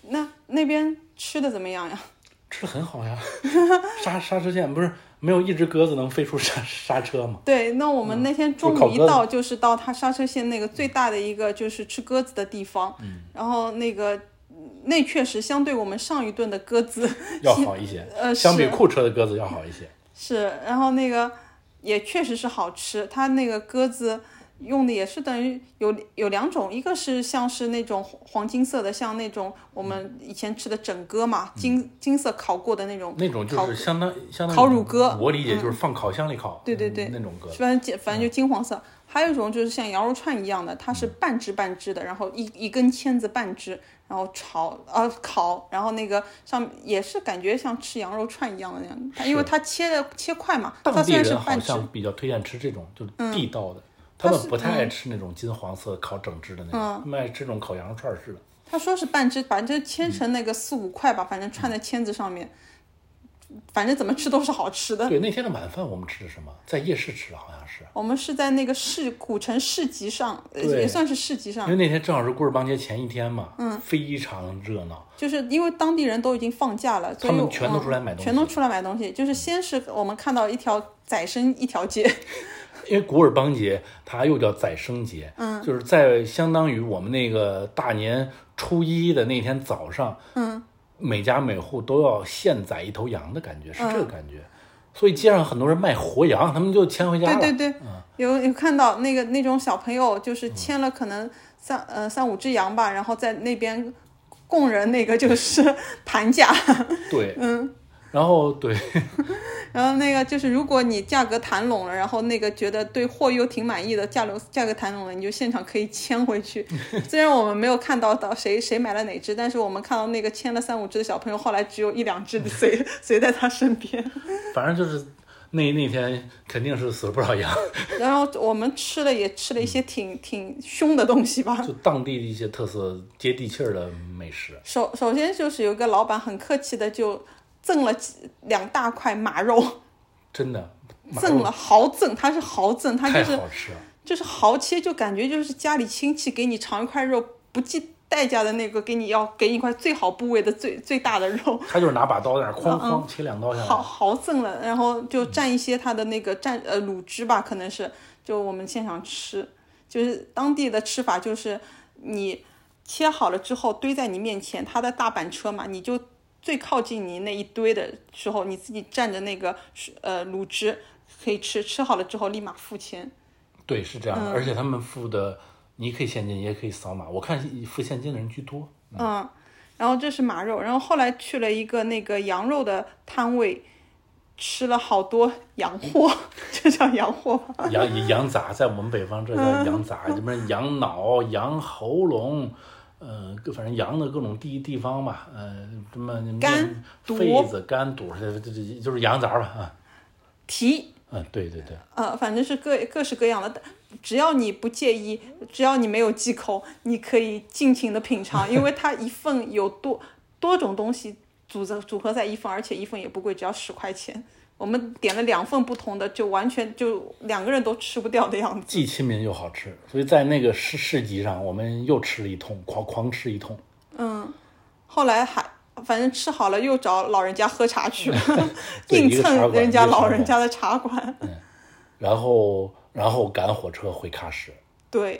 那那边吃的怎么样呀？吃的很好呀。 [LAUGHS] 刹刹车线不是没有一只鸽子能飞出刹刹车吗？对，那我们那天中嗯烤午一鸽子到，就是到它刹车线那个最大的一个就是吃鸽子的地方，嗯然后那个那确实相对我们上一顿的鸽子 [LAUGHS] 要好一些，呃相比是库车的鸽子要好一些。是，然后那个也确实是好吃，它那个鸽子。用的也是等于有有两种，一个是像是那种黄金色的，像那种我们以前吃的整鸽嘛，金金色烤过的那种，嗯那种就烤是相当相当于烤乳鸽嗯我理解就是放烤箱里烤，对对对嗯那种嗯鸽子。反正金反正就金黄色。还有一种就是像羊肉串一样的，它嗯是半只半只的，然后一一根签子半只，然后炒呃烤，然后那个上也是感觉像吃羊肉串一样的那样，它因为是它切的切块嘛，它当虽地然是人好半只，嗯像比较推荐吃这种就是地道的，他它们是嗯不太爱吃那种金黄色烤整只的那种，他们爱吃这种烤羊肉串儿似的。他说是半只，反正嗯切成那个四五块吧，反正串在签子上面，反正怎么吃都是好吃的。对，那天的晚饭我们吃的什么？在夜市吃的，好像是。我们是在那个市古城市集上，呃对也算是市集上因为，那天正好是棍儿帮节前一天嘛，嗯，非常热闹。就是因为当地人都已经放假了，所以他们我全都出来买东西全都出来买东西。就是先是我们看到一条宰牲一条街，因为古尔邦节它又叫宰牲节，嗯，就是在相当于我们那个大年初一的那天早上，嗯，每家每户都要现宰一头羊的感觉，是嗯这个感觉。所以街上很多人卖活羊，他们就牵回家对了。嗯对对，有有看到那个那种小朋友就是牵了可能三、呃三五只羊吧，然后在那边供人那个就是 [LAUGHS] 盘价，对嗯，然后对，然后那个就是如果你价格谈拢了，然后那个觉得对货优挺满意的，价流价格谈拢了，你就现场可以签回 [LAUGHS] 去。虽然我们没有看到到谁谁买了哪只，但是我们看到那个签了三五只的小朋友，后来只有一两只 [LAUGHS] 的随随在他身边。反正就是那那天肯定是死了不少羊。然后我们吃了也吃了一些挺挺凶的东西吧，就当地的一些特色接地气儿的美食。首首先就是有一个老板很客气的就赠了几两大块马肉，真的，马赠肉了豪赠，他是豪赠，他就太是好吃了。就是豪切，就感觉就是家里亲戚给你尝一块肉，不计代价的那个，给你要给你一块最好部位的最最大的肉，他就是拿把刀在那儿哐哐切两刀下豪来，豪赠了，然后就蘸一些他的那个蘸呃卤汁吧，可能是就我们现场吃，就是当地的吃法就是你切好了之后堆在你面前，他的大板车嘛，你就最靠近你那一堆的时候，你自己蘸着那个呃卤汁可以吃，吃好了之后立马付钱。对，是这样的。而且他们付的你可以现金，也可以扫码。我看付现金的人居多。嗯，然后这是马肉，然后后来去了一个那个羊肉的摊位，吃了好多羊货， [LAUGHS] 这叫羊货吧？羊羊杂在我们北方这叫羊杂，什么羊脑、羊喉咙，呃，各反正羊的各种地地方吧，呃，什么面肝肚肺子、肝肚，这这这就是羊杂吧啊。蹄，嗯，对对对，呃，反正是各各式各样的，但只要你不介意，只要你没有忌口，你可以尽情的品尝，因为它一份有多多种东西组成组合在一份，而且一份也不贵，只要十块钱。我们点了两份不同的，就完全就两个人都吃不掉的样子。既亲民又好吃，所以在那个市市集上，我们又吃了一通，狂狂吃一通。，后来还反正吃好了，又找老人家喝茶去了嗯 [LAUGHS] 对硬一个茶蹭馆人家一个茶老馆人家的茶馆。然后然后赶火车回喀什， [LAUGHS] 对，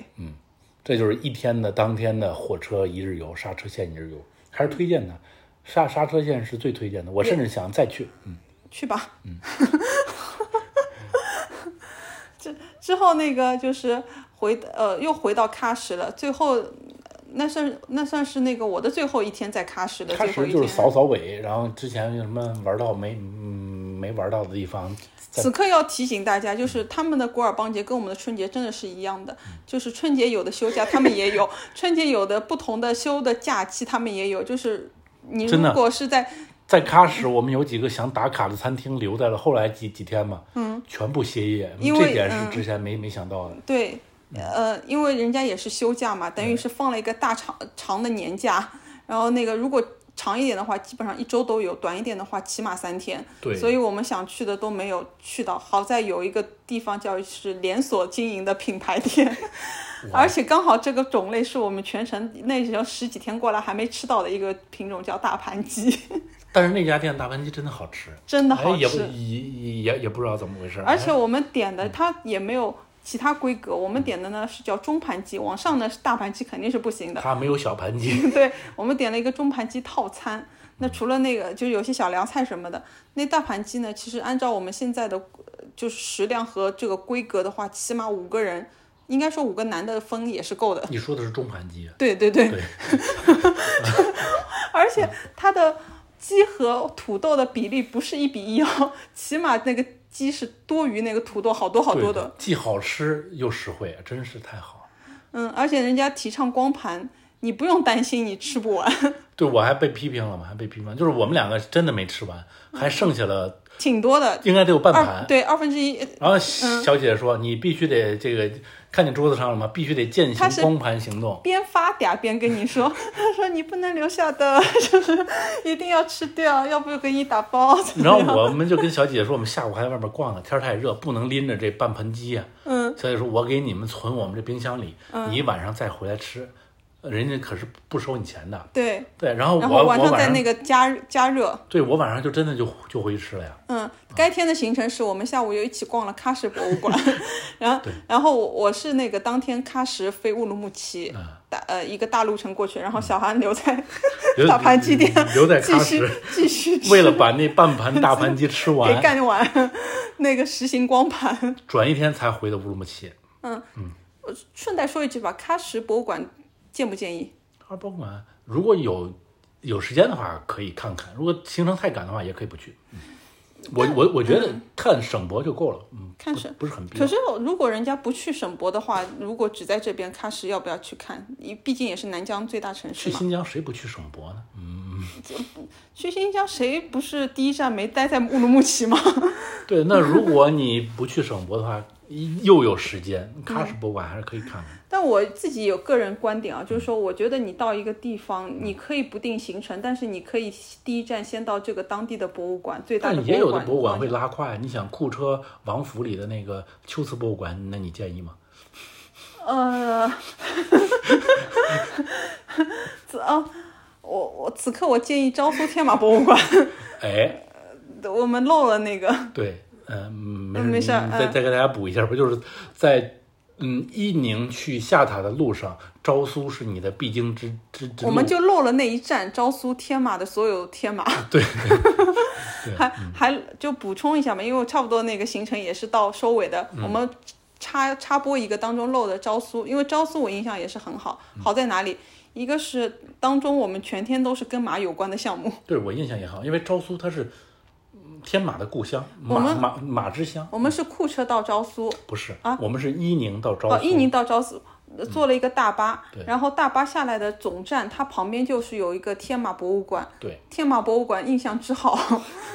这就是一天的当天的火车一日游，刹车线一日游，还是推荐的。刹刹车线是最推荐的，我甚至想再去。嗯，去吧。嗯。 [LAUGHS] 之之后那个就是回呃又回到喀什了，最后呃那算那算是那个我的最后一天在喀什的喀最后什一就是扫天。扫尾，然后之前有什么玩到没嗯没玩到的地方，再此刻要提醒大家，就是他们的古尔邦节跟我们的春节真的是一样的，就是春节有的休假他们也有，春节有的不同的休的假期他们也有，就是你真如的果是在在喀什，我们有几个想打卡的餐厅留在了后来几几天嘛，嗯，全部歇业，因为这点是嗯之前没、没想到的。对，嗯呃，因为人家也是休假嘛，等于是放了一个大长长的年假，然后那个如果长一点的话，基本上一周都有；短一点的话，起码三天。对所以我们想去的都没有去到。好在有一个地方叫是连锁经营的品牌店，而且刚好这个种类是我们全程那时候十几天过来还没吃到的一个品种，叫大盘鸡， [LAUGHS] 但是那家店大盘鸡真的好吃，真的哎好也不吃。也也也不知道怎么回事。哎而且我们点的它也没有其他规格，我们点的呢是叫中盘鸡，往上呢是大盘鸡肯定是不行的。它没有小盘鸡， [LAUGHS] 对我们点了一个中盘鸡套餐，那除了那个就是有些小凉菜什么的，那大盘鸡呢，其实按照我们现在的呃就是食量和这个规格的话，起码五个人，应该说五个男的分也是够的。你说的是中盘鸡啊，对对对，对 [LAUGHS] 而且它的鸡和土豆的比例不是一比一哦，起码那个鸡是多于那个土豆好多好对多的的。，既好吃又实惠，真是太好。了。嗯，而且人家提倡光盘，你不用担心你吃不完， [LAUGHS] 对，我还被批评了嘛，还被批评，就是我们两个真的没吃完，还剩下了挺多的，应该得有半二盘。啊对嗯二分之一。然后小姐说：“你必须得这个，看你桌子上了吗？必须得践它行是光盘行动。边发嗲边跟你说， [LAUGHS] 他说你不能留下的， [LAUGHS] 就是一定要吃掉，要不给你打包。 [LAUGHS] 怎么然后样我们就跟小姐姐说，我们下午还在外面逛呢，天儿太热，不能拎着这半盆鸡呀、啊嗯，小姐说，我给你们存我们这冰箱里，你晚上再回来吃，人家可是不收你钱的。对，对，然后我然后晚我上晚再上那个加加热。对我晚上就真的就就回去吃了呀。嗯，该天的行程是我们下午又一起逛了喀什博 [LAUGHS] 物馆，然后然后我我是那个当天喀什飞乌鲁木齐嗯大呃一个大路程过去，然后小韩留在留大盘鸡店留在继喀续什，继续吃为了把那半盘大盘鸡吃 [LAUGHS] 给完，干完，那个实行光盘。转一天才回的乌鲁木齐。顺带说一句吧，喀什博物馆建不建议？二博物馆啊如果有有时间的话，可以看看；如果行程太赶的话，也可以不去。嗯我我我觉得看省博就够了，嗯，嗯看不省不是很必要可。是如果人家不去省博的话，如果只在这边喀什，要不要去看？你毕竟也是南疆最大城市去嘛。新疆谁不去省博呢？ [LAUGHS] 嗯去新疆谁不是第一站没待在乌鲁木齐吗？ [LAUGHS] 对，那如果你不去省博的话，一又有时间，喀什博物馆还是可以看看。但我自己有个人观点啊，就是说，我觉得你到一个地方，你可以不定行程，但是你可以第一站先到这个当地的博物馆，最大的但博物也馆。有的博物馆会拉胯呀，你想库车王府里的那个秋瓷博物馆，那你建 [LAUGHS] 议吗？呃， [LAUGHS] 此啊，我我此刻我建议江苏天马博物馆， [LAUGHS] 哎，我们漏了那个。对，嗯，没嗯没事儿你再嗯再给大家补一下吧，就是在嗯伊宁去下塔的路上，昭苏是你的必经之之之路。我们就漏了那一站昭苏天马的所有天马， [LAUGHS] 对，还还就补充一下嘛，因为我差不多那个行程也是到收尾的。我们插插播一个当中漏的昭苏，因为昭苏我印象也是很好，好在哪里？一个是当中我们全天都是跟马有关的项目，对我印象也好，因为昭苏它是嗯天马的故乡，我马们马马之乡，我们是库车到昭苏，不是啊我们是伊宁到昭苏，哦，伊宁到昭苏。呃坐了一个大巴，嗯对然后大巴下来的总站，它旁边就是有一个天马博物馆。对，天马博物馆印象之好，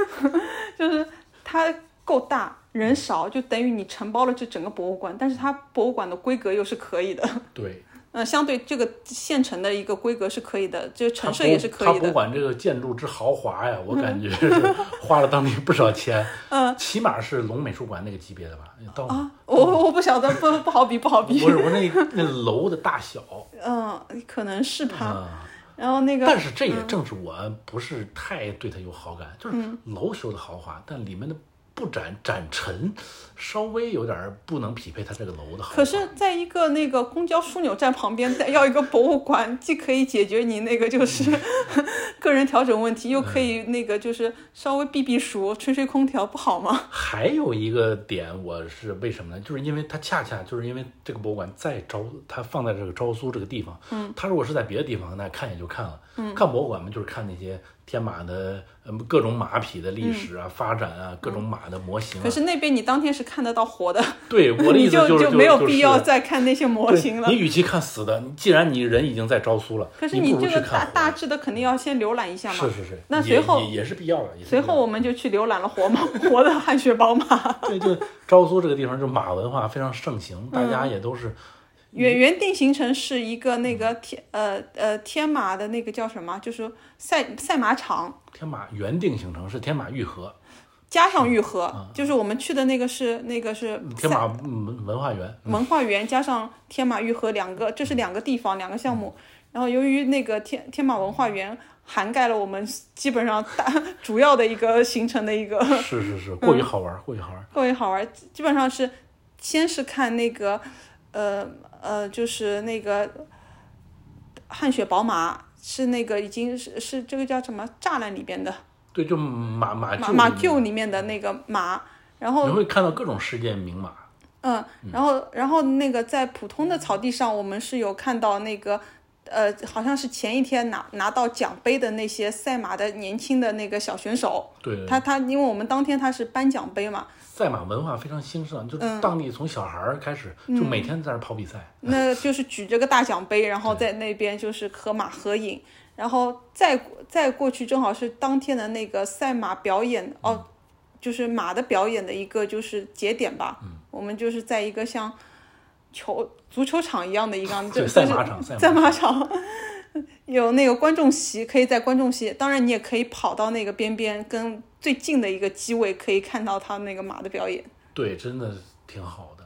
[LAUGHS] 就是它够大，人少，就等于你承包了这整个博物馆。但是它博物馆的规格又是可以的， [LAUGHS] 对，嗯，相对这个县城的一个规格是可以的，就是它陈设博也是它可以博物的。嗯馆这个建筑之豪华呀，我感 [LAUGHS] 觉是花了当地不少钱，嗯，起码是龙美术馆那个级别的吧，到啊，我我不晓得，不不好比，不好不比。是我那那楼的大小嗯，可能是吧。啊。然后那个但是这也正是我不是太对它有好感，嗯就是楼修的豪华，但里面的布展展陈稍微有点儿不能匹配它这个楼的豪华。可是，在一个那个公交枢纽站旁边，再要一个博物馆，既可以解决你那个就是 [LAUGHS] 个人调整问题，又可以那个就是稍微避避暑、吹吹空调，不好吗？还有一个点，我是为什么呢？就是因为它恰恰就是因为这个博物馆在昭，它放在这个昭苏这个地方，嗯，它如果是在别的地方，那看也就看了，嗯，看博物馆嘛，就是看那些天马的，嗯，各种马匹的历史啊、发展啊，各种马的模型、啊。嗯可是那边你当天是看得到活的，对我的意你思就是没有是必要再看那些模对型了你。与其看死的，你既然你人已经在昭苏了，可是你不这如去个看大活大的致的肯定要先浏览一下嘛。是是是，那也随后也也是必要的。也是随必要后的我们就去浏览了活马 [LAUGHS] 活的汗血宝马，对，就 [LAUGHS] 昭苏这个地方，就马文化非常盛行，大家也都是嗯原原定行程是一个那个天呃呃天马的那个叫什么，就是赛赛马场，天马原定行程是天马御河，加上玉河，就是我们去的那个是那个是赛天马文文化园，文化园加上天马玉河两个，这是两个地方两个项目。然后由于那个天天马文化园涵盖了我们基本上大主要的一个行程的一个 [LAUGHS] 是是嗯是，过于好玩，过于好玩。各位好玩，基本上是先是看那个，呃呃，就是那个汗血宝马是那个已经是是这个叫什么栅栏里边的对，就马马马厩马里面厩里面的那个马，然后你会看到各种世界名马，嗯，然后然后那个在普通的草地上，我们是有看到那个。呃，好像是前一天拿拿到奖杯的那些赛马的年轻的那个小选手，对，他他，因为我们当天他是颁奖杯嘛，赛马文化非常兴盛，就嗯当地从小孩儿开始就每天在那儿跑比赛，那就是举着个大奖杯，然后在那边就是和马合影，然后再过再过去正好是当天的那个赛马表演哦，嗯就是马的表演的一个就是节点吧。嗯我们就是在一个像球足球场一样的一个对就赛就是马场赛马赛马场。有那个观众席，可以在观众席，当然你也可以跑到那个边边，跟最近的一个机位，可以看到他那个马的表演。对，真的挺好的。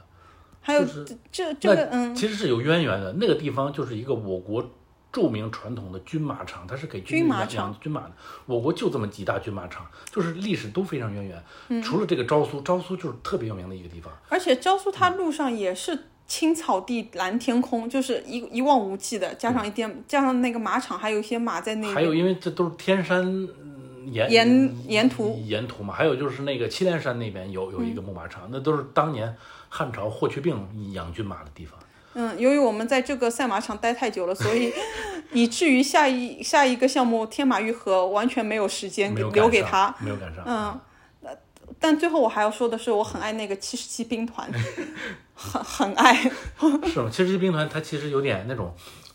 还有就是这这这那个，嗯，其实是有渊源的。那个地方就是一个我国著名传统的军马场，它是给军人马养场养军马的。我国就这么几大军马场，就是历史都非常渊源。嗯除了这个昭苏，昭苏就是特别有名的一个地方。而且昭苏它路上也是青草地、蓝天空，就是一一望无际的，加上一点，加上那个马场，还有一些马在那嗯还有，边。因为这都是天山嗯沿沿沿途嗯沿途嘛，还有就是那个祁连山那边有有一个牧马场，那都是当年汉朝霍去病养军马的地方。嗯，由于我们在这个赛马场待太久了，所 [LAUGHS] 以以至于下一下一个项目天马玉河完全没有时间没给有留赶给上他。，没有赶上。嗯，但最后我还要说的是，我很爱那个七十七兵 [LAUGHS] 团，很很爱。是吗？其实这兵团它其实有点那种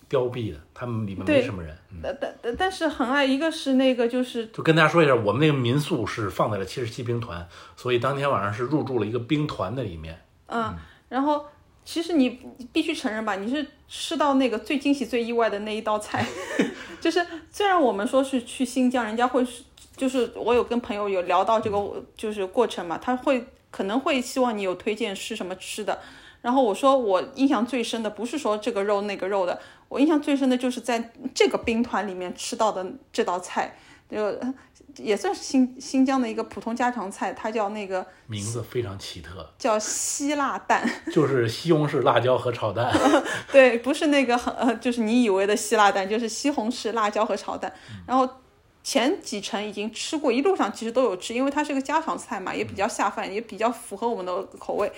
凋敝的，他们里面没对什么人。嗯。但但但但是很爱，一个是那个就是就跟大家说一下，我们那个民宿是放在了七十七兵团，所以当天晚上是入住了一个兵团的里面。嗯，然后其实你你必须承认吧，你是吃到那个最惊喜、最意外的那一道菜，就是虽然我们说是去新疆，人家会是就是我有跟朋友有聊到这个就是过程嘛，他会可能会希望你有推荐吃什么吃的。然后我说我印象最深的不是说这个肉那个肉的，我印象最深的就是在这个兵团里面吃到的这道菜，就也算是新新疆的一个普通家常菜，它叫那个名字非常奇 [LAUGHS] 特，叫希腊蛋。就是西红柿、辣椒和 [LAUGHS] 炒蛋。对，不是那个很呃，就是你以为的希腊蛋，就是西红柿、辣椒和炒蛋。然后前几程已经吃过，一路上其实都有吃，因为它是个家常菜嘛，也比较下饭，也比较符合我们的口味。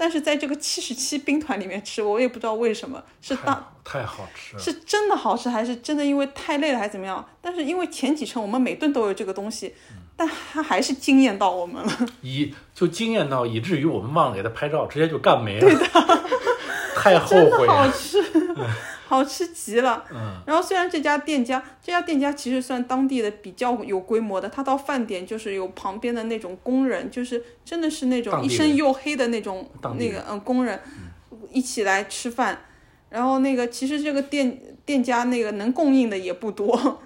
但是在这个七十七兵团里面吃，我也不知道为什么是太 [LAUGHS] 当好太好吃了，是真的好吃，还是真的因为太累了，还是怎么样？但是因为前几称我们每顿都有这个东西，但它还是惊艳到我们了。以就惊艳到以至于我们忘了给他拍照，直接就干没了， [LAUGHS] 太后真悔啊的好了。吃，好吃极了。嗯，然后虽然这家店家，这家店家其实算当地的比较有规模的，他到饭点就是有旁边的那种工人，就是真的是那当种地一人身黝黑的那种当地那个嗯工人，一起来吃饭。然后那个其实这个店店家那个能供应的也不多，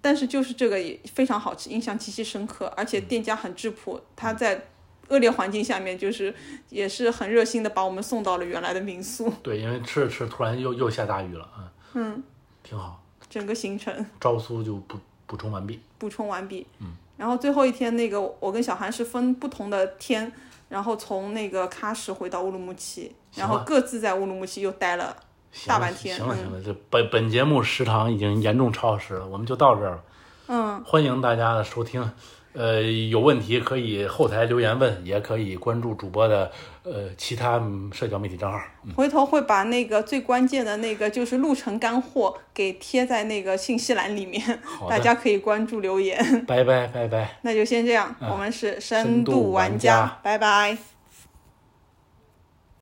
但是就是这个也非常好吃，印象极其深刻，而且嗯店家很质朴，他在恶劣环境下面就是也是很热心的把我们送到了原来的民宿，对，因为吃着吃着突然又又下大雨了，嗯，嗯，挺好。整个行程。昭苏就补补充完毕，补充完毕。嗯，然后最后一天，那个我跟小韩是分不同的天，然后从那个喀什回到乌鲁木齐，行然了后各自在乌鲁木齐又待了。行大了半天行了嗯行了，这本本节目时长已经严重超时了，我们就到这儿了。嗯，欢迎大家的收听。呃，有问题可以后台留言问，也可以关注主播的呃其他嗯社交媒体账号。回头会把那个最关键的那个就是路程干货给贴在那个信息栏里面好，的大家可以关注留言。拜拜拜拜。那就先这样，我们是嗯深度玩玩家拜拜。